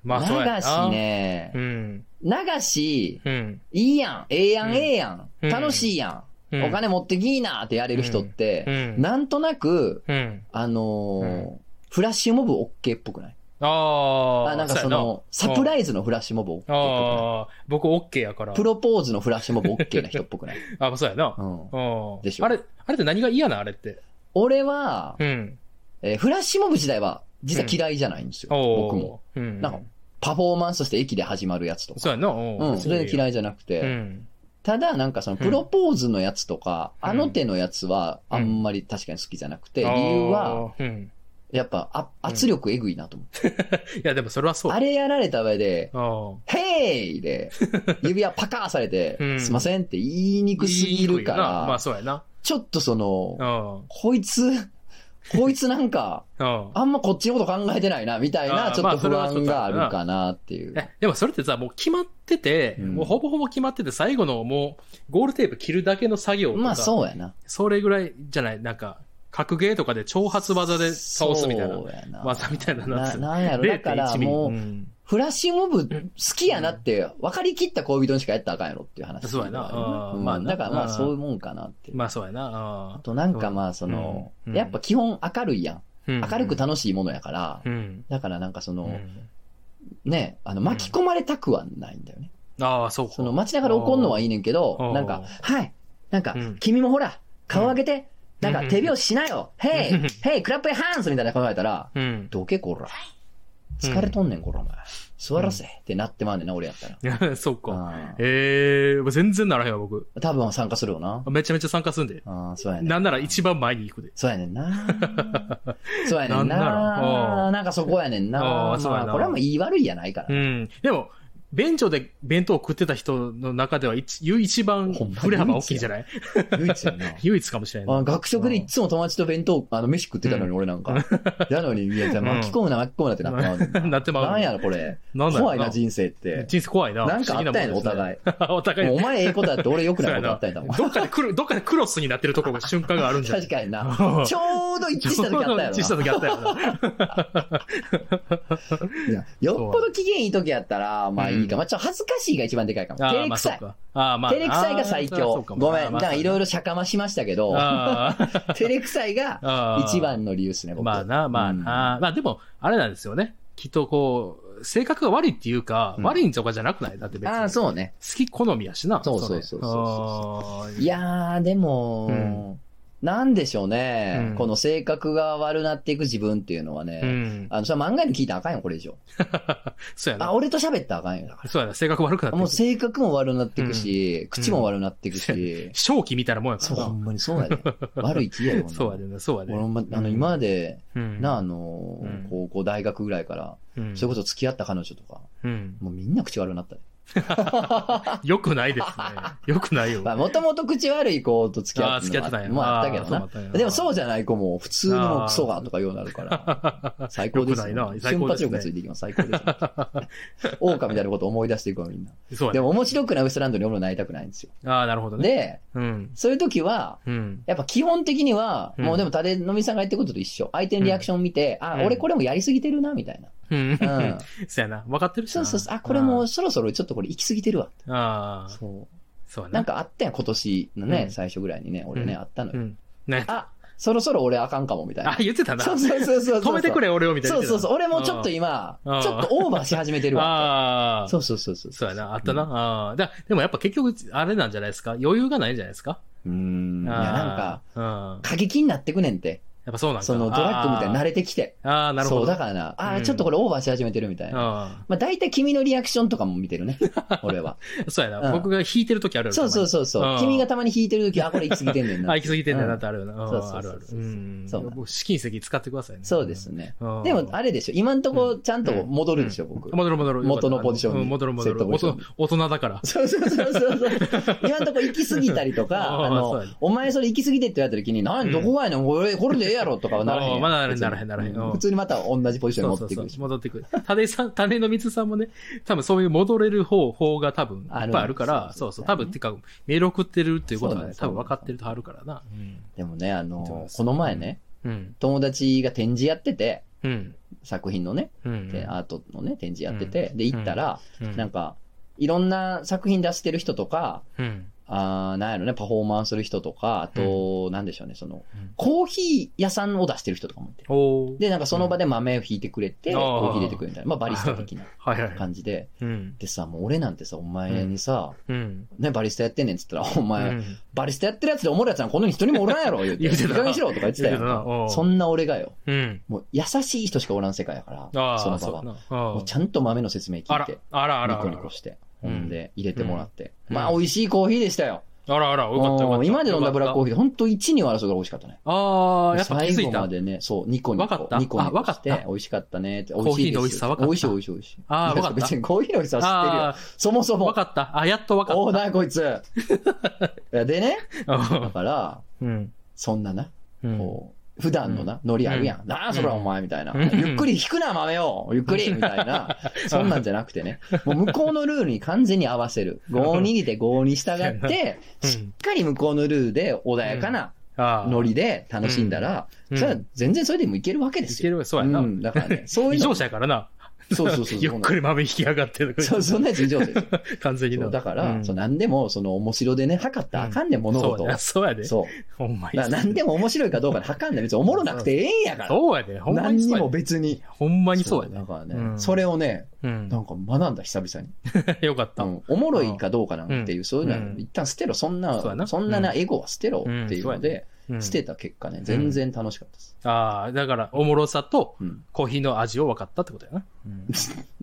S2: まあそうやんな。
S1: 流し。ね
S2: う。ん。
S1: 流し、
S2: うん。
S1: いいやん。ええや
S2: うん
S1: ん、ええや。
S2: うんん
S1: 楽しいや。
S2: うんん
S1: お金持ってきいなってやれる人っ
S2: う
S1: て、
S2: ん。
S1: なんとなく、
S2: うん。
S1: あのー
S2: う、
S1: フラッシュモブ OK っぽくない
S2: ああ。
S1: あ、なんかそう
S2: や
S1: の、サプライズのフラッシュモブ OK っぽくない
S2: ああ、僕 OK やから。
S1: プロポーズのフラッシュモブ OK な人っぽくない、
S2: あ、まあそうやな
S1: う。ん
S2: うん。
S1: でしょ
S2: あれ、あれって何が嫌なあれって。
S1: 俺は、
S2: うん。
S1: えーフラッシュモブ自体は実は嫌いじゃないんですよ。
S2: お
S1: 僕も。。
S2: うん。
S1: なんかパフォーマンスとして駅で始まるやつとか。
S2: そうやな。
S1: う、
S2: うん
S1: それで嫌
S2: い。
S1: いじゃなくて。
S2: うん。
S1: ただ、なんかその、プロポーズのやつとか、
S2: うん
S1: あの手のやつは、あんまり確かに好きじゃなくて、理由は、
S2: あー、うん。
S1: やっぱ、あ圧力えぐいなと思って。
S2: いや、でもそれはそう。
S1: あれやられた上で、
S2: あ
S1: ヘイ で、指輪パカーされて、
S2: うん
S1: すいませんって言いに
S2: あ。
S1: くすぎるか
S2: 言いにくいよなまあ
S1: ら、
S2: そうやな。
S1: ちょっとその
S2: う、ん。うん。
S1: こいつ、こいつなん か、あんまこっちのこと考えてないな、みたい
S2: あ
S1: な、
S2: ー
S1: ちょ
S2: ま
S1: っ
S2: あ
S1: と
S2: それ
S1: 不
S2: は
S1: 安があるかなっていう。
S2: え、でもそれってさ、もう決まってて、
S1: うん
S2: もうほぼほぼ決まってて、最後のもう、ゴールテープ切るだけの作業とか、
S1: まあそうやな。
S2: それぐらいじゃない、なんか、格ゲーとかで挑発技で倒すみたいな
S1: そうやな。
S2: 技みたいななっ
S1: な
S2: てる
S1: なんやろ、だから
S2: 0.1ミリ
S1: もう、
S2: ん
S1: フラッシュモブ好きやなって、分かりきった恋人にしかやったらあかんやろっていう話。
S2: そうやなあー
S1: うん
S2: まあな
S1: だからまあ
S2: うん
S1: そういうもんかなって。
S2: まあそうやな。あ
S1: あとなんかまあその、
S2: うん
S1: やっぱ基本明るいやん。
S2: ー
S1: 明るく、楽しいものやから、
S2: うん。
S1: だからなんかその、
S2: うん
S1: ね、あの巻き込まれたくはないんだよね。
S2: ああ、そうか。
S1: その街中で怒んのはいいねんけ
S2: あ
S1: ど
S2: ー、
S1: なんか、はい、なんか
S2: うん、
S1: 君もほら、顔上げて、
S2: うん
S1: なんか手拍子しなよ、ヘ
S2: う
S1: イ
S2: ん
S1: ヘイクラップハンスみたいな考えたら、
S2: うん。
S1: どけこら。疲れとんねん、こら、お前。座らせ、ってなってまうねんな、俺やったら。
S2: そうか。
S1: あー
S2: ええ、全然ならへんわ、僕。
S1: 多分参加するよな。
S2: めちゃめちゃ参加するんで。
S1: ああ、そうやねん。
S2: なんなら一番前に行くで。
S1: そうやねん な。そうやねん
S2: なんなら
S1: な。
S2: うん
S1: なんかそこやねんな。
S2: あ
S1: ま
S2: あそうや
S1: あ、
S2: な
S1: これはもう言い悪いやないから
S2: う。ん。でも、便所で弁当を食ってた人の中では一、唯一番
S1: ほんまに
S2: 振れ幅大きいんじゃない
S1: 唯一や な。
S2: 唯一かもしれない。
S1: あ学食でいっつも友達と弁当、あの、飯食ってたのに、俺なんか。なのに、いや、じゃあ巻き込むな、巻き込むなってなってまうねんな。
S2: なってまうねん
S1: なんやろ、これ。
S2: なんだろう
S1: 怖いな、人生って。
S2: 人生怖いな。
S1: なんかあったんやろ、お互い。
S2: い。 お互い
S1: もう
S2: に。
S1: お前ええことやって、俺良くない
S2: そう
S1: こと
S2: や
S1: あったんやだもん。
S2: どっかでクロ、どっかでクロスになってるとこが瞬間があるんじゃない
S1: 確かに な。
S2: うん
S1: ちょうど一致した時あったやろ
S2: 小さ
S1: な。
S2: な時あったやろな。
S1: いやよっぽど機嫌いい時やったら、まあいいか。まあちょっと恥ずかしいが一番でかいかも。
S2: あ
S1: 照
S2: ー
S1: れ
S2: まあ
S1: く
S2: そ
S1: さ
S2: う
S1: い。
S2: か。あーまあ
S1: 照れくさいが最強。ごめん。なんかいろいろ釈迦ましましたけど、照れくさいが 一
S2: 一
S1: 番の理由ですね、僕
S2: まあな、まあな。まあでも、あれなんですよね。きっとこう、性格が悪いっていうか、
S1: うん
S2: 悪いんとかじゃなくないだって
S1: うん
S2: 別に。
S1: ああ、そうね。
S2: 好き好みやしな。
S1: そうそうそうそう
S2: そう
S1: いやー、で
S2: う
S1: も
S2: ん、
S1: なんでしょうね、
S2: うん
S1: この性格が悪なっていく自分っていうのはね、
S2: うん。
S1: あの、それ漫画に聞いたらあかんよ、これ以上。
S2: そうや
S1: あ、
S2: な。
S1: 俺と喋ったらあかんよ、だか
S2: そうやな。性格悪くな
S1: ら。
S2: って
S1: もう
S2: る。
S1: 性格も悪なっていくし、口も悪なっていく
S2: う
S1: し、
S2: 正気みたいなもんやか
S1: そう、
S2: ら
S1: ほ
S2: な。
S1: んまにそうや で。悪い気やよ、
S2: そうやでな、そうやで。
S1: 俺ほんま、あの、
S2: うん
S1: 今まで、
S2: うん
S1: な、あの
S2: うん、
S1: 高校、大学ぐらいから、
S2: うん
S1: それこそ付き合った彼女とか、
S2: うん。
S1: もうみんな口悪くなったで。
S2: よくないですね。 よくないよ。
S1: まあ、もともと口悪い子と付き合って
S2: あー付き合ってたんや
S1: まあ、あったけ
S2: あーそうだっ
S1: ど
S2: たんや
S1: な。でもそうじゃない子も、普通のクソがとかようになるから、 最高ですよ。
S2: よくないな最
S1: 瞬
S2: 高で
S1: 発
S2: すね
S1: 力がついていきます。最高ですよ。 狼みたいなことを思い出していくわ、みんな。
S2: そう
S1: で
S2: や
S1: も面白くないウエストランドに俺もなりたくないんですよ。
S2: ね。ああ、なるほどね。
S1: で、
S2: うん。
S1: そういう時は、
S2: うん。
S1: やっぱ基本的には、
S2: うん
S1: もうでも、たでのみさんが言ってることと一緒。相手のリアクションを見て、あ、
S2: うん
S1: 俺これもやりすぎてるな、みたい
S2: うん。
S1: な。うん。
S2: そうやな。分かってるし
S1: そ
S2: な。
S1: うそうそう、あ、これもそろそろちょっとこれ行き過ぎてるわ。
S2: うん。ああ、
S1: そ
S2: そうや
S1: う。
S2: な。
S1: なんかあったやん、今年のね、
S2: うん
S1: 最初ぐらいにね、俺ね、あったの
S2: う
S1: よ。
S2: ん。ね。
S1: あ、そろそろ俺あかんかも、みたい
S2: あ
S1: な、。
S2: 言ってたな。
S1: そうそうそうそう。
S2: 止めてくれ、俺を、みたいな
S1: そう
S2: 言ってた。
S1: そうそう。俺もちょっと今、ち
S2: う
S1: ょ
S2: ん
S1: っとオーバーし始めてるわ。
S2: ああ。
S1: そうそうそうそう。
S2: そうやな、あったな。ああ。だでもやっぱ結局、あれなんじゃないですか余裕がないんじゃないですか
S1: うーん。いや、なんか、
S2: あーうん。
S1: 過激になってくねんって。
S2: やっぱそうなんか
S1: そのドラッグみたいに慣れてきて。
S2: あーあー、なるほど。
S1: そう、だからな、あ
S2: う
S1: あ、
S2: ん
S1: ちょっとこれオーバーし始めてるみたいな。
S2: あ
S1: まあ大体君のリアクションとかも見てる ね。俺は。
S2: あ。そうや
S1: う
S2: な。
S1: ん
S2: 僕が弾いてる時あるよ
S1: そうそうそう
S2: う
S1: そ
S2: ん
S1: う。君がたまに弾いてる時、あ、これ行き過ぎてんねん
S2: あ、
S1: な。
S2: 行き過ぎてんだなってあるよな。うん
S1: そうそうそう
S2: あるある。
S1: そう
S2: うん。
S1: そうなんだ
S2: 僕試金石使ってくださいね。
S1: そうですね。
S2: うん。
S1: でも、あれでしょ。今んとこちゃんと戻るでしょ、僕。
S2: 戻る戻る。
S1: 元のポジションに
S2: うん戻る戻
S1: セッ
S2: る。
S1: トポ
S2: 大
S1: ジショ
S2: 人
S1: ンに
S2: 大人だから。
S1: そうそうそうそうそう。今んとこ行き過ぎたりと
S2: あ
S1: か、
S2: あ
S1: あ
S2: そう
S1: の
S2: やね、
S1: お前それ行き過ぎてって言われた時に、な
S2: うん
S1: にどこがやねん、俺、これでええやろとかはならへんや
S2: ああ
S1: ん。
S2: まあならへん
S1: 別に
S2: ならへんならへん
S1: う
S2: うん
S1: 普通にまた同じポジションに持っ
S2: そうそう
S1: てく
S2: そう
S1: る。し。
S2: 戻ってくる。種井さん、種井の光さんもね、多分そういう戻れる方法が多分いっぱいあるか
S1: ある
S2: ら、
S1: んです
S2: そ
S1: よ
S2: うそう。多分、てか、メール送ってるっていうこと
S1: そう
S2: は
S1: なんです
S2: 多分分かってるとあるからな。
S1: でもね、あ
S2: 見て
S1: の
S2: ま、す
S1: この前ね、
S2: うん。
S1: 友達が展示やってて、
S2: うん。
S1: 作品のね、
S2: うん。
S1: でアートのね、展示やってて、で、行ったら、
S2: うん
S1: なんか、いろんな作品出してる人とか、
S2: うん。
S1: あーなんやろね、パフォーマンスする人とか、あと、なんでしょうね、その
S2: うん、
S1: コーヒー屋さんを出してる人とかもいて。
S2: おー。
S1: で、なんかその場で豆をひいてくれて、
S2: うん
S1: コーヒー入れてくれみたいな。まあ、バリスタ的な
S2: はいはい。
S1: 感じで。
S2: うん。
S1: でさ、もう俺なんてさ、お前にさ、
S2: うん。
S1: ね、バリスタやってんねんっつったら、お前、
S2: うん
S1: バリスタやってるやつで思うやつなんこの世に一人もおらんやろ言うて。
S2: 言うてた
S1: いい加減にしろとか言ってたやん
S2: 言うてたな
S1: か。
S2: うん
S1: そんな俺がよ、
S2: うん。
S1: もう優しい人しかおらん世界やから、そ
S2: あ
S1: の場
S2: あ、そうや
S1: は。
S2: な。あ
S1: もう
S2: ー
S1: ちゃんと豆の説明
S2: あ
S1: 聞い
S2: ら
S1: て、、
S2: あらあら
S1: ニ
S2: あ
S1: コ
S2: ら
S1: ニ。コして、
S2: う
S1: ほ
S2: ん
S1: んで入れてもらって。
S2: うん
S1: まあ、美味しいコーヒーでしたよ。
S2: あらあら、よかったよか
S1: う
S2: っ
S1: ん
S2: た。
S1: 今まで飲んだブラックコー
S2: ヒ
S1: ヒー
S2: ー。
S1: で、本当一2を争うから美味しかったね。
S2: ああ、やっぱ気
S1: 最
S2: づ
S1: 後
S2: いた
S1: ま。でね、そう、ニコニコ。
S2: わかった
S1: ニコニコ
S2: あわかっ
S1: したて、美味しかったねって。
S2: コーヒーの美味しさわかった
S1: 美味しい美味しい美味しい。
S2: あーわかった
S1: 別にコーヒーの美味しさは知ってるよ
S2: あ。
S1: そもそ
S2: あ、わ
S1: も
S2: か。った。あ、やっとわか
S1: おおー
S2: っ
S1: な、 こいつ。いやでね、だ
S2: た。
S1: から、
S2: うん。
S1: そんなな、
S2: うん
S1: こう、普段のな、ノリあるやん。なあ、そらお前みたいな。
S2: うん
S1: ゆっくり引くな、豆をゆっくりみたい な。そんなんじゃなくてね。もう向こうのルールに完全に合わせ る。5にで5に従って、
S2: うん
S1: しっかり向こうのルールで穏やかな
S2: ああ。
S1: ノリで楽しんだら、
S2: うん
S1: それは全然それでもいけるわけで
S2: い
S1: す
S2: け
S1: よ。
S2: るわ、そうやな
S1: う。ん、だから ね、そういう
S2: 異
S1: の。
S2: 常者やからな。
S1: そうそうそうそう。
S2: ゆっくり豆引き上がってる。
S1: そう、そんなやつ異常者ですよ
S2: 完全に
S1: そう
S2: な。
S1: だから、
S2: うん
S1: そう何でも、その、面白でね、測ったらあかんねん、物
S2: そう
S1: 事を
S2: や。そうやで。
S1: そう。
S2: ほんまに
S1: だから。何でも面白いかどうかで測んない。別におもろなくてええんやから。
S2: そうやで。ほんま
S1: 何
S2: に
S1: に
S2: そうや
S1: も
S2: で。
S1: 別に。
S2: ほんまにそうや
S1: だ
S2: で。
S1: からね、
S2: うん
S1: それをね、
S2: う。
S1: なんんか学んだ、久々に。
S2: よかっ
S1: う
S2: た。
S1: ん、おもろいかどうかなんていう、そういうのは
S2: うん
S1: 一旦捨てろ。そん
S2: そうや
S1: な、
S2: な
S1: そんなな、
S2: う
S1: エゴは捨てろっていうので、
S2: うん
S1: 捨てた結果ね、全然楽しかったです。
S2: ああ、だから、おもろさと
S1: うん、
S2: コーヒーの味を分かったってことやな。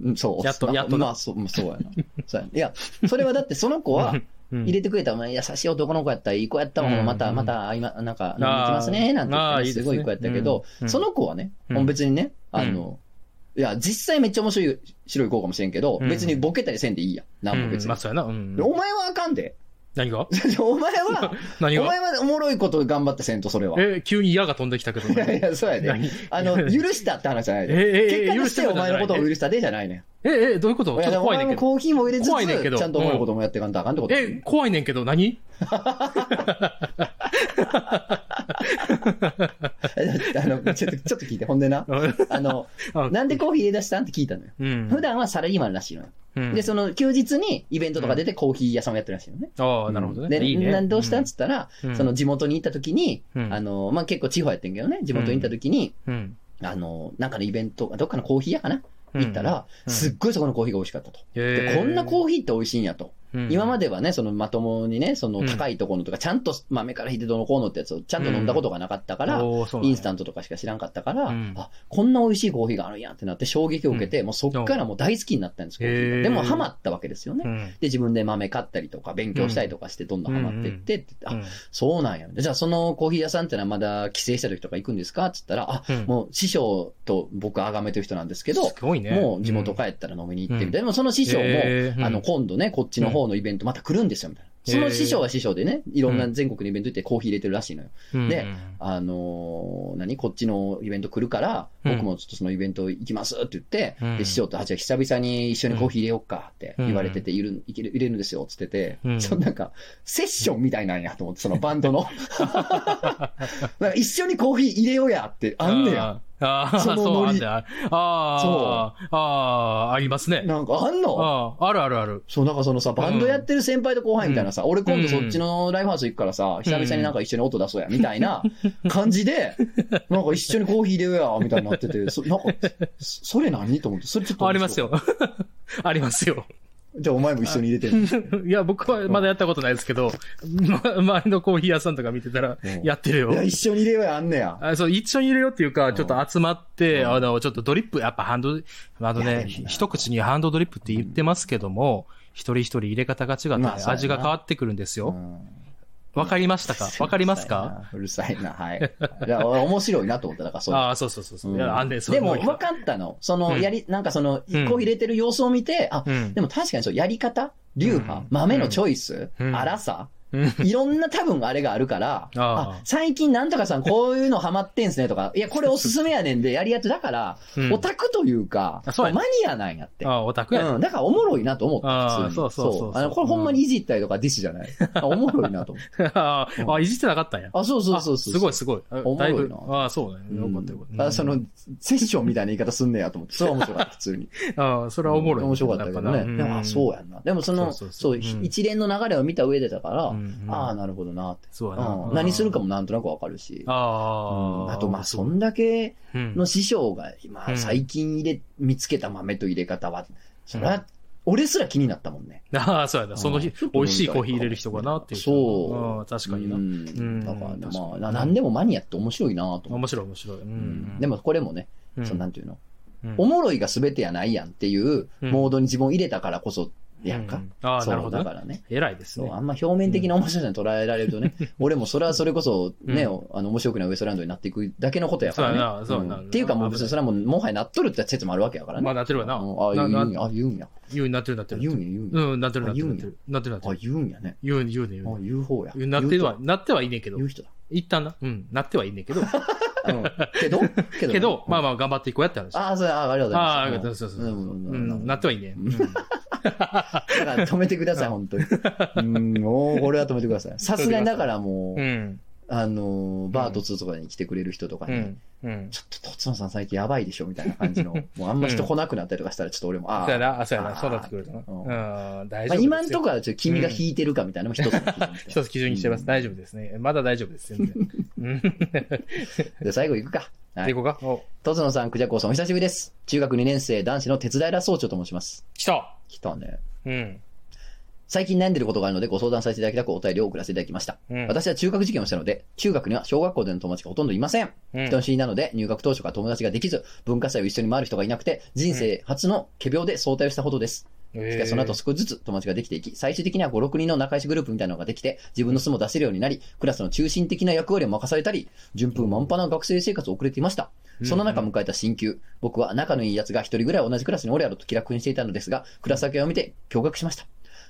S1: うん、そう。
S2: やっと
S1: まあ
S2: やっとな
S1: まあ、そう、まあそうやな。 そうやないや、それはだってその子は、
S2: うん
S1: 入れてくれた、お前優しい男の子やった、いい子やったわ、
S2: うん
S1: また、また、今、なんか、飲みに行きますね、なんて言っ
S2: あー
S1: てね、
S2: いいです
S1: す
S2: ね
S1: ごいいい子やったけど
S2: う、ん
S1: その子はね、
S2: うん
S1: 別にね、あの、いや、実際めっちゃ面白い、白い子かもしれんけど、
S2: うん
S1: 別にボケたりせんでいいや。なんも
S2: うん
S1: 別に
S2: まあ、。そうやな。うん
S1: でお前はあかんで。
S2: 何が
S1: お前は、
S2: 何
S1: お
S2: が
S1: 前はおもろいこと頑張ってせんと、それは。い
S2: え、急に矢が飛んできたけど。
S1: や いや、そうやで
S2: 何。
S1: あの、許したって話じゃないで。
S2: えええ
S1: 結果とし
S2: 許して
S1: て
S2: も
S1: お前のことを
S2: じゃない
S1: 許したでじゃないね。
S2: え、え、どういうこと
S1: いや
S2: ちょっ
S1: で
S2: と
S1: も
S2: 怖
S1: お
S2: いね
S1: 前
S2: んけ
S1: も
S2: ど。
S1: コーヒーも入れつ
S2: 怖いねんけど
S1: つ、ちゃんとおもろいこともやっていかんとあかんってことだよ
S2: え
S1: ね、
S2: 怖いねんけど何、
S1: あの、ちょっと、ちょっと聞いて、ほんでな。 あ の、なんでコーヒー入れ出したんって聞いたのよ。
S2: うん
S1: 普、段はサラリーマンらしいのよ。
S2: うん
S1: で、その休日にイベントとか出てコーヒー屋さんをやってるらしいのね。
S2: ああ、なるほどね。
S1: で、
S2: いいね
S1: なんどうしたんっつったら、
S2: うん
S1: その地元に行った時に、
S2: うん
S1: あの、まあ、結構地方やってんけどね、地元に行った時に、
S2: うん。
S1: あの、なんかのイベント、どっかのコーヒー屋かな
S2: うん
S1: 行ったら、
S2: うん
S1: すっごいそこのコーヒーが美味しかったと。
S2: え
S1: で、こんなコーヒーって美味しいんやと。
S2: うん
S1: 今まではね、そのまともにね、その
S2: うん
S1: 高いところのとか、ちゃんと豆から引いてどのこうのってやつをちゃんと飲んだことがなかったから、
S2: おーそうだ
S1: イ
S2: ね
S1: ンスタントとかしか知らんかったから、
S2: うん
S1: あ、こんな美味しいコーヒーがあるんやってなって衝撃を受けて、もうそっからもう大好きになったんです、コーヒー
S2: へ
S1: が。
S2: ー
S1: でもハマったわけですよね。
S2: う
S1: で、
S2: ん
S1: 自分で豆買ったりとか、勉強したりとかして、どんどんハマってって、って
S2: う
S1: あ、
S2: ん
S1: そうなんや。じゃあ、そのコーヒー屋さんってのはまだ帰省した時とか行くんですかって言ったら、あ、
S2: うん
S1: もう師匠と僕崇めてる人なんですけど
S2: す、ごいね。
S1: もう地元帰
S2: っ
S1: ったら飲みに行って
S2: うん
S1: みたいな。でもその師匠も、あの、
S2: こ
S1: 今度ね、こっちの方のイベントまた来るんですよ、みたいな。
S2: へー
S1: その師匠は師匠でね、いろんな
S2: うん
S1: 全国のイベント行ってコーヒー入れてるらしいのよ。
S2: うん
S1: であのー何こっちのイベント来るから、
S2: うん
S1: 僕もちょっとそのイベント行きますって言って、
S2: うん
S1: で、師匠と、あ、じゃあ久々に一緒にコーヒー入れようかって言われてて、いる、いける、入れるんですよ、つってて、
S2: うん
S1: そのなんか、セッションみたいなんやと思って、そのバンド の。なんか一緒にコーヒー入れようやって、あんねや。。
S2: あ あ、
S1: その
S2: そう、あ
S1: ノ
S2: ん
S1: リ
S2: ねや。ああ、ああ、ありますね。
S1: なんかあんの
S2: ああ、あるあるある。
S1: そう、なんかそのさ、バンドやってる先輩と後輩みたいなさ、俺今度そっちのライブハウス行くからさ、久々になんか一緒に音出そうや、みたいな感じ で、なんか一緒にコーヒー入れようや、みたいになってて、そ、なんか、そそれ何と思って、それちょっと。
S2: あります。よ。 ありま すよ。
S1: じゃあお前も一緒に入れてる。
S2: いや、僕はまだやったことないですけど、ま、周りのコーヒー屋さんとか見てたら
S1: うん、
S2: やってるよ
S1: い。や、一緒に入れようや、あんねや。
S2: あそう、一緒に入れようっていうか、ちょっと集まって、
S1: うん
S2: あの、ちょっとドリップ、やっぱハンド、あの
S1: いやで
S2: ね、
S1: も
S2: ひ一口にハンドドリップって言ってますけども、一人一人入れ方が違って、
S1: まあそうやな
S2: 味が変わってくるんです
S1: う
S2: よ。
S1: ん
S2: わかりましたかわかりますか
S1: うるさいな、うるさいなはい。いや、俺面白いなと思った、だからそう。
S2: ああ、そうそうそう そう。いや、あんねん、そうい
S1: で
S2: うの
S1: も、分かったの。その、
S2: うん
S1: やり、なんかその、コ
S2: う
S1: ーヒ
S2: ん
S1: ー入れてる様子を見て、あ、
S2: うん
S1: でも確かにそう、やり方、流
S2: う
S1: 派
S2: ん、
S1: 豆のチョイス、
S2: うん
S1: 粗さ、
S2: うん
S1: いろんな多分あれがあるから、
S2: ああ
S1: あ、最近なんとかさんこういうのハマってんすねとか、いや、これおすすめやねんで、やりやつだから、
S2: うん
S1: オタクというか、
S2: あそうやね
S1: マニアなんやって。
S2: ああ、オタクやね。
S1: うん、だからおもろいなと思った、普通
S2: ああ
S1: に。
S2: そうそうそうそう
S1: あの、これほんまにいじったりとかディスじゃない。 あおもろいなと思って。
S2: あああ、いじってなかったんや。
S1: あ、そうそうそう
S2: あ
S1: そう。
S2: すごいすごい。あ
S1: おも
S2: だい
S1: ろい
S2: ぶ
S1: な。
S2: ああ、そうね。よかったよか
S1: う
S2: っ
S1: ん
S2: た。
S1: あその、セッションみたいな言い方すんねやと思って、それは面白かった、普通に。
S2: ああ、それはおもろい。
S1: 面白かったけどね。でもあ、そうやんな。でもその、
S2: そうそう
S1: そ
S2: そう
S1: う、
S2: うん
S1: 一連の流れを見た上でだから、ああ、
S2: あ、
S1: なるほどなって。
S2: そうや
S1: う。
S2: なん
S1: 何するかもなんとなくわかるし。う
S2: あ
S1: ん
S2: あ。
S1: あと、まあ、そんだけ
S2: うん
S1: の師匠が、今、
S2: うん
S1: 最近入れ、見つけた豆と入れ方は、そりゃ、俺すら気になったもんね。
S2: ああ、そうやな。その日
S1: ちょっ、と
S2: 美味しいコーヒー入れる人かなっていう。
S1: そう
S2: ああ確かに
S1: う
S2: な。
S1: ん。だからね、
S2: 確かに
S1: まあ、ななんでもマニアって面白いなと思って。
S2: 面白い面白い。う
S1: うん
S2: ん。
S1: で、もこれもね、
S2: うん
S1: そのなんていうの、
S2: うん
S1: おもろいが全てやないやんっていう
S2: うん
S1: モードに自分を入れたからこそやん
S2: う
S1: か。
S2: ああ、
S1: そう
S2: なるほど
S1: だ
S2: ね。
S1: からね。
S2: 偉いです
S1: そう、
S2: ね
S1: あ。んま表面的な面白さに捉えられるとね、俺もそれはそれこそね、
S2: う
S1: あの、面白くないウエストランドになっていくだけのことやからね。
S2: そうやなそうやなん
S1: っていうかもう別にそれはもう、もはやなっとるって説もあるわけやからね。
S2: まあ、なってるわな。
S1: うんあ、言
S2: な
S1: うん
S2: な
S1: や、あ、言うんや。
S2: 言うになってるなって
S1: あ
S2: る。
S1: 言うんや、言うんや。
S2: うん、なってるなってる
S1: あ言う
S2: なっ
S1: んや
S2: てる。なってるなって
S1: あ、
S2: る。
S1: 言うんやね。
S2: 言うに言うに言
S1: あ
S2: う、
S1: 言う方や。
S2: に。なっては、なってはいねえけど
S1: 言。う人だ。
S2: 一旦な。うん、なってはいねえ けど。
S1: うん。 けどけ
S2: けど、まあ
S1: あ。
S2: まあ頑張っていこうやって話。
S1: ああ、そうや、あありがとうございます。
S2: ああ、そうそうそう。
S1: ん
S2: うん
S1: んん
S2: なってはいねえ。うん
S1: だから止めてください、本当に。うん、もう、これは止めてください。さすがに、だからもう、
S2: うん。
S1: あのー、バート2とかに来てくれる人とか
S2: う
S1: に、
S2: ん。うん。
S1: ちょっと、とつのさん最近やばいでしょみたいな感 じの、もうあんま人来なくなったりとかしたら、ちょっと俺も、あ
S2: そうや
S1: あ、
S2: な、あそうや
S1: あ
S2: な、
S1: ー
S2: そうなってくるとな。うん、大丈
S1: まあ、
S2: 夫ですよ。
S1: 今んとこはちょっと君が引いてるかみたいなのも一つの基準です
S2: 一つ基準にしてます。大丈夫ですね。まだ大丈夫です。全然。うん。
S1: で、最後行くか。は
S2: で、
S1: い。
S2: こうか。お、
S1: とつのさん、くじゃこうさん、お久しぶりです。中学2年生男子の鉄平総長と申します。
S2: 来た。
S1: 来たね。
S2: うん。
S1: 最近悩んでることがあるのでご相談させていただきたくお便りを送らせていただきました。
S2: うん
S1: 私は中学受験をしたので、中学には小学校での友達がほとんどいません。
S2: うん
S1: 人見知りなので入学当初から友達ができず、文化祭を一緒に回る人がいなくて、人生初の仮病で早退をしたほどです。しかしその後少しずつ友達ができていき、最終的には5、6人の仲良しグループみたいなのができて、自分の素も出せるようになり、クラスの中心的な役割を任されたり、順風満帆な学生生活を送れていました。そんな中迎えた新級。僕は仲のいい奴が一人ぐらい同じクラスにおるやろと気楽にしていたのですが、クラス分けを見て驚愕しました。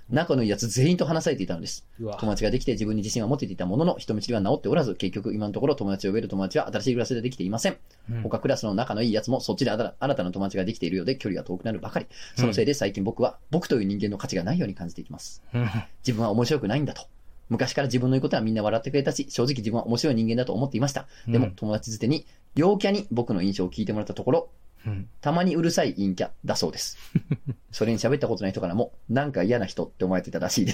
S1: 仲のいい奴全員と話されていたのです。
S2: うわ
S1: 友達ができて自分に自信は持てていたものの、人見知りは治っておらず、結局今のところ友達を呼べる友達は新しいクラスでできていません。
S2: うん
S1: 他クラスの仲のいいやつもそっちで新たな友達ができているようで距離が遠くなるばかり。そのせいで最近僕は僕という人間の価値がないように感じていきます。
S2: うん
S1: 自分は面白くないんだと。昔から自分の言うことはみんな笑ってくれたし、正直自分は面白い人間だと思っていました。でも
S2: うん
S1: 友達づてに、陽キャに僕の印象を聞いてもらったところ、
S2: うん。
S1: たまにうるさい陰キャだそう です。それに喋ったことない人からも、なんか嫌な人って思われてたらしいで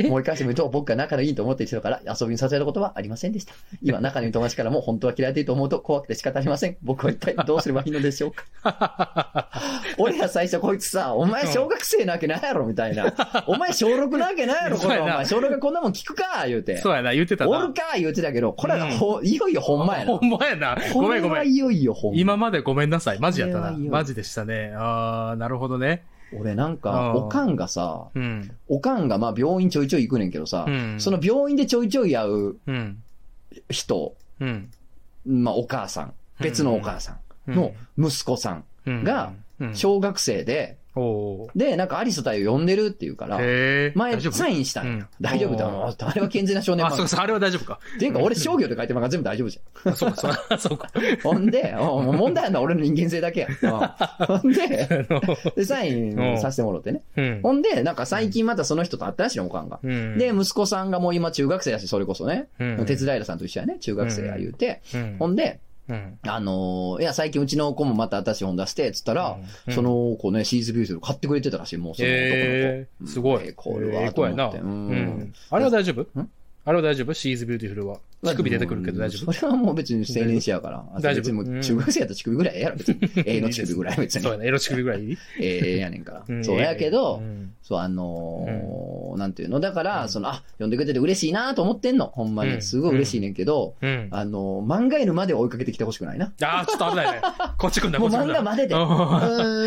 S2: え
S1: す。 思い返してみると、僕が仲のいいと思っている人から遊びにさせることはありませんでした。今、仲のいい友達からも本当は嫌いでいいと思うと怖くて仕方ありません。僕は一体どうすればいいのでしょうか。 俺ら最初こいつさ、お前小学生なわけないやろ、みたいな。お前小6なわけないやろ、こ
S2: そう
S1: れ。
S2: や
S1: お
S2: な
S1: 前小6がこんなもん聞くか、言うて。
S2: そうやな、言ってたな。
S1: おるか、言うてたけど、これはほ、いよいよほんまやな。
S2: ほんまやな。ご
S1: こ
S2: め
S1: れ
S2: んごめ
S1: は
S2: ん。
S1: いよいよほんま。
S2: 今までごめんなさい。マジやった
S1: これ
S2: な。
S1: はいいよ
S2: マジでしたね。あー、なるほどね。
S1: 俺なん
S2: あ
S1: か、
S2: ー
S1: おかんがさ、
S2: うん。
S1: おかんがまあ病院ちょいちょい行くねんけどさ、
S2: うん
S1: その病院でちょいちょい会う
S2: うん。
S1: 人、
S2: うん。
S1: まあお母さん、別のお母さんの息子さん、
S2: うん
S1: が、
S2: うん、
S1: 小学生で、
S2: おー
S1: で、なんかアリス隊を呼んでるっていうから、
S2: へー
S1: 前
S2: 大丈夫
S1: サインしたんよ。
S2: うん
S1: 大丈夫だ
S2: お
S1: あれは健全な少年
S2: あ、
S1: 漫
S2: そう
S1: 画。
S2: かそうか、あれは大丈夫か。
S1: っていうか、俺商業って書いてる漫画全部大丈夫じ ゃ
S2: そうか、そうか、そうか。
S1: ん。ほんで、おもう問題あるのは俺の人間性だけ や。うんほん
S2: あ
S1: で、
S2: の
S1: で、サインさせてもらってね。
S2: うん。
S1: ほんで、なんか最近またその人と会ったらしいの、おかんが。
S2: うん
S1: で、、息子さんがもう今中学生やし、それこそね。
S2: うん
S1: 鉄平さんと一緒やね、中学生や言うて。
S2: うん
S1: ほんで、
S2: うん。
S1: あのーいや、最近うちの子もまた私本出して、つったら、
S2: うん
S1: その子ね、シーズビューティー買ってくれてたらしい、もうその男の子。
S2: えー、すごい。
S1: ええこれは
S2: ええ子やな。
S1: と
S2: う
S1: 思ってうん
S2: ん。あれは大丈夫
S1: ん
S2: あれは大丈夫シーズビューティフルは。乳首出てくるけど大丈
S1: うん
S2: 夫
S1: それはもう別に青年誌やから。あ
S2: 大丈夫
S1: 別にもう中学生やったら乳首ぐらいええやろ、別 に。ええの乳首ぐらい、別に
S2: そう。やね。エロ乳首ぐらいいい
S1: ええええやねんから。そうやけど、そう、あのーなんていうの、だから、
S2: うん
S1: その、あ、呼んでくれてて嬉しいなと思ってんの、ほんま
S2: う
S1: に。
S2: ん
S1: すごい嬉しいねんけど、
S2: うん。あ
S1: あのー漫画犬まで追いかけてきてほしくない な。
S2: あー、ちょっと危な いね。こっち来んな、
S1: も
S2: こ
S1: う
S2: っち来ん
S1: 漫
S2: な。
S1: 画まで で。う
S2: うん
S1: ーん、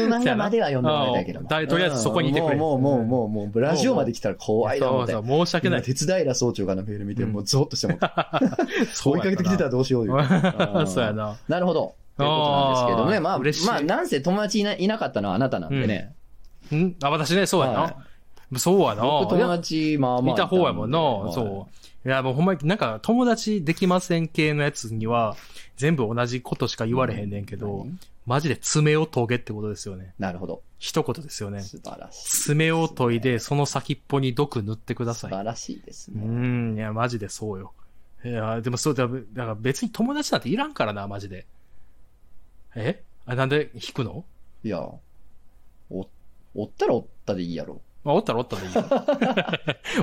S1: 漫
S2: そ
S1: 画
S2: うやな
S1: までは読んでもらいたいけど
S2: うんだいとりあえずそこにいてくれ
S1: うんもう、もう、もう、もう、もうラジオまで来たら怖いな、思
S2: そ
S1: っ
S2: う
S1: て。
S2: そう、申し訳な
S1: 今、
S2: い。
S1: 鉄平総長からのメール見て、
S2: うん
S1: もうゾッとしてもった
S2: そう
S1: 追いかけてきてたらどうしようよ。
S2: な。
S1: ん
S2: そうやな。
S1: なるほど。ということなんですけどね。
S2: あー
S1: まあ、
S2: 嬉しい
S1: まあ、なんせ友達いないなかったのはあなたなんでね。
S2: うんあ、私ね、そうや
S1: はい
S2: な。そうや
S1: 僕友
S2: な。
S1: 達、まあまあ。
S2: 見た方やもんな。そう。いや、もうほんまになんか友達できません系のやつには、全部同じことしか言われへんねんけど、マジで爪を研げってことですよね。
S1: なるほど。
S2: 一言ですよね。
S1: 素晴らしい。
S2: 爪を研いで、その先っぽに毒塗ってくだ
S1: 素
S2: さい。
S1: 晴らしいです
S2: う
S1: ね。
S2: ん、いや、マジでそうよ。いや、でもそうだ、だから別に友達なんていらんからな、マジで。えあ、なんで引くの
S1: いや、お、おったらおったでいいやろ。
S2: まあ、おったらおったでい いよ。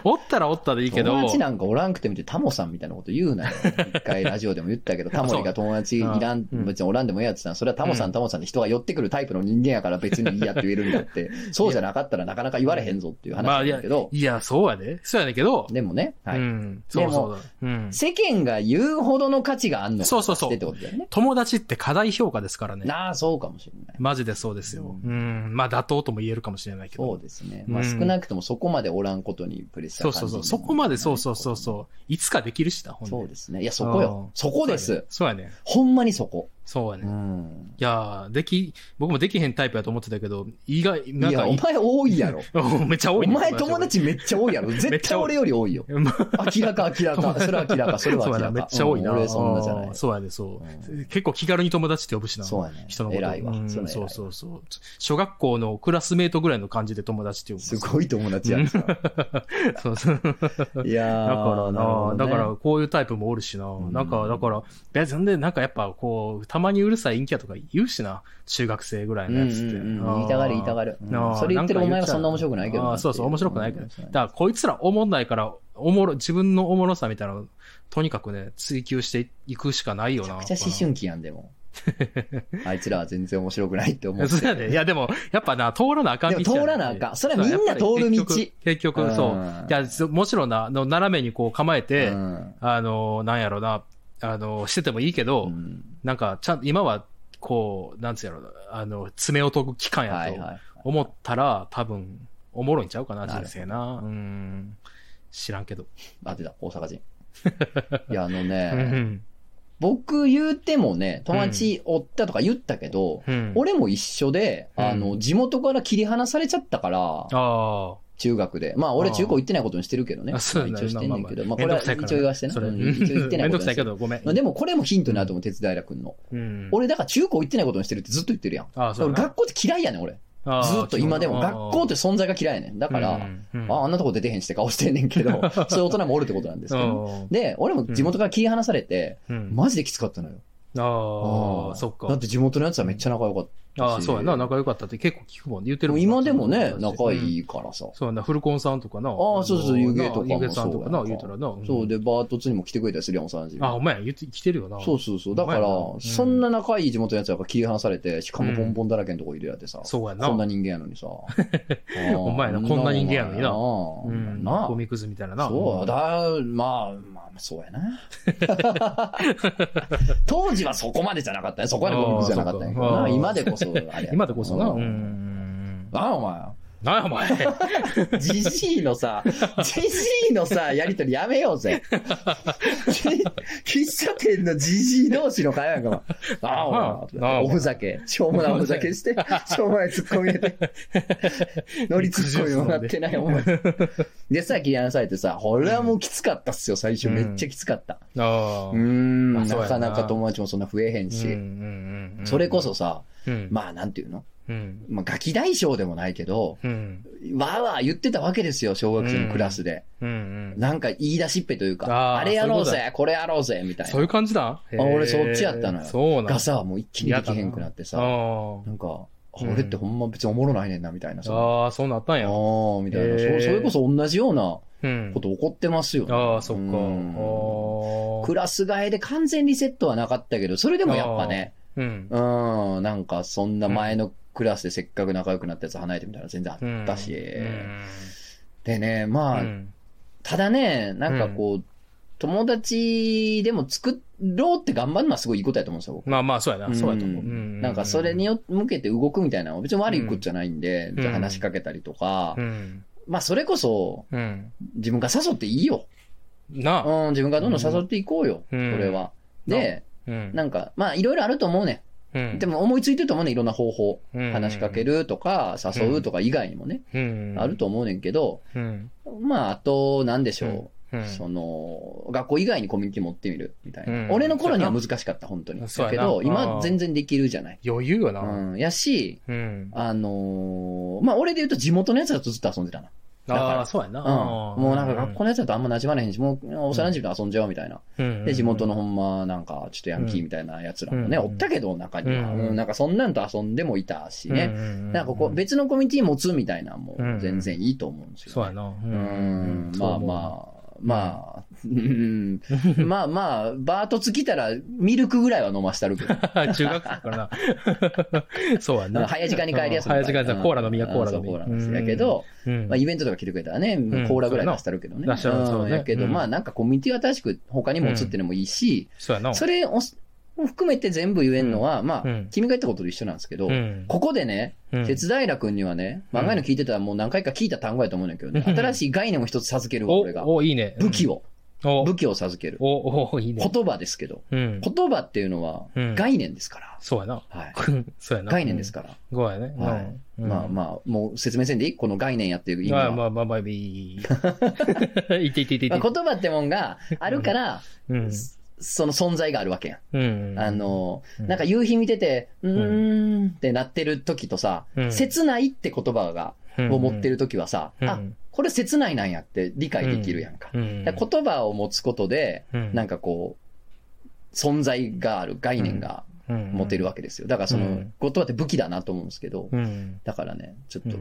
S2: おったらおったでいいけど。
S1: 友達なんかおらんくてみて、タモさんみたいなこと言う なよ。一回ラジオでも言ったけど、タモリが友達いらん、
S2: うん
S1: 別におらんでもええやつな、それはタモさ、
S2: うんん
S1: タモさんって人が寄ってくるタイプの人間やから別にいいやって言えるんだ って、そうじゃなかったらなかなか言われへんぞっていう
S2: まあ、
S1: 話なん
S2: い
S1: だ
S2: や
S1: けど、、
S2: いや、そうやで。そうやねんけど。。
S1: でもね、はいう
S2: ん。そうそうだ。うん。
S1: 世間が言うほどの価値があんのか
S2: そうそうそ
S1: っ
S2: う
S1: てってことだよね。
S2: 友達って過大評価ですからね。
S1: なあ、そうかもしれない。
S2: マジでそうですよ。
S1: う
S2: うん。まあ、妥当とも言えるかもしれないけ
S1: そう
S2: ど。
S1: ですね。まあ
S2: うん
S1: 少なくともそこまでおらんことにプレッシャ
S2: そ
S1: ー
S2: うそうそう。そ
S1: 感じる
S2: こまで、そうそうそうそう。いつかできるしな、ほんで
S1: そうですね。いや、そこよ
S2: うん。
S1: そこです。
S2: そうやね。
S1: ほんまにそこ。
S2: そうや
S1: う
S2: ね。
S1: ん。
S2: いやー、でき、僕もできへんタイプやと思ってたけど、意外、
S1: い
S2: なん
S1: や、
S2: か、
S1: お前多いやろ。
S2: おめっちゃ多
S1: お
S2: いね、
S1: 前友達めっちゃ多いや ろ。
S2: め
S1: 絶
S2: っちゃ
S1: 対
S2: 多い
S1: 俺より多いよ。
S2: 多い。まあ
S1: 明らか明らか。それは明らか。それは
S2: そ
S1: 明
S2: う
S1: ら
S2: やな、
S1: か。
S2: めっちゃ多いな。
S1: うん俺そんなじゃな
S2: あ
S1: い
S2: ー。そうやね、そう、
S1: うん
S2: 結構気軽に友達って呼ぶしな。
S1: そうやね
S2: 人のこと。
S1: 偉いわ
S2: うん
S1: それは偉い
S2: そ
S1: わ
S2: うそうそう。小学校のクラスメートぐらいの感じで友達って呼ぶ。
S1: すごい友達やんか。
S2: そうそう。だか
S1: いや
S2: ら
S1: ーなるほ
S2: な、
S1: どね
S2: だからこういうタイプもおるしな。
S1: ん
S2: なんか、だから、別にね、なんかやっぱこう、たまにうるさい陰キャとか言うしな。中学生ぐらいのやつって。
S1: うんうんうん言いたがる言いたがるうん
S2: あー
S1: それ言ってる
S2: な
S1: お
S2: んか
S1: 前は
S2: ちゃ
S1: そんな面白くないけどな
S2: あーそうそう、面白くないけど。
S1: うん
S2: だからこいつらおもんないから、おもろ、自分のおもろさみたいなのをとにかくね、追求していくしかないよな。
S1: めっちゃ思春期やん、で も。あいつらは全然面白くないって思う。
S2: そうやね。いや、でも、やっぱな、通らなあかん道やね
S1: でも通らなあかんそれはみんな
S2: やっぱり
S1: 通る道。
S2: 結局結局、そううんいや、そもちろんな、あの斜めにこう構えて、
S1: うん
S2: あの、なんやろな、あの、しててもいいけど、
S1: うん
S2: なんか、ちゃん、今は、こう、なんつうやろな、あの、爪を研ぐ期間
S1: はい
S2: や
S1: は
S2: と
S1: い。
S2: 思ったら、多分、おもろいんちゃうかな、
S1: なるほ
S2: 人
S1: ど
S2: 生な。うん。知らんけど。
S1: あ、出た、大阪人。いや、あの
S2: う
S1: ね、
S2: ん。
S1: 僕言うてもね、友達おったとか言ったけど、
S2: うん、
S1: 俺も一緒で、
S2: うん
S1: あの、地元から切り離されちゃったから、
S2: あ
S1: 中学で。まあ、俺
S2: あー
S1: 中高行ってないことにしてるけどね。
S2: あ。あ、そうや
S1: ま
S2: な
S1: あ一応してんねんけど、まあ、こ
S2: めん
S1: れ
S2: ど
S1: は
S2: くさい
S1: 一
S2: から
S1: 応言わしてな。
S2: それ
S1: うん一応言ってな
S2: め
S1: い
S2: ん
S1: こと
S2: ど
S1: に
S2: くさ
S1: し
S2: い
S1: て
S2: け
S1: る。
S2: ど、ごめん。
S1: でも、これもヒントになると思う、鉄平君の。
S2: うん、
S1: 俺、だから中高行ってないことにしてるってずっと言ってるやん。
S2: ああ、そう
S1: 俺
S2: やな
S1: 学校って嫌いやねん、俺。
S2: ああ
S1: ずっと今でも。
S2: ああ
S1: 学校って存在が嫌いやねん。だから、
S2: うんうん
S1: ああんなとこ出てへんして顔してんねんけ ど、そういう大人もおるってことなんですけどね、で、俺も地元から切り離されて、
S2: うん
S1: マジできつかったのよ。
S2: ああ、そっ
S1: だっ
S2: か。
S1: て地元のやつはめっちゃ仲良かっ
S2: ああ、そうやな、仲良かったって結構聞くもんね。言って
S1: で
S2: る
S1: も
S2: んな
S1: 今でもね、仲
S2: うん
S1: いいからさ。
S2: そうやな、フルコンさんとかな。あ
S1: ああ、そうそうそう、湯気とかもそう
S2: 湯
S1: やんか。
S2: 気さんとかな、言うたらな。ん
S1: そう、で、バートツにも来てくれたりするやん、幼馴染
S2: あ、お前、言って、来てるよな。
S1: そうそうそう。だから
S2: お前やなう、ん
S1: そんな仲いい地元のやつらが切り離されて、しかも
S2: うん
S1: ボンボンだらけのとこ入れられてさ。
S2: そうやな。
S1: こんな人間やの にさ。お
S2: 前なこんな人間やのになうん。
S1: なあ。
S2: ゴミくずみたいなな。
S1: そうだ、まあ、まあ、そうやな。 当時はそこまでじゃなかったね。そこまでゴミくずじゃなかったんやけど
S2: ああ
S1: な。
S2: そうか
S1: 今でこそ、あれや
S2: 今でこそな。
S1: う
S2: うんん。
S1: なあ、お前。
S2: なんや、お前。
S1: じじいの さ、じじいのさ、やりとりやめようぜ。き喫茶店のじじい同士の会話やんかも。ああ、お
S2: なあ
S1: 前。おふざけ。しょうもないおふざけ して、しょうもないツッコミ入れて、乗りツッコミもなって ない、お前。で、さ、切り離されてさ、これはもうきつかったっすよ、最初。
S2: うん
S1: めっちゃきつかった。
S2: ああ。
S1: うーん、
S2: まあそう
S1: な
S2: や
S1: か
S2: な
S1: なか友達もそんな増えへん
S2: うんうん
S1: し。
S2: うんうん
S1: それこそ、さ、
S2: うん。
S1: まあなんていうの
S2: うん。
S1: まあガキ大将でもないけど、
S2: うん。
S1: わーわー言ってたわけですよ、小学生のクラスで。
S2: うんうん。
S1: なんか言い出しっぺというか、あ
S2: あー
S1: れやろう
S2: そういう
S1: ぜ、これやろうぜ、みたい
S2: そういう
S1: な。
S2: 感じだ
S1: あ俺そっちやったのよ
S2: そうなん
S1: がさ、もう一気にできへんくなって
S2: あ
S1: さ、なんか、あれってほんま別におもろないねんな、みたいな
S2: あ
S1: さ。あ
S2: ああ、そうなったん
S1: あ
S2: や。
S1: ー、みたいな。
S2: へ
S1: そ
S2: ー
S1: それこそ同じような
S2: うん
S1: こと起こってますよね。
S2: ああ、そっか。あ
S1: うん
S2: ー
S1: クラス替えで完全リセットはなかったけど、それでもやっぱね、
S2: うん。
S1: うん、なんかそんな前のクラスでせっかく仲良くなったやつ離れてみたいなの全然あ
S2: うん
S1: ったし。
S2: うん
S1: でね、まあ、
S2: うん
S1: ただね、なんかこう、友達でも作ろうって頑張るのはすごいいいことやと思うんですよ、僕
S2: まあまあ、そうやな。そうやと思う。
S1: う
S2: うんん
S1: なんかそれに、よ向けて動くみたいなのは別に悪いことじゃないんで、
S2: ん
S1: じゃあ話しかけたりとか、
S2: うん。
S1: まあそれこそ
S2: うん。
S1: 自分が誘っていいよ。
S2: な
S1: う
S2: あ。
S1: ん、自分がどんどん誘っていこうよ、
S2: うん
S1: これは。で、
S2: うん。
S1: なんか、まあいろいろあると思うね
S2: うん
S1: ん。でも思いついてると思うねん、いろんな方法。
S2: うん
S1: 話しかけるとか、誘うとか以外にもね、
S2: うん
S1: あると思うねんけど、
S2: うん。
S1: まあ、あと、なんでしょ
S2: う
S1: う、
S2: ん。
S1: その、学校以外にコミュニティ持ってみるみたいな。
S2: うん
S1: 俺の頃には難しかった、本当に。
S2: そう
S1: だけ
S2: やな
S1: ど、
S2: あ
S1: 今
S2: ー
S1: 全然できるじゃない。
S2: 余裕よ
S1: う
S2: な。
S1: ん。やし、
S2: うん。
S1: あのーまあ、俺で言うと地元のやつらとずっと遊んでたな。だから
S2: ああ、そうやな。
S1: うん。もうなんか学校のやつらとあんま馴染まれへんし、もう幼馴染と遊んじゃおうみたいな。
S2: 校
S1: で、地元のほんま、なんか、ちょっとヤンキーみたいなやつらもね、
S2: うん
S1: おったけど、中には。
S2: うん
S1: うん。なんか、そんなんと遊んでもいたしね。
S2: ね
S1: なんかこう、別のコミュニティ持つみたいなのも全然いいと思うんですよ、ね。
S2: そうやな。う
S1: うーん。まあまあ、まあ、うん
S2: あ。そう思う
S1: まあまあ、バートつきたらミルクぐらいは飲ましたる けど。
S2: 中学生だから な。そうやな。
S1: 早い時間に帰りやすいから。
S2: 早い時間にさコーラ飲みや
S1: うん
S2: コーラ飲
S1: そ
S2: み
S1: うコーラ飲みやけど、
S2: うん
S1: まあイベントとか来てくれたらね、
S2: ん
S1: コーラぐらい出したるけどね。
S2: 出したるそう
S1: うん
S2: ね
S1: やけど、
S2: うん
S1: まあなんかコミュニティは確か他にも移ってのもいいし、
S2: そうやな。
S1: それを含めて全部言えんのは、まあ
S2: うん、
S1: 君が言ったことと一緒なんですけど、
S2: うん
S1: ここでね、
S2: うん
S1: 鉄平君にはね、
S2: うん
S1: 漫画の聞いてたらもう何回か聞いた単語やと思うんだけどね、
S2: うん
S1: 新しい概念を一つ授けるわ、
S2: お
S1: 俺が。
S2: お、いいね。
S1: 武器を、
S2: を
S1: 武器を授ける。
S2: お、お、いいね。
S1: 言葉ですけど、
S2: うん。
S1: 言葉っていうのは
S2: うん
S1: 概念ですから。
S2: そうやな。
S1: はい。
S2: そうやな。
S1: 概念ですから。
S2: ら。ごやね。
S1: はい
S2: うん
S1: まあまあ、もう説明せんでいいこの概念やっていう意味
S2: ま
S1: は。
S2: あまあまあまあ、い い。いっていっていっていって
S1: まあ。言葉ってもんがあるから、
S2: うん。
S1: その存在があるわけや
S2: うん。
S1: ん。あ、の、
S2: うん
S1: なんか夕日見てて、うーんってなってる時とさ、
S2: うん
S1: 切ないって言葉が、を持ってる時はさ、
S2: うん
S1: あ、これ切ないなんやって理解できるやんか。
S2: うん。
S1: だから言葉を持つことで、
S2: うん
S1: なんかこう、存在がある概念が持てるわけですよ。だからそうの
S2: ん、
S1: 言葉って武器だなと思うんですけど、
S2: け。うん。
S1: だからね、ちょっ
S2: う
S1: と、
S2: ん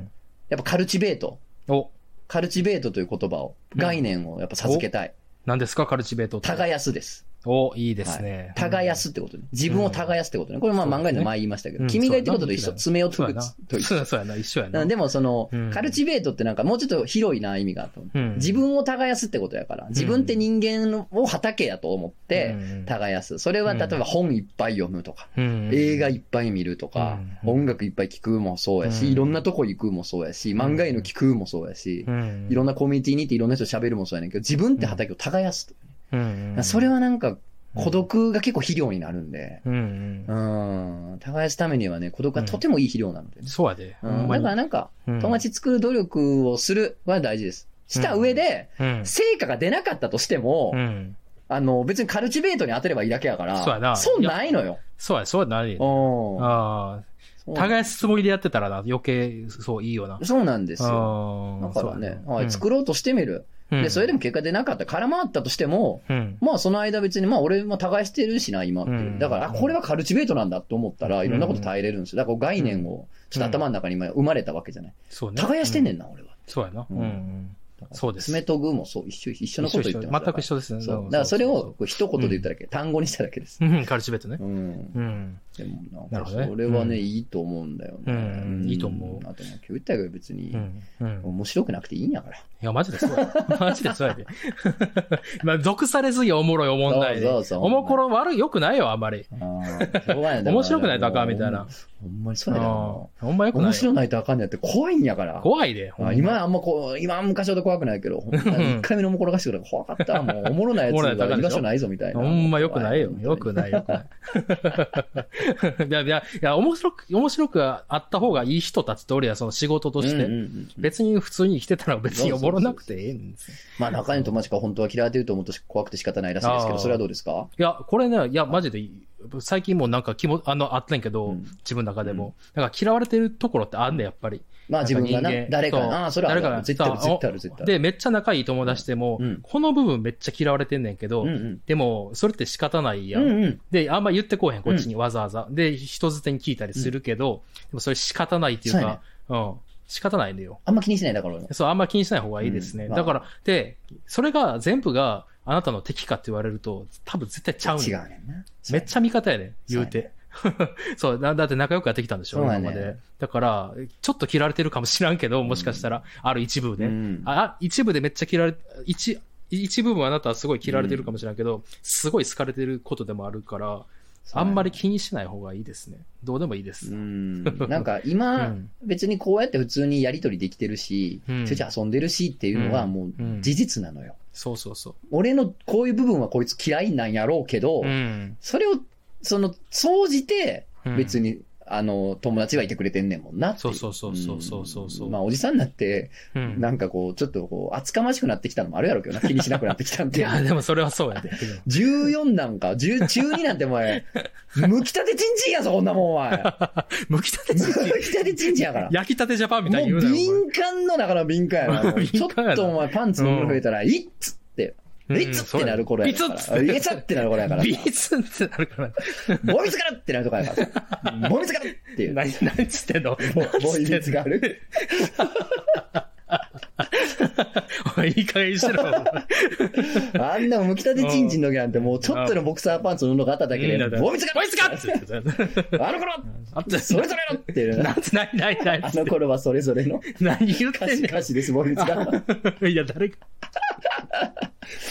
S1: やっぱカルチベート、
S2: お、
S1: カルチベートという言葉を、
S2: うん
S1: 概念をやっぱ授けたい。
S2: 何ですか、カルチベートって。
S1: 耕すです。
S2: お、いいですね。
S1: 耕すってことね。自分を耕すってことね。これまあ漫画にも前言いましたけど、君が言ったことと一緒、爪を
S2: そう
S1: 研
S2: や
S1: ぐ
S2: な。
S1: と一
S2: そう
S1: 緒
S2: や。そうやな、一緒や
S1: う
S2: な。
S1: んでもその
S2: うん、
S1: カルチベートってなんかもうちょっと広いな意味があると思う
S2: うん
S1: 自分を耕すってことやから、自分って人間を畑やと思って、
S2: うん
S1: 耕す。それは例えば本いっぱい読むとか、
S2: うん
S1: 映画いっぱい見るとか、
S2: うん
S1: 音楽いっぱい聴くもそうやし、
S2: うん
S1: いろんなとこ行くもそうやし、漫画への聞くもそうやし、
S2: うん
S1: いろんなコミュニティに行っていろんな人と喋るもそうやねんけど、自分って畑を耕すと。
S2: うん
S1: それはなんか孤独が結構肥料になるんで、
S2: うんうん
S1: うん、耕すためにはね、孤独はとてもいい肥料なのでね。
S2: そうやで。
S1: うんだからなんか、友達作る努力をするは大事です。した上で、
S2: うん。
S1: 成果が出なかったとしても、
S2: うん。
S1: あの、別にカルチベートに当てればいいだけやから、
S2: そうやな
S1: 損ないのよ。
S2: そうや、そうや、なに
S1: うん
S2: あ
S1: そう
S2: あ。耕すつもりでやってたらな、余計、そう、いいよな。
S1: そうなんですよ。
S2: あ
S1: だ
S2: あ。
S1: からね、
S2: そうやな
S1: はい、作ろうとしてみる。
S2: ううん
S1: で、それでも結果出なかった。空回ったとしても、
S2: うん。
S1: まあその間別に、まあ俺も耕してるしな、今って
S2: う
S1: い
S2: ん
S1: う。だから、あ、これはカルチベートなんだと思ったら、いろんなこと耐えれるんですよ。だからこう概念を、ちょっと頭の中に今生まれたわけじゃない。
S2: そうね。
S1: 耕してんね
S2: うん
S1: な、俺は。
S2: そうやな。う
S1: うんん
S2: うん。
S1: だから
S2: そうです
S1: 爪とグもそう、一緒、一緒のこと言ってます。
S2: 全く一緒ですね。
S1: そう。だからそれをこう一言で言っただけ、単語にしただけです。
S2: うんうん、カルチベットね。
S1: うん。
S2: うん。
S1: でもな
S2: なる
S1: んか、
S2: ほどね
S1: それは
S2: う
S1: ね、
S2: ん
S1: いいと思うんだよね。
S2: うんいいと思うん
S1: あともう今日言ったけど別に
S2: う、ん。うん。
S1: 面白くなくていいんやから。
S2: いや、マジでそうや。 マジでそうやで。まあ、属されすぎおもろいおもんないで。
S1: そうそうそう
S2: おもころ悪い、良くないよ、あんまり。面
S1: 面
S2: 白くないとあかんみたいな。。
S1: ほんまに
S2: う
S1: そ
S2: ん
S1: うやな。
S2: ほんま良くない。
S1: 面白ないとあかんねやって怖いんやから。
S2: 怖いで。ほんま
S1: あ今はあんまこう、今は昔ほど怖くないけ ど、ほんまに一回目のもころがしてくれ怖かった。もう、おもろなやつ
S2: おもろないやつあか
S1: が
S2: ん
S1: 居
S2: でしょ
S1: 場所ないぞみたいな。
S2: ほんま良くないよ。
S1: 怖
S2: 良くない、良くない。い や、いや、いや、面白く、面白くあった方がいい人たちと俺ら、その仕事とし
S1: うんうん
S2: て。
S1: うん
S2: 別に普通に生きてたら別におもろなくてええんですよ
S1: まあ、中根友達が本当は嫌われてると思うと怖くて仕方ないらしいですけ
S2: あー
S1: ど、それはどうですか
S2: いや、これね、いや、マジでいい、最近もうなんか気も、あの、あったんやけど、
S1: うん
S2: 自分の中でも。だから嫌われてるところってあんねんやっぱり。
S1: まあ、自分がな
S2: なんか人間、
S1: 誰か
S2: そう
S1: な、あーそれはある
S2: 誰かな
S1: 絶対ある、
S2: そう
S1: 絶対ある、絶対ある。
S2: で、めっちゃ仲いい友達でも、
S1: うん
S2: この部分めっちゃ嫌われてんねんけど、
S1: うんうん
S2: でも、それって仕方ないやん。
S1: うんうん
S2: で、あんま言ってこうへん、こっちにわざわざ。で、人づてに聞いたりするけど、でもそれ仕方ないっていうか、
S1: そうやね
S2: うん、仕方ないのよ。
S1: あんま気にしないだから俺。
S2: そう、あんま気にしない方がいいですね。
S1: うんまあ
S2: だから、で、それが全部があなたの敵かって言われると、多分絶対ちゃうねん
S1: 違うねんな。
S2: めっちゃ味方やねん、言うて。 そうだ、だって仲良くやってきたんでしょ、
S1: そう
S2: 今
S1: やね
S2: まで。だから、ちょっと切られてるかもしらんけど、もしかしたら、ある一部で、
S1: うん
S2: あ。あ一部でめっちゃ切られ、一、一部分あなたはすごい切られてるかもしらんけど、すごい好かれてることでもあるから、
S1: そう
S2: あ
S1: やね
S2: んまり気にしない方がいいですね。どうでもいいです。
S1: うんなんか
S2: う
S1: 今
S2: ん、
S1: 別にこうやって普通にやりとりできてるし、
S2: うん
S1: ちょいちょい遊んでるしっていうのはもう
S2: うん
S1: 事実なのよ。
S2: そうそうそ
S1: 俺のこういう部分はこいつ嫌いなんやろうけど
S2: う。う、ん。
S1: それを、その、総じて、別
S2: に。
S1: に、あの、友達はいてくれてんねんもんなってい。
S2: そうそうそうそうそうそうん
S1: まあ、おじさんになって、
S2: うん
S1: なんかこう、ちょっとこう、厚かましくなってきたのもあるやろ うけどな、気にしなくなってきたん
S2: い
S1: で。
S2: や、でもそれはそう やで。
S1: 14なんか、10 12なんてお 前、むきたてちんちんやぞ、こんなもん、お前。
S2: むきたて
S1: む
S2: ちんちん
S1: きたてちんちんやから。
S2: 焼きたてジャパンみたいに
S1: も
S2: 言う
S1: う
S2: なよ。お前
S1: 敏感の中の敏感やな。もうちょ
S2: 敏感やな
S1: っとお前パンツの色増えたら、いっつって、
S2: うん
S1: いっつってなる頃やから。
S2: そうや
S1: いっつってなる頃やから。
S2: ビーツンってなるから。
S1: ボイスからってなるとかやから。 ボイスからっていう。
S2: 何、何つってんの
S1: ボ
S2: 何
S1: ボイ
S2: つっ
S1: ス
S2: てん
S1: が
S2: の
S1: ある。
S2: おいいい加減にしろ。
S1: あんなむきたてちんちんの時なんてもうちょっとのボクサーパンツの布があっただけで、ボイスか
S2: ボイスがつって
S1: らあの頃
S2: あって、
S1: それぞれのって いう
S2: な
S1: な。
S2: んつ、ないないない
S1: あ
S2: つっ
S1: の
S2: て。
S1: 頃はそれぞれの
S2: 何言って
S1: 歌
S2: ん
S1: 詞
S2: ね
S1: 歌詞です、ボイスが。
S2: ん。いや、誰か。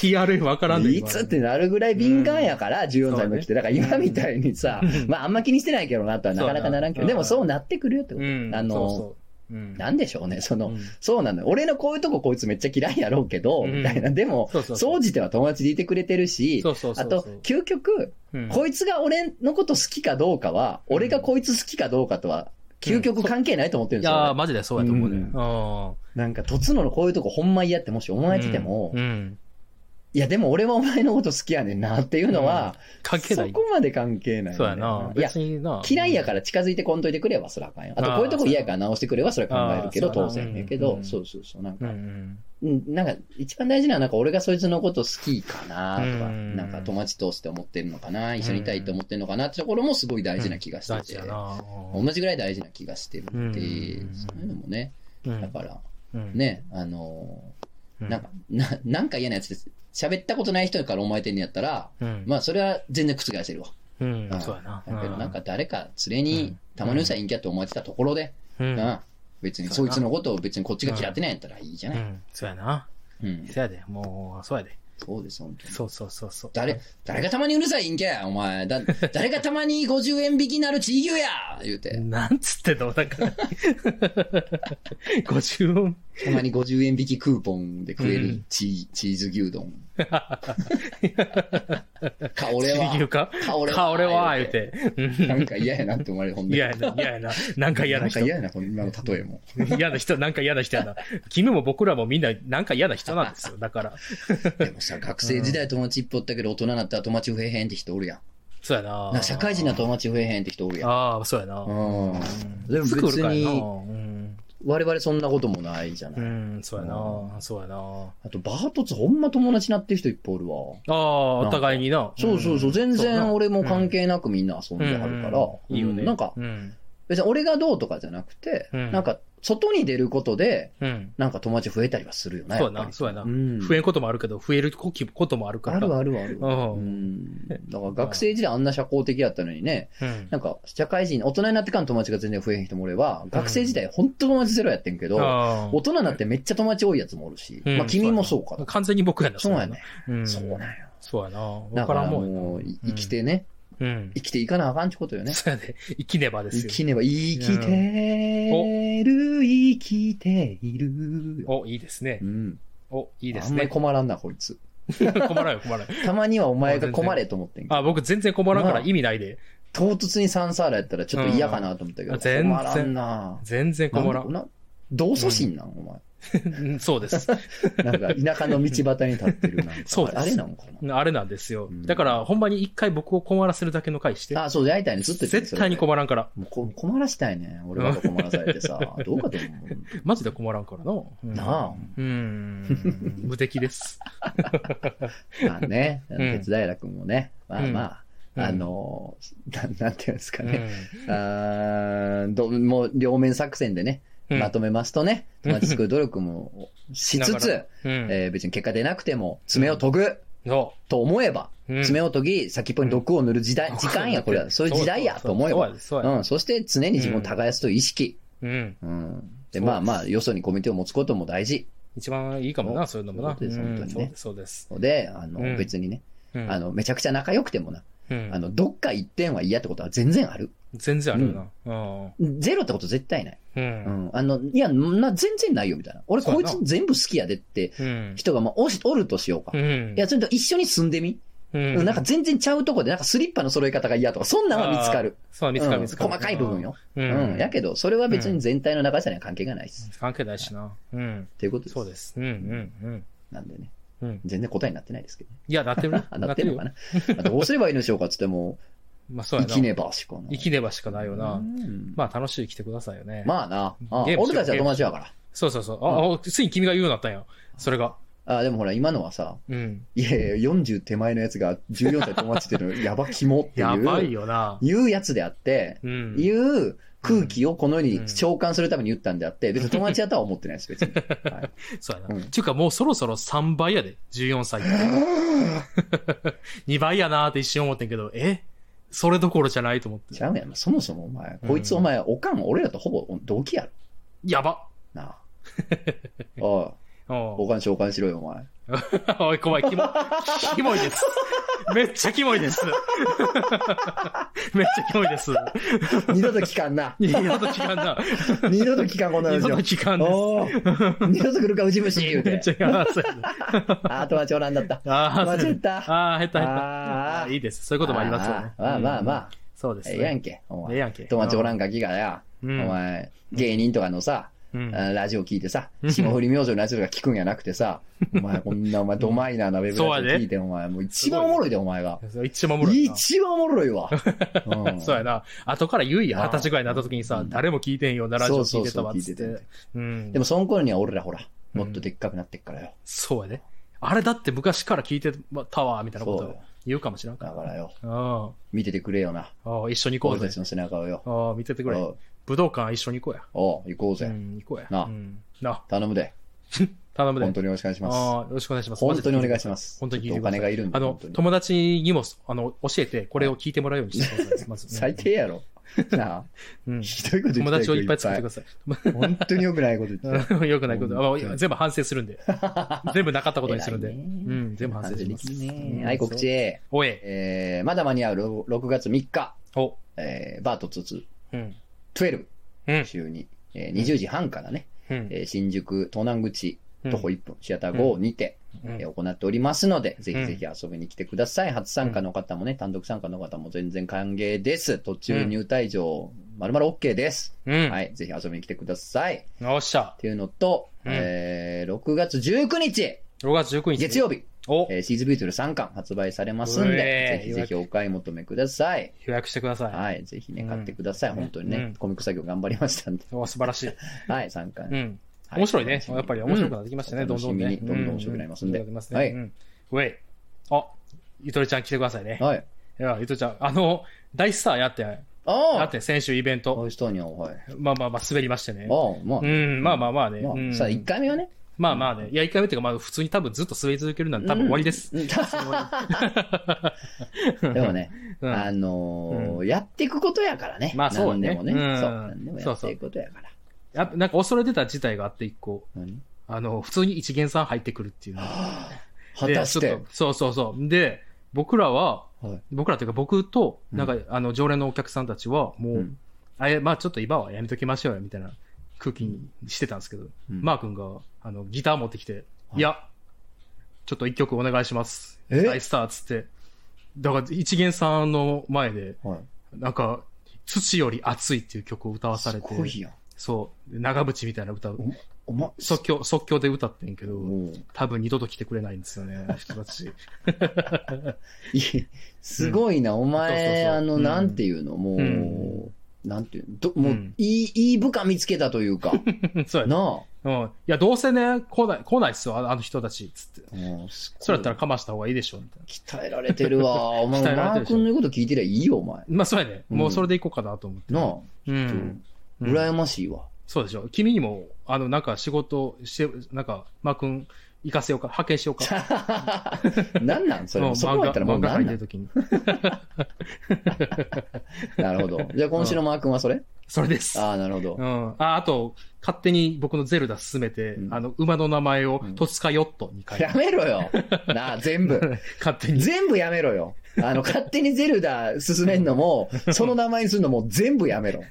S2: TRF わからんねん。
S1: いつってなるぐらい敏感やから、14歳の時って。だから今みたいにさ、 まああんま気にしてないけどなとはなかなかならんけ
S2: そ
S1: ど、
S2: うや
S1: で
S2: な
S1: もそうなってくるよってこ
S2: う
S1: と。
S2: ん。
S1: あの、
S2: そうそう、うん。
S1: なんでしょうね、そうの
S2: ん、
S1: そうなのよ俺のこういうとここいつめっちゃ嫌いやろうけど、
S2: うん
S1: みたいな。でも
S2: そうそ、うそう
S1: 総じては友達でいてくれてるし
S2: そ、うそうそう。
S1: あと、究極、
S2: うん、
S1: こいつが俺のこと好きかどうかは、
S2: ん
S1: 俺がこいつ好きかどうかとは、究極関係ないと思ってるん
S2: い
S1: ですよ。
S2: やー、
S1: 俺
S2: マジでそうやと思うね。
S1: うん
S2: あ
S1: なんか、とつののこういうとこほんま嫌ってもし思
S2: ー
S1: えてても
S2: う、ん。
S1: いやでも俺はお前のこと好きやねんなっていうのは、
S2: 関係ない
S1: そ。こまで関係ない、
S2: そうやな。
S1: いや
S2: 別、にな。
S1: 嫌いやから近づいてこんといてくればそらあかんよ。あと、こういうとこ嫌やから直してくればそれ考えるけど、
S2: あー
S1: 当然やけど、
S2: そ
S1: そううそうそう。なん
S2: う
S1: か、
S2: ん
S1: うんなんか、一番大事なのは、なんか俺がそいつのこと好きかなとか、
S2: うん
S1: なんか友達通して思ってるのかな、一緒にいたいと思ってるのかなってところもすごい
S2: うん。
S1: 大事な気がして
S2: 大
S1: て、
S2: 事やな。
S1: 同じぐらい大事な気がしてるって、
S2: うん
S1: そういうのもね、
S2: うん
S1: だから、
S2: うん、
S1: ね、あの
S2: う
S1: ーなんか、な、 なんか嫌なやつです。喋ったことない人から思えてんのやったら、
S2: うん、
S1: まあ、それは全然覆せるわ。
S2: うん
S1: う、ん
S2: そうやな。
S1: だけど、なんか
S2: う、
S1: 誰か連れに、たまにうさいんきゃって思えてたところで、
S2: うん、
S1: なあ別にそいつのことを別にこっちが嫌ってないんやったらいいじゃ
S2: う
S1: ない。
S2: ん、そうやな。
S1: うん。
S2: そうやで、もう、そうやで。
S1: そうです、本当に。
S2: そうそうそうそう。
S1: 誰、誰がたまにうるさいんきゃ、お前。 だ、誰がたまに50円引きになる地域や言うて。
S2: なんつってんの なんか、50音。
S1: たまに50円引きクーポンで食えるチーチーズ牛 丼。か、俺は。
S2: 言うか
S1: か俺は
S2: か俺は、言う。て。うん
S1: なんか嫌やなって思われる、ほんで。
S2: 嫌やな、嫌やな。なんか嫌
S1: な
S2: なん
S1: か
S2: 人。
S1: 嫌やな、この今の例えも。
S2: 嫌な人、なんか嫌な人やな。君も僕らもみんな、なんか嫌な人なんですよ。だから。
S1: でもさ、学生時代友達いっぽったけど、大人になったら友達増えへんって人おるやん。
S2: そうや
S1: なん
S2: な。
S1: か社会人だと友達増えへんって人おるやん。
S2: ああ、そうやな。
S1: うん。でも
S2: す
S1: 別
S2: ぐおるからな。う
S1: に、
S2: ん
S1: 我々そんなこともないじゃない。
S2: うん、そうやな、そうやな。
S1: あと、バートツほんま友達なってる人いっぱいおるわ。
S2: ああ、お互いにな。
S1: そうそうそう、
S2: ん
S1: 全然俺も関
S2: 係
S1: 係なくみんな遊んではるから、
S2: いいよね。
S1: なんか、
S2: うん。
S1: 別に俺がどうとかじゃなくて、
S2: うん
S1: なんか、外に出ることで、
S2: うん。
S1: なんか友達増えたりはするよね。や
S2: そうや
S1: っぱ
S2: な、
S1: り
S2: そうやな
S1: う。ん。
S2: 増えんこともあるけど、増えることもあるか
S1: あ
S2: ら。
S1: るあるある。
S2: うん
S1: うん。だから学生時代あんな社交的やったのにね、
S2: うん
S1: なんか社会人、大人になってからの友達が全然増えへん人もおれば、学生時代ほんと友達ゼロやってんけど、
S2: あ
S1: 大人になってめっちゃ友達多いやつもおるし、
S2: うん
S1: まあ君もそうか
S2: あ。。完全に僕やな、
S1: そうやね。
S2: ん
S1: そうなんよ。
S2: そうやな。
S1: だ
S2: わ
S1: か
S2: かららんもん。
S1: もう、い生きてね、
S2: うん。
S1: 生きていかなあかんちことよね。
S2: そうやね。生きねばで
S1: 生
S2: すよ。
S1: きねば、生きてる、生きている。
S2: お、いいですね
S1: う。ん。
S2: お、いいで
S1: あ
S2: す
S1: んま
S2: ね
S1: り。困らんな、こいつ。
S2: 困らんよ、困らん。
S1: たまにはお前が困れと思ってんけど、
S2: あ、僕全然困らんから意味ないで。
S1: 唐突にサンサーラやったらちょっと嫌かなと思ったけど、
S2: うん全然
S1: 困らんな。
S2: 全然困らん。
S1: な同祖神なん、お
S2: うんそうです。
S1: 前。なんか、田舎の道端に立ってるなんか。
S2: そうです
S1: あれなのか
S2: あれなんですよ
S1: う。ん
S2: だから、ほんまに一回僕を困らせるだけの回して。
S1: な。あ、そう、やりたいね。ずっと言ってる
S2: 絶対に困らんから。
S1: もうこ困らしたいね。俺が困らされてさ。どうかと思う。
S2: マジで困らんからな。うん
S1: なあ。
S2: うん。無敵です。
S1: まあね、
S2: ん
S1: 鉄平君もね、まあまあ、
S2: うん
S1: あのな、なんていうんですか
S2: う
S1: ね、
S2: ん
S1: あーどもう両面作戦でね、
S2: うん
S1: まとめますとね、
S2: うん
S1: 友達作る努力もしつつ、
S2: うん
S1: えー別に結果出なくても爪を研ぐ
S2: そ
S1: と思えば、
S2: ううん
S1: 爪を研ぎ、先っぽに毒を塗る時代、時間や、これは。そういう時代やと思えば。。
S2: そうやそうや
S1: うん、そして常に自分を耕すという意識。
S2: うん。
S1: うん。で、
S2: そう
S1: まあまあ、よそにコミュニティを持つことも大事。
S2: 一番いいかもな、そういうのもな。
S1: そうです
S2: う
S1: 本
S2: ん
S1: 当に
S2: そう
S1: ね
S2: ですそうです。
S1: ので、あの、
S2: うん
S1: 別にね、
S2: うん
S1: あ、の、めちゃくちゃ仲良くてもな、
S2: うん
S1: あの、どっか一点は嫌ってことは全然ある。
S2: 全然あるよな。うん
S1: ゼロってこと絶対ない。
S2: う。
S1: うんん。あの、いや、な、全然ないよ、みたいな。俺、
S2: そう
S1: こ
S2: や
S1: い
S2: な
S1: つ全部好きやでって
S2: うん。
S1: 人が、まあ、おし、おるとしようか。
S2: う
S1: い
S2: ん。
S1: や、それと一緒に住んでみ。
S2: う
S1: うん、なんか、全然ちゃうとこで、なんかスリッパの揃え方が嫌とか、そんなんは見つかる。
S2: そう、見つかる見つか
S1: う
S2: る。
S1: ん細かい部分よ。う
S2: う。
S1: んん。やけど、それは別に全体の中じゃない関係がないです。
S2: 関係ないしな。うん。
S1: っていうことです。
S2: そうです。うんうんうん。
S1: なんでね。
S2: うん
S1: 全然答えになってないですけどね。
S2: いや、なってる ね
S1: あ、なってるのか
S2: な
S1: な。あどうすればいいのでしょうかって言っても、
S2: ま あ、そう
S1: 生
S2: やな。
S1: きねばしかない。
S2: 生きねばしかないよな。
S1: うん
S2: まあ、楽しい生きてくださいよね。
S1: まあな。あ
S2: ゲームしよう
S1: 俺たちは友達だか
S2: そうそうそう。あ、あついに君が言うようになったんや。それが。
S1: ら。あ、でもほら、今のはさ、
S2: うん。
S1: いやいや、40手前のやつが14歳友達っていうの、や ば肝っていう。
S2: やばいよな。
S1: いうやつであって、
S2: うん。
S1: いう空気をこの世に召喚するために言ったんであって、別に友達やとは思ってないです、 別に。はい
S2: そうや
S1: う
S2: な。
S1: ん
S2: っていうかもうそろそろ3倍やで、14歳って。2倍やなーって一瞬思ってんけど、えそれどころじゃないと思って
S1: ち。ゃうやん。そもそもお前、こいつ
S2: うん
S1: お前、おかん、俺らとほぼ同期やろ。
S2: やば
S1: な あ。おい、
S2: お
S1: お
S2: う
S1: かん召喚しろよ、お前。
S2: おい、怖い、キモい。キモいです。めっちゃキモいです。 めっちゃキモいです。。
S1: 二度と聞かんな
S2: 二度と聞かんな。
S1: 二度と聞かん、こんな
S2: 二
S1: 話
S2: 度と
S1: を。
S2: 聞かんです。
S1: おー二度と来るか、うち虫言う
S2: めってち。ゃあーそうや な
S1: あー、友達おらんだった。
S2: あー、
S1: 間
S2: そ
S1: 違
S2: うや
S1: っ
S2: な
S1: た。
S2: あー、減った減った。
S1: あ
S2: あ
S1: ー
S2: ーいいです。そういうこともありますよね。
S1: あーまあまあま
S2: うん
S1: あ。
S2: そうですね。
S1: ええやんけ。お
S2: ええ
S1: 前
S2: やんけ。
S1: 友達おらんガキがや、
S2: う
S1: お
S2: ん
S1: 前、芸人とかのさ、
S2: うん。
S1: あラジオ聞いてさ
S2: う、ん
S1: 霜降り明星のラジオとか聞くんやなくてさ、お 前こんなお前ドマイナーなウェブラジオ聞いて、お前もう一番おもろいで、お前が。
S2: 一番おもろいな。
S1: 一番おもろい わ。うん
S2: そうやな。後からゆいや、
S1: あー
S2: 二十歳ぐらいになった時にさ
S1: う、ん
S2: 誰も聞いてんようなラジオ聞いてたわ、つっ
S1: そうそうそう聞い
S2: て
S1: て。
S2: うん。
S1: で
S2: でも、
S1: もその頃には俺らほら、もっとでっかくなってっからよ。
S2: そうやね。あれだって昔から聞いてたわ、みたいなこ
S1: そ
S2: と
S1: う
S2: を
S1: よ
S2: 言うかもしれんか
S1: だ
S2: ら。
S1: からよ、
S2: うん。あ
S1: 見ててくれよな。
S2: あ、一緒に行こ
S1: 俺
S2: う
S1: た
S2: ぜ
S1: ち。の背中をよ。
S2: ああ、見ててく
S1: お
S2: れ
S1: う。
S2: 武道館一緒に行こう
S1: おう行こう
S2: や。う
S1: ぜ。
S2: ん、行こうや。
S1: なあ
S2: うんな、
S1: 頼むで。
S2: 頼むで。
S1: 本当によろしくお願いします。
S2: ああ、よろしくお願いします。
S1: 本当にお願いします。
S2: 本当に
S1: ち
S2: 聞い
S1: ょってとお
S2: くださ
S1: 金がいるんで。
S2: あの
S1: 本当、に
S2: 友達にも、あの、教えて、これを聞いてもらうようにしてください。まず。
S1: 最低や ろ。なあ、
S2: うん。 うん
S1: ひどいこと言って
S2: 友
S1: たよ
S2: 達をいっぱい作ってください。
S1: 本当に良くないこと言ってたよ。
S2: よくないこと。
S1: 本当
S2: あ
S1: に
S2: 全部反省 するんで。全部なかった ことにするんで。
S1: 偉いね
S2: うん、全部反省し
S1: で
S2: ます
S1: き。ね。はい、告知。
S2: おえ。
S1: えー、まだ間に合うろ6月3日、
S2: お。
S1: えー、バートツ
S2: うん。
S1: 12、
S2: うん。
S1: 週に、えー、20時半からね、
S2: うん。
S1: えー新宿東南口徒歩1分、シアター
S2: う
S1: 5にて、
S2: うん
S1: えー行っておりますので、ぜひぜひ遊びに来てください。初参加の方もね、単独参加の方も全然歓迎です。途中入退場、まるまる OK です。
S2: うん。
S1: はい、ぜひ遊びに来てください。っ
S2: よっしゃ。
S1: ていうのと、
S2: うん
S1: えー、6月19日、
S2: 6月19日。
S1: 月曜日、
S2: お、
S1: えーシーズビューティフル3巻発売されますん
S2: う
S1: で、
S2: え
S1: ぜ
S2: ー
S1: ひぜひお買い求めください。
S2: 予約してください。
S1: はい、ぜひね、
S2: うん
S1: 買ってください。本当にね、
S2: うん
S1: コミック作業頑張りましたんで。
S2: うわ素 晴らしい。
S1: はい、3巻。
S2: うん。
S1: は
S2: 面白いね。
S1: 楽しみに
S2: やっぱり面白くなってきましたね、
S1: うん
S2: どんどんね。
S1: 楽しみにどんどん面白くなりますんで
S2: うう面白くな
S1: は
S2: り
S1: い
S2: ますね。うん。ウェイ。あ、ゆとりちゃん来てくださいね。
S1: はい。
S2: いや、ゆとりちゃん、あの、大スターやって、や
S1: あ
S2: って、先週イベン
S1: あ
S2: ト。
S1: おいしそうには、はい。
S2: まあまあまあ、滑りましてね
S1: あ。あ、まあ
S2: う。ん、まあまあまあね。
S1: ま
S2: うん
S1: あ、さあ、1回目はね。
S2: まあまあね。いや、一回目っていうか、まあ普通に多分ずっと滑り続けるなんて多分終わりです。
S1: うん。でもね、
S2: うん
S1: あのー、やっていくことやからね。
S2: まあそうね
S1: 何でもね。
S2: う
S1: そ
S2: ん
S1: う。何でもやっていくことやから。
S2: やっぱなんか恐れてた事態があって一個、
S1: 何
S2: あの、普通に一元さん入ってくるっていうの。
S1: 果たし
S2: でちょ
S1: て
S2: っ。とそうそうそう。で、僕らは、
S1: はい
S2: 僕らというか僕と、
S1: うん
S2: なんか、あの、常連のお客さんたちは、もう、
S1: うん
S2: あれ、まあちょっと今はやめときましょうよ、みたいな空気にしてたんですけど、
S1: うん
S2: マー君が、あの、ギター持ってきて、
S1: はい
S2: いや、ちょっと一曲お願いします。
S1: え
S2: 大スターっつって。だから、一元さんの前で、
S1: はい。
S2: なんか、土より熱いっていう曲を歌わされて
S1: す、ごいやん。
S2: そう、長渕みたいな歌を、
S1: おま、
S2: 即興、即興で歌ってんけど、
S1: もう
S2: 多分二度と来てくれないんですよね、あの人たち。
S1: いやすごいな、お前、
S2: そうそうそう
S1: あの、
S2: うん
S1: なんていうの、もう、
S2: うん
S1: なんていうの、どもう、
S2: うん
S1: いい、いい部下見つけたという か、
S2: そうやね。
S1: な
S2: うん。いや、どうせね、来ない、来ないっすよ、あのあの人たち、つって。
S1: あ、うんすごい
S2: それやったらかました方がいいでしょ、みたいな。
S1: 鍛えられてるわ、 お前、マ
S2: 鍛えられて
S1: ー
S2: るでしょ
S1: 君の言うこと聞いてりゃいいよ、お前。
S2: まあ、そうやね。
S1: うん
S2: もうそれでいこうかなと思って。
S1: なあ、
S2: う。
S1: うん
S2: うん
S1: 羨ましいわ。
S2: そうでしょ。君にも、あの、なんか仕事して、なんか、マー君、行かせようか、派遣しようか。
S1: なんなん それ、
S2: うん
S1: そこまで言ったらもう
S2: 漫
S1: な
S2: 画描
S1: ん
S2: い
S1: な
S2: て
S1: ん
S2: る時に。
S1: なるほど。じゃあ、今週のマー君はそれ
S2: それです。
S1: ああ、なるほど
S2: う。ん。あ、あと、勝手に僕のゼルダ進めて、
S1: うん
S2: あの、馬の名前を
S1: うん、
S2: トツカヨットに変え
S1: や
S2: た。
S1: めろよ。なあ、全部。
S2: 勝手に。
S1: 全部やめろよ。あの、勝手にゼルダ進めんのも、その名前にするのも全部やめろ。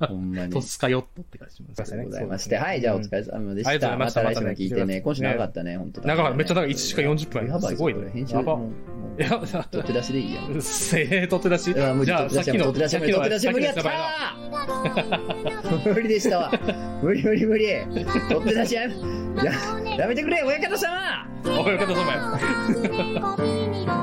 S1: ほんまに。
S2: トツカヨットって感じま
S1: ということでございまし
S2: そ
S1: て。
S2: うですね
S1: はい、じゃあお疲れ様でした。
S2: ありがとうございました
S1: 来週も聞いて
S2: また
S1: ね。
S2: ね
S1: 今週長かったね、本当だ。
S2: 長かっためっちゃ長い1時間40分
S1: やばいぞ、
S2: すごいね
S1: これ編集。
S2: やば
S1: もうもう
S2: いや、だ
S1: 取って出しでいいや。
S2: うっせえ、取って出し。
S1: いや、無理、
S2: じゃ
S1: 取って出
S2: あ、さっ
S1: し
S2: き
S1: 無理、
S2: の、
S1: 取って出し無理、取って出し無理やったー無理でしたわ。無理無理無理。取って出しや、や、やめてくれ、親方様
S2: お親方様や。
S4: コンビニが